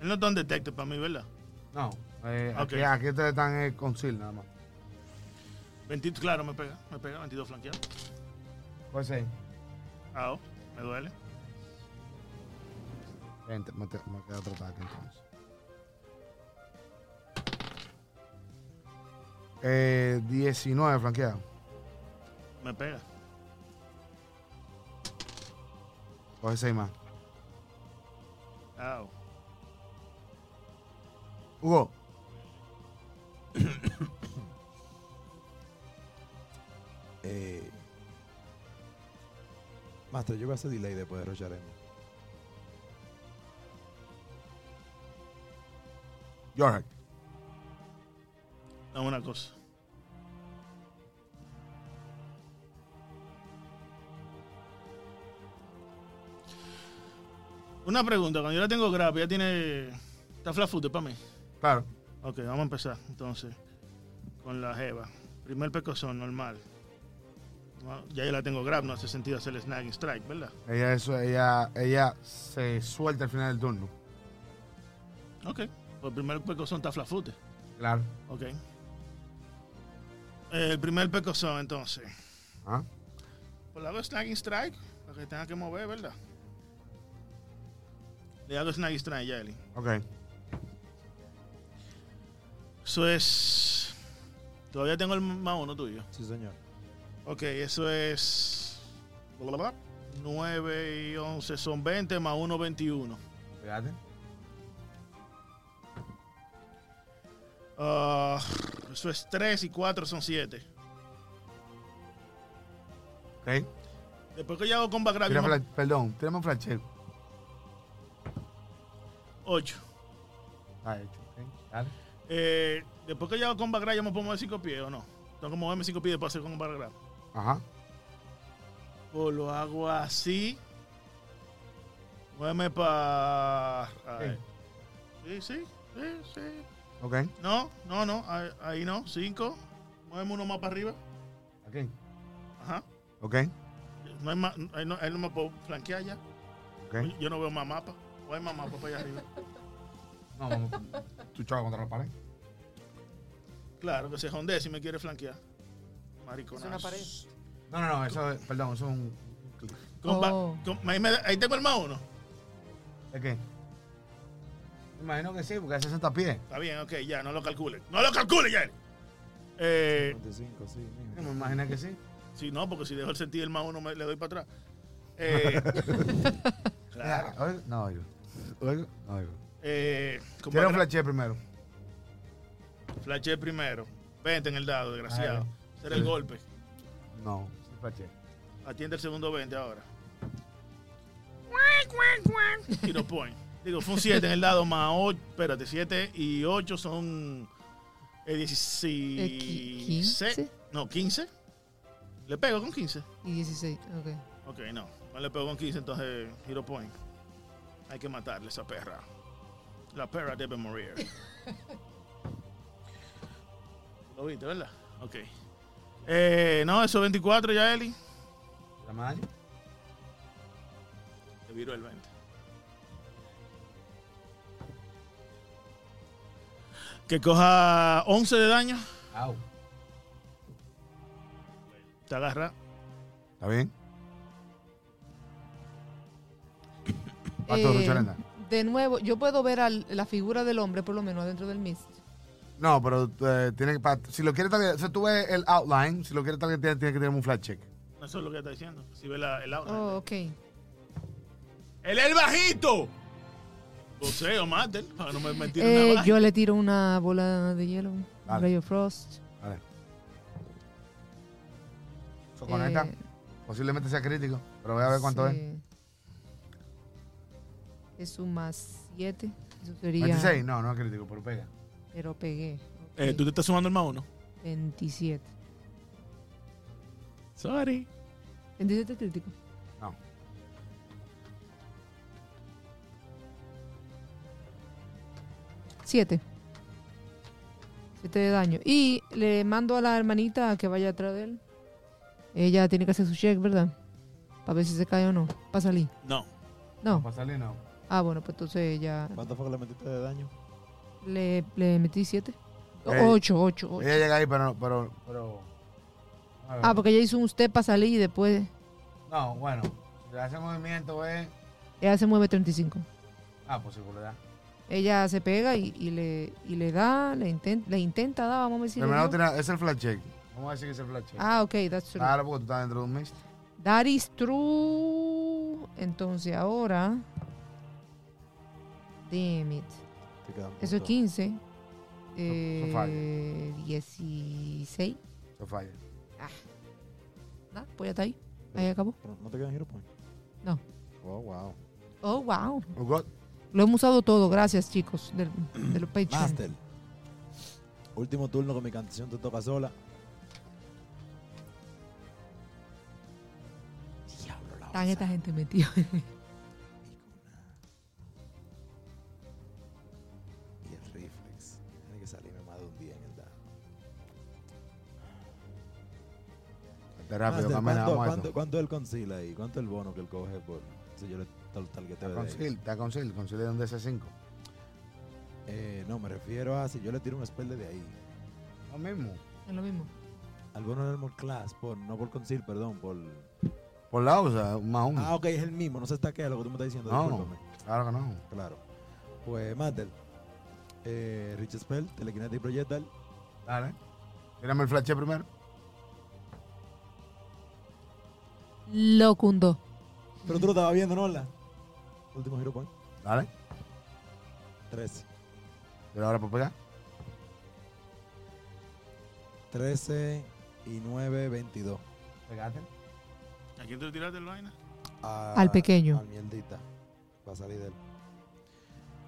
[SPEAKER 2] Él no está un detective para mí, ¿verdad?
[SPEAKER 7] No. eh,
[SPEAKER 2] Ok.
[SPEAKER 7] aquí, aquí ustedes están
[SPEAKER 3] eh,
[SPEAKER 7] en conceal nada más.
[SPEAKER 2] 20, claro, me pega. Me pega 22 flanqueado.
[SPEAKER 7] Pues sí.
[SPEAKER 2] Ah, oh, me duele.
[SPEAKER 3] Vente, me, te- me queda otro ataque entonces. Eh, 19 flanqueado.
[SPEAKER 2] Me pega.
[SPEAKER 3] Coge 6 más.
[SPEAKER 2] Ah, oh.
[SPEAKER 3] Hugo.
[SPEAKER 1] Eh, Master, yo voy a hacer delay después de Rocharemo.
[SPEAKER 3] York.
[SPEAKER 2] Dame una cosa. Una pregunta, cuando yo la tengo grave, ya tiene. Está flafute para mí.
[SPEAKER 3] Claro.
[SPEAKER 2] Ok, vamos a empezar entonces con la Jeva. Primer pecozón, normal. No, ya yo la tengo grab, no hace sentido hacer el snagging strike, ¿verdad?
[SPEAKER 3] Ella, eso, ella, ella se suelta al final del turno.
[SPEAKER 2] Ok, pues el primer pecozón está flafute.
[SPEAKER 3] Claro.
[SPEAKER 2] Ok. El primer pecozón, entonces.
[SPEAKER 3] Ah.
[SPEAKER 2] Pues le hago snagging strike, para que tenga que mover, ¿verdad? Le hago snagging strike, Yaeli.
[SPEAKER 3] Ok.
[SPEAKER 2] Eso es. Todavía tengo el más uno tuyo.
[SPEAKER 1] Sí, señor.
[SPEAKER 2] Ok, eso es. 9 y 11 son 20 más 1, 21.
[SPEAKER 3] Fíjate.
[SPEAKER 2] Ah, eso es 3 y 4 son 7.
[SPEAKER 3] Ok.
[SPEAKER 2] Después que yo hago combat
[SPEAKER 3] Tira
[SPEAKER 2] gratis,
[SPEAKER 3] fla- perdón, tenemos flash check.
[SPEAKER 2] 8.
[SPEAKER 3] Está hecho, ok, dale.
[SPEAKER 2] Eh, después que yo hago combat gratis, yo me puedo mover 5 pies o no. Tengo que moverme 5 pies para hacer combat gratis.
[SPEAKER 3] Ajá.
[SPEAKER 2] Pues lo hago así. Muéveme para. Sí, sí, sí, sí.
[SPEAKER 3] Ok.
[SPEAKER 2] No, no, no. Ahí, ahí no. 5. Muéveme uno más para arriba.
[SPEAKER 3] Aquí.
[SPEAKER 2] Ajá.
[SPEAKER 3] Ok.
[SPEAKER 2] No hay más, ahí no, ahí no me puedo flanquear ya.
[SPEAKER 3] Ok.
[SPEAKER 2] Yo no veo más mapa. O hay más mapa para allá arriba.
[SPEAKER 3] No, vamos. Tú chavo contra la pared.
[SPEAKER 2] Claro, que se jondee si me quiere flanquear. Maricón.
[SPEAKER 6] Es una pared.
[SPEAKER 3] No, no, no, eso es, perdón, eso es un.
[SPEAKER 5] Oh.
[SPEAKER 2] ahí, me- ahí tengo el más uno.
[SPEAKER 3] ¿De qué? Me Imagino que sí, porque hace 60 pies.
[SPEAKER 2] Está bien, ok, ya, no lo calcule. ¡No lo calcule, ya! Eh,
[SPEAKER 1] 55, sí, mijo.
[SPEAKER 3] Me imagino que sí.
[SPEAKER 2] si no, porque si dejo el sentido el más uno, me, le doy para atrás. Eh, claro.
[SPEAKER 3] Ah, oigo- No, oigo. Oigo, no, oigo.
[SPEAKER 2] Eh, como
[SPEAKER 3] Tira un
[SPEAKER 2] era-
[SPEAKER 3] flash check primero.
[SPEAKER 2] flasheé primero. Vente en el dado, desgraciado. Será el golpe.
[SPEAKER 3] No, sin flash check.
[SPEAKER 2] Atiende el segundo 20 ahora. Tiro point. Digo, fue un 7 en el dado más 8. Espérate, 7 y 8 son eh,
[SPEAKER 5] Eh,
[SPEAKER 2] 16.
[SPEAKER 5] qui- 15.
[SPEAKER 2] No, 15. Le pego con 15.
[SPEAKER 5] Y 16, ok.
[SPEAKER 2] Ok, no. No le pego con 15, entonces Hero Point. Hay que matarle a esa perra. La perra debe morir. Lo viste, ¿verdad? Ok. Eh, no, eso 24 ya, Eli.
[SPEAKER 3] ¿La malla?
[SPEAKER 2] Te viró el 20. Que coja 11 de daño.
[SPEAKER 3] Au.
[SPEAKER 2] Te agarra.
[SPEAKER 3] ¿Está bien? Pato,
[SPEAKER 5] Eh,
[SPEAKER 3] Rucharenda.
[SPEAKER 5] de nuevo, yo puedo ver al- la figura del hombre, por lo menos, adentro del mist.
[SPEAKER 3] No, pero eh, tiene que. pa- si lo quieres tal o sea, tú ves el outline, si lo quieres tal tiene, tiene que tener un flash check.
[SPEAKER 2] Eso es lo que está diciendo. Si ve la- el outline.
[SPEAKER 5] Oh, ok.
[SPEAKER 2] ¡El el bajito! Boceo, maten. Para no me mentir en
[SPEAKER 5] Eh,
[SPEAKER 2] nada.
[SPEAKER 5] yo le tiro una bola de hielo, un
[SPEAKER 3] Dale.
[SPEAKER 5] Ray of Frost.
[SPEAKER 3] Vale. Se conecta.
[SPEAKER 5] Eh,
[SPEAKER 3] Posiblemente sea crítico, pero voy a ver cuánto es.
[SPEAKER 5] sí. Es un más 7. Eso sería.
[SPEAKER 3] 26, no, no es crítico, pero pega.
[SPEAKER 5] Pero pegué.
[SPEAKER 2] Eh,
[SPEAKER 5] ok.
[SPEAKER 2] ¿Tú te estás sumando el más uno?
[SPEAKER 5] 27.
[SPEAKER 2] Sorry.
[SPEAKER 5] 27 crítico. Siete. Siete de daño. Y le mando a la hermanita a que vaya atrás de él. Ella tiene que hacer su check, ¿verdad? Para ver si se cae o no. Para salir.
[SPEAKER 2] No.
[SPEAKER 5] No.
[SPEAKER 3] Para salir, no.
[SPEAKER 5] Ah, bueno, pues entonces ya
[SPEAKER 1] ¿Cuánto fue que le metiste de daño?
[SPEAKER 5] le, le metí siete.
[SPEAKER 3] Ey.
[SPEAKER 5] Ocho, ocho, ocho.
[SPEAKER 3] Ella llega ahí, pero. pero, pero a ver.
[SPEAKER 5] Ah, porque ella hizo un step para salir y después
[SPEAKER 3] No, bueno, si le hace movimiento es.
[SPEAKER 5] ella se mueve 35.
[SPEAKER 3] Ah, pues seguridad.
[SPEAKER 5] Ella se pega y, y le, y le da, le, inten- le intenta dar, vamos a decir.
[SPEAKER 3] Primero tira, es el flash check. Vamos a decir que es el flash check.
[SPEAKER 5] Ah, ok, that's true.
[SPEAKER 3] claro, porque tú estás dentro de un mist.
[SPEAKER 5] That is true. Entonces ahora. Damn it.
[SPEAKER 1] Te quedan
[SPEAKER 5] Eso es
[SPEAKER 1] puntos.
[SPEAKER 5] 15.
[SPEAKER 3] son fallas.
[SPEAKER 5] Eh, 16.
[SPEAKER 3] Eso falla.
[SPEAKER 5] Nah, pues ya está ahí. Ahí acabó.
[SPEAKER 1] Pero ¿No te quedan hero point?
[SPEAKER 5] No.
[SPEAKER 1] Oh, wow.
[SPEAKER 5] Oh, wow.
[SPEAKER 3] Oh, God.
[SPEAKER 5] Lo hemos usado todo. Gracias, chicos. Del, de los Patreon.
[SPEAKER 1] Master. Último turno con mi canción te toca sola. Diablo, la
[SPEAKER 5] Están
[SPEAKER 1] onza.
[SPEAKER 5] esta gente metida.
[SPEAKER 1] Y el reflex. Tiene que salirme más de un día en el dado.
[SPEAKER 3] Está rápido,
[SPEAKER 1] Master,
[SPEAKER 3] camina,
[SPEAKER 1] ¿cuánto,
[SPEAKER 3] vamos a
[SPEAKER 1] cuánto,
[SPEAKER 3] esto.
[SPEAKER 1] cuánto él consigue ahí? ¿Cuánto el bono que él coge por si yo le tal, tal que te
[SPEAKER 3] Está con Sil, está con Sil, con Sil es un DC5.
[SPEAKER 1] Eh, no, me refiero a si yo le tiro un spell de ahí.
[SPEAKER 3] Lo mismo.
[SPEAKER 5] Es lo mismo.
[SPEAKER 1] Al bono del Armor Class, por, no por conceal, perdón, por...
[SPEAKER 3] Por la usa, un más uno.
[SPEAKER 1] Ah, ok, es el mismo, no se estaquea lo que tú me estás diciendo,
[SPEAKER 3] Mm. No.
[SPEAKER 1] discúlpame.
[SPEAKER 3] Claro que no.
[SPEAKER 1] Claro. Pues, Master, eh, Rich Spell, Telekinetic Projectile,
[SPEAKER 3] Dale. Tírame el flash primero.
[SPEAKER 5] Locundo.
[SPEAKER 1] Pero tú lo estabas viendo, ¿no? Orla? Último Hero Point.
[SPEAKER 3] Dale.
[SPEAKER 1] 13.
[SPEAKER 3] Tira ahora para pegar.
[SPEAKER 1] 13 y 9, 22.
[SPEAKER 3] Pegate.
[SPEAKER 2] ¿A quién te lo tiraste el vaina?
[SPEAKER 1] a-
[SPEAKER 5] Al pequeño.
[SPEAKER 1] Al mierdita. Va a salir de él.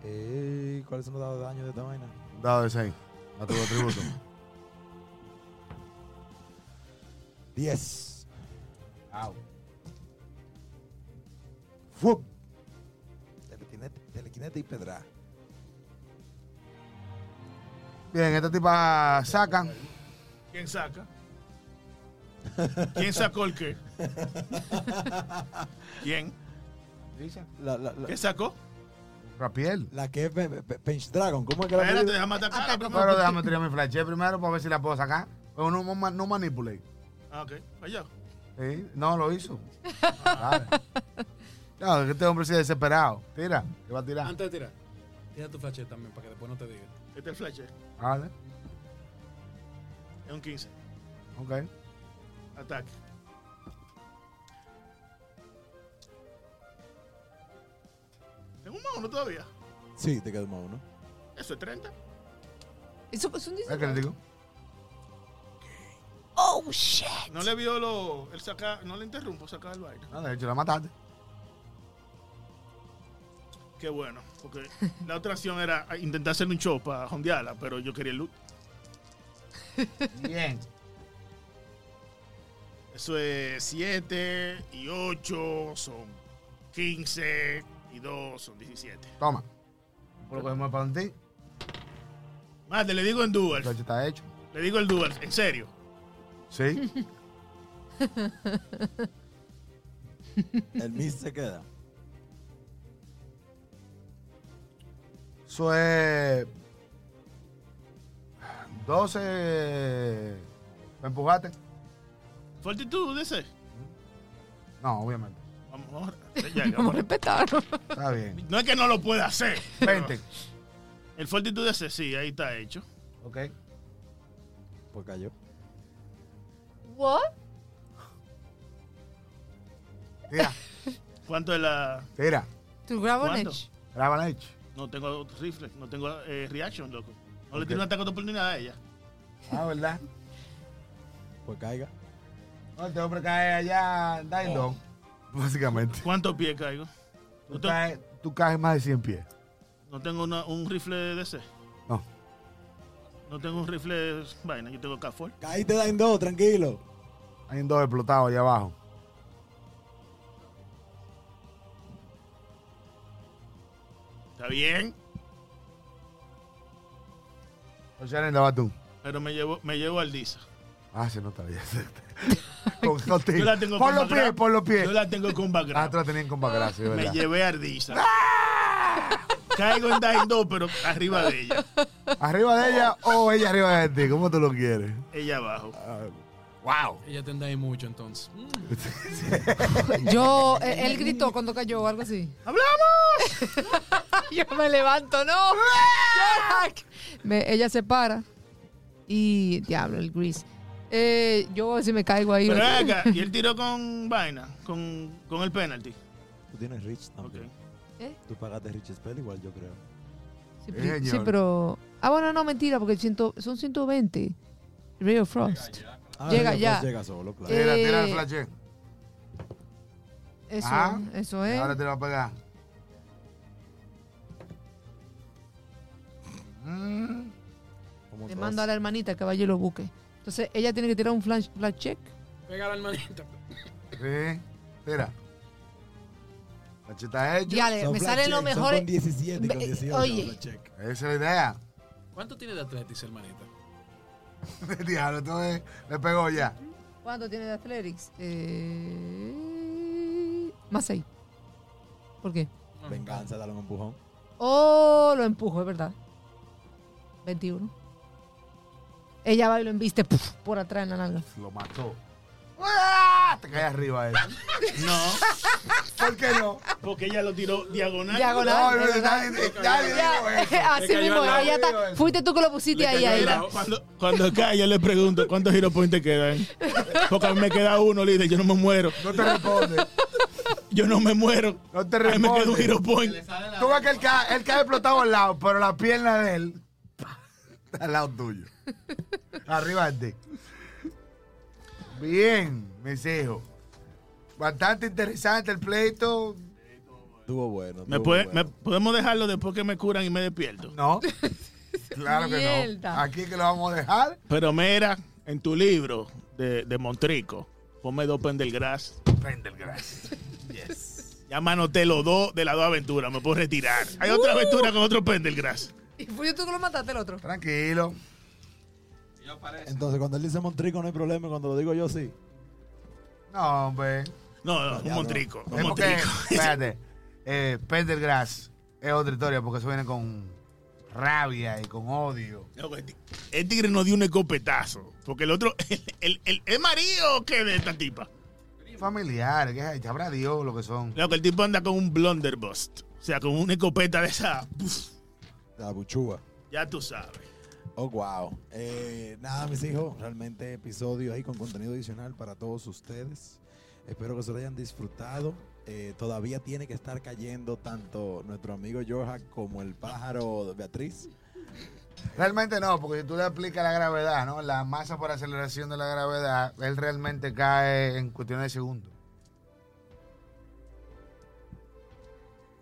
[SPEAKER 1] Eh, ¿Cuáles son los dados de daño de esta vaina?
[SPEAKER 7] Dado de 6. A tu atributo.
[SPEAKER 1] 10.
[SPEAKER 6] Wow.
[SPEAKER 1] ¡Fum! Telequinete, telequinete y pedra.
[SPEAKER 3] Bien, esta tipa saca.
[SPEAKER 2] ¿Quién saca? ¿Quién sacó el qué? ¿Quién?
[SPEAKER 1] La, la, la,
[SPEAKER 2] ¿Qué sacó?
[SPEAKER 3] Rapiel.
[SPEAKER 1] la que es Pe- Pe- Pe- Pench Dragon. ¿Cómo es que la Ah,
[SPEAKER 2] Espérate,
[SPEAKER 1] apellido?
[SPEAKER 2] déjame atacar.
[SPEAKER 3] Pero déjame tirar mi flash primero para ver si la puedo sacar. Pero no, ma- no manipulate.
[SPEAKER 2] Ah, ok. Vaya.
[SPEAKER 3] Sí, No, lo hizo. Dale. No, este hombre sí es desesperado. Tira, te va a tirar.
[SPEAKER 4] Ah. Antes de tirar, tira tu flash también para que después no te diga.
[SPEAKER 2] Este es el fleche.
[SPEAKER 3] Vale,
[SPEAKER 2] Es un 15.
[SPEAKER 3] ok.
[SPEAKER 2] Ataque. Tengo un más uno todavía.
[SPEAKER 1] Sí, te quedó más uno.
[SPEAKER 2] Eso es 30.
[SPEAKER 5] Eso es un
[SPEAKER 3] ¿Sabes qué le digo?
[SPEAKER 5] Oh, shit.
[SPEAKER 2] No le vio lo, el sacar, no le interrumpo sacar el vaina.
[SPEAKER 3] No, "Ah, de hecho, la mataste.
[SPEAKER 2] Qué bueno, porque la otra acción era ah, intentar hacerle un show para jondearla, pero yo quería el loot.
[SPEAKER 3] Bien.
[SPEAKER 2] Eso es 7 y 8 son 15 y 2 son 17.
[SPEAKER 3] Toma. Por lo cogemos para ti.
[SPEAKER 2] Mate, le digo en
[SPEAKER 3] El
[SPEAKER 2] dual.
[SPEAKER 3] flash está hecho.
[SPEAKER 2] Le digo el dual, en serio.
[SPEAKER 3] Sí.
[SPEAKER 1] El Miss se queda.
[SPEAKER 3] Eso es. 12. ¿Me empujaste?
[SPEAKER 2] Fortitud, ese.
[SPEAKER 3] No, obviamente.
[SPEAKER 2] Vamos, vamos. ya, ya,
[SPEAKER 5] Vamos a
[SPEAKER 2] vamos.
[SPEAKER 5] respetar.
[SPEAKER 3] Está bien.
[SPEAKER 2] No es que no lo pueda hacer. pero
[SPEAKER 3] 20.
[SPEAKER 2] El Fortitud ese, sí, ahí está hecho.
[SPEAKER 3] Ok.
[SPEAKER 1] Pues cayó.
[SPEAKER 5] What?
[SPEAKER 3] Tira,
[SPEAKER 2] ¿Cuánto es la.?
[SPEAKER 3] tira.
[SPEAKER 5] To grab an
[SPEAKER 2] ¿Cuándo?
[SPEAKER 5] edge.
[SPEAKER 3] Graban hecho.
[SPEAKER 2] No tengo rifle, no tengo eh, reaction, loco. No le
[SPEAKER 3] Ok.
[SPEAKER 2] tiro un ataque de oportunidad a ella.
[SPEAKER 3] Ah, ¿verdad?
[SPEAKER 1] Pues caiga.
[SPEAKER 3] No, este hombre cae allá, dying dog. Básicamente.
[SPEAKER 2] ¿Cuántos pies caigo?
[SPEAKER 3] Tú,
[SPEAKER 2] No, te-
[SPEAKER 3] caes, tú caes más de 100 pies.
[SPEAKER 2] no tengo una- un rifle de DC.
[SPEAKER 3] No.
[SPEAKER 2] No tengo un rifle de vaina, yo tengo K4.
[SPEAKER 1] Caíste da en dos, tranquilo.
[SPEAKER 3] Hay dos explotados allá abajo.
[SPEAKER 2] Está bien,
[SPEAKER 3] O sea, en el tú.
[SPEAKER 2] pero me llevo, me llevo al Disa.
[SPEAKER 3] Ah, se nota bien. con, contigo.
[SPEAKER 2] Yo la tengo
[SPEAKER 3] por
[SPEAKER 2] con
[SPEAKER 3] los pies,
[SPEAKER 2] background.
[SPEAKER 3] por los pies.
[SPEAKER 2] Yo la tengo con
[SPEAKER 3] Ah,
[SPEAKER 2] background.
[SPEAKER 3] tú la tenías con Bagracio,
[SPEAKER 2] Me
[SPEAKER 3] ¿verdad? ¡Ah!
[SPEAKER 2] llevé a Ardisa. Caigo en Dying 2, pero arriba de ella.
[SPEAKER 3] ¿Arriba de ella o ella arriba de ti? ¿Cómo tú lo quieres?
[SPEAKER 2] Ella abajo.
[SPEAKER 3] Ah, ¡Wow!
[SPEAKER 4] Ella tendrá ahí mucho entonces. Mm.
[SPEAKER 5] Yo, eh, él gritó cuando cayó o algo así. ¡Hablamos! Yo me levanto, no. Jack. Me- ella se para. Y, diablo, el gris. Eh, yo si me caigo ahí.
[SPEAKER 2] Pero ven
[SPEAKER 5] ¿verdad?
[SPEAKER 2] acá, y él tiró con vaina, con, con el penalty.
[SPEAKER 1] Tú tienes Rich
[SPEAKER 2] Ok.
[SPEAKER 1] también.
[SPEAKER 5] ¿Eh?
[SPEAKER 1] Tú pagaste Rich Spell igual, yo creo.
[SPEAKER 5] Sí, pri- sí,
[SPEAKER 3] Señor.
[SPEAKER 5] pero... Ah, bueno, no, mentira, porque ciento- son 120. Ray of Frost.
[SPEAKER 1] Ah,
[SPEAKER 5] Llega
[SPEAKER 1] Rich
[SPEAKER 5] ya.
[SPEAKER 1] Frost Llega solo, claro.
[SPEAKER 5] Eh,
[SPEAKER 3] Tira, tira el flash.
[SPEAKER 5] Eso,
[SPEAKER 3] Ah.
[SPEAKER 5] eso ¿eh? es.
[SPEAKER 3] Ahora te lo va a pegar. Mm,
[SPEAKER 1] Como
[SPEAKER 5] Le
[SPEAKER 1] todas.
[SPEAKER 5] mando a la hermanita que vaya y lo busque. Entonces, ella tiene que tirar un flash, flash check.
[SPEAKER 4] Pega la hermanita.
[SPEAKER 3] sí. Tira. Flash está hecho.
[SPEAKER 5] Diale,
[SPEAKER 1] Son
[SPEAKER 5] me
[SPEAKER 1] flat
[SPEAKER 5] salen
[SPEAKER 1] check,
[SPEAKER 5] los
[SPEAKER 1] son
[SPEAKER 5] mejores.
[SPEAKER 1] Con 17 y con
[SPEAKER 5] Ve-
[SPEAKER 1] 18.
[SPEAKER 5] oye.
[SPEAKER 1] flat check.
[SPEAKER 3] Esa es la idea.
[SPEAKER 4] ¿Cuánto tiene de Atletis, hermanita?
[SPEAKER 3] Diablo, entonces le pegó ya.
[SPEAKER 5] ¿Cuánto tiene de Athletics? Eh, más 6. ¿Por qué?
[SPEAKER 1] Venganza, dale un empujón.
[SPEAKER 5] Oh, lo empujo, es verdad. 21. Ella va y lo embiste puf, por atrás en la nalga.
[SPEAKER 3] Lo mató. ¡Ah! Te cae arriba eso.
[SPEAKER 2] No,
[SPEAKER 3] ¿Por qué no?
[SPEAKER 2] porque ella lo tiró diagonal.
[SPEAKER 5] Diagonal.
[SPEAKER 3] no,
[SPEAKER 5] es verdad.
[SPEAKER 3] nadie- nadie dijo eso.
[SPEAKER 5] Ya, Así
[SPEAKER 4] cayó
[SPEAKER 5] mismo,
[SPEAKER 4] al lado,
[SPEAKER 5] ella
[SPEAKER 3] digo
[SPEAKER 5] está-
[SPEAKER 3] eso.
[SPEAKER 5] Fuiste tú que lo pusiste ahí a ella.
[SPEAKER 2] Mira, cuando, cuando cae, yo le pregunto cuántos hero points te quedan. Porque a mí me queda uno, líder. Yo no me muero.
[SPEAKER 3] No te responde.
[SPEAKER 2] Yo no me muero.
[SPEAKER 3] No te
[SPEAKER 2] A mí me queda un
[SPEAKER 3] responde.
[SPEAKER 2] hero point.
[SPEAKER 3] Tú ves que él cae, él cae explotado al lado, pero la pierna de él está al lado tuyo. Arriba de ti. Bien, mis hijos. Bastante interesante el pleito.
[SPEAKER 1] Estuvo bueno.
[SPEAKER 2] ¿Me
[SPEAKER 1] estuvo
[SPEAKER 2] puede-
[SPEAKER 1] bueno.
[SPEAKER 2] me- ¿Podemos dejarlo después que me curan y me despierto?
[SPEAKER 3] No. Claro que no.
[SPEAKER 5] Mierda.
[SPEAKER 3] Aquí que lo vamos a dejar.
[SPEAKER 2] Pero mira, en tu libro de, de Montrico, ponme dos pendelgras.
[SPEAKER 3] Pendergrass.
[SPEAKER 2] Ya manoté los dos de las dos aventuras, me puedo retirar. Hay otra aventura con otro pendelgras.
[SPEAKER 5] Y fui tú que lo mataste el otro.
[SPEAKER 3] Tranquilo.
[SPEAKER 1] Entonces, cuando él dice Montrico no hay problema, cuando lo digo yo sí.
[SPEAKER 3] No, hombre.
[SPEAKER 2] No, no, un Montrico. Un
[SPEAKER 3] Es porque,
[SPEAKER 2] Montrico.
[SPEAKER 3] espérate, eh, Pendergrass es otra historia porque eso viene con rabia y con odio.
[SPEAKER 2] No, el ti- El tigre nos dio un escopetazo. Porque el otro, el, el, el, ¿es marido o qué de esta tipa?
[SPEAKER 3] Familiar, que ya habrá Dios lo que son.
[SPEAKER 2] Claro que el tipo anda con un blunderbust. O sea, con una escopeta de esa. Uf,
[SPEAKER 1] La buchúa.
[SPEAKER 2] ya tú sabes.
[SPEAKER 1] Oh, wow. Eh, nada, mis hijos, realmente episodio ahí con contenido adicional para todos ustedes. Espero que se lo hayan disfrutado. Eh, todavía tiene que estar cayendo tanto nuestro amigo Jorja como el pájaro de Beatriz.
[SPEAKER 3] Realmente no, porque si tú le aplicas la gravedad, ¿no? La masa por aceleración de la gravedad, él realmente cae en cuestiones de segundos.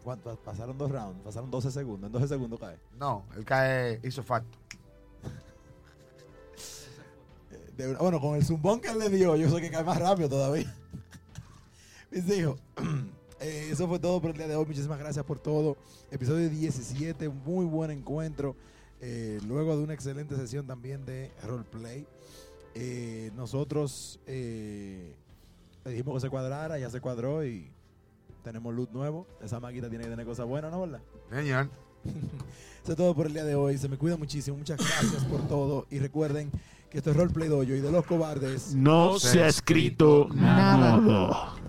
[SPEAKER 1] ¿Cuánto? Pasaron dos rounds, pasaron 12 segundos. En 12 segundos cae.
[SPEAKER 3] No, él cae hizo facto.
[SPEAKER 1] Eh, de- bueno, con el zumbón que él le dio, yo sé que cae más rápido todavía. Mis hijos, eh, eso fue todo por el día de hoy. Muchísimas gracias por todo. Episodio 17, muy buen encuentro. eh, luego de una excelente sesión también de roleplay. Eh, nosotros eh, le dijimos que se cuadrara, ya se cuadró y tenemos luz nuevo. Esa máquina tiene que tener cosas buenas, ¿no, verdad?
[SPEAKER 3] Señor.
[SPEAKER 1] Eso es todo por el día de hoy. Se me cuida muchísimo. Muchas gracias por todo. Y recuerden que esto es Roleplay Dojo y de los cobardes.
[SPEAKER 2] No
[SPEAKER 3] se ha
[SPEAKER 2] escrito
[SPEAKER 5] nada.
[SPEAKER 2] nada.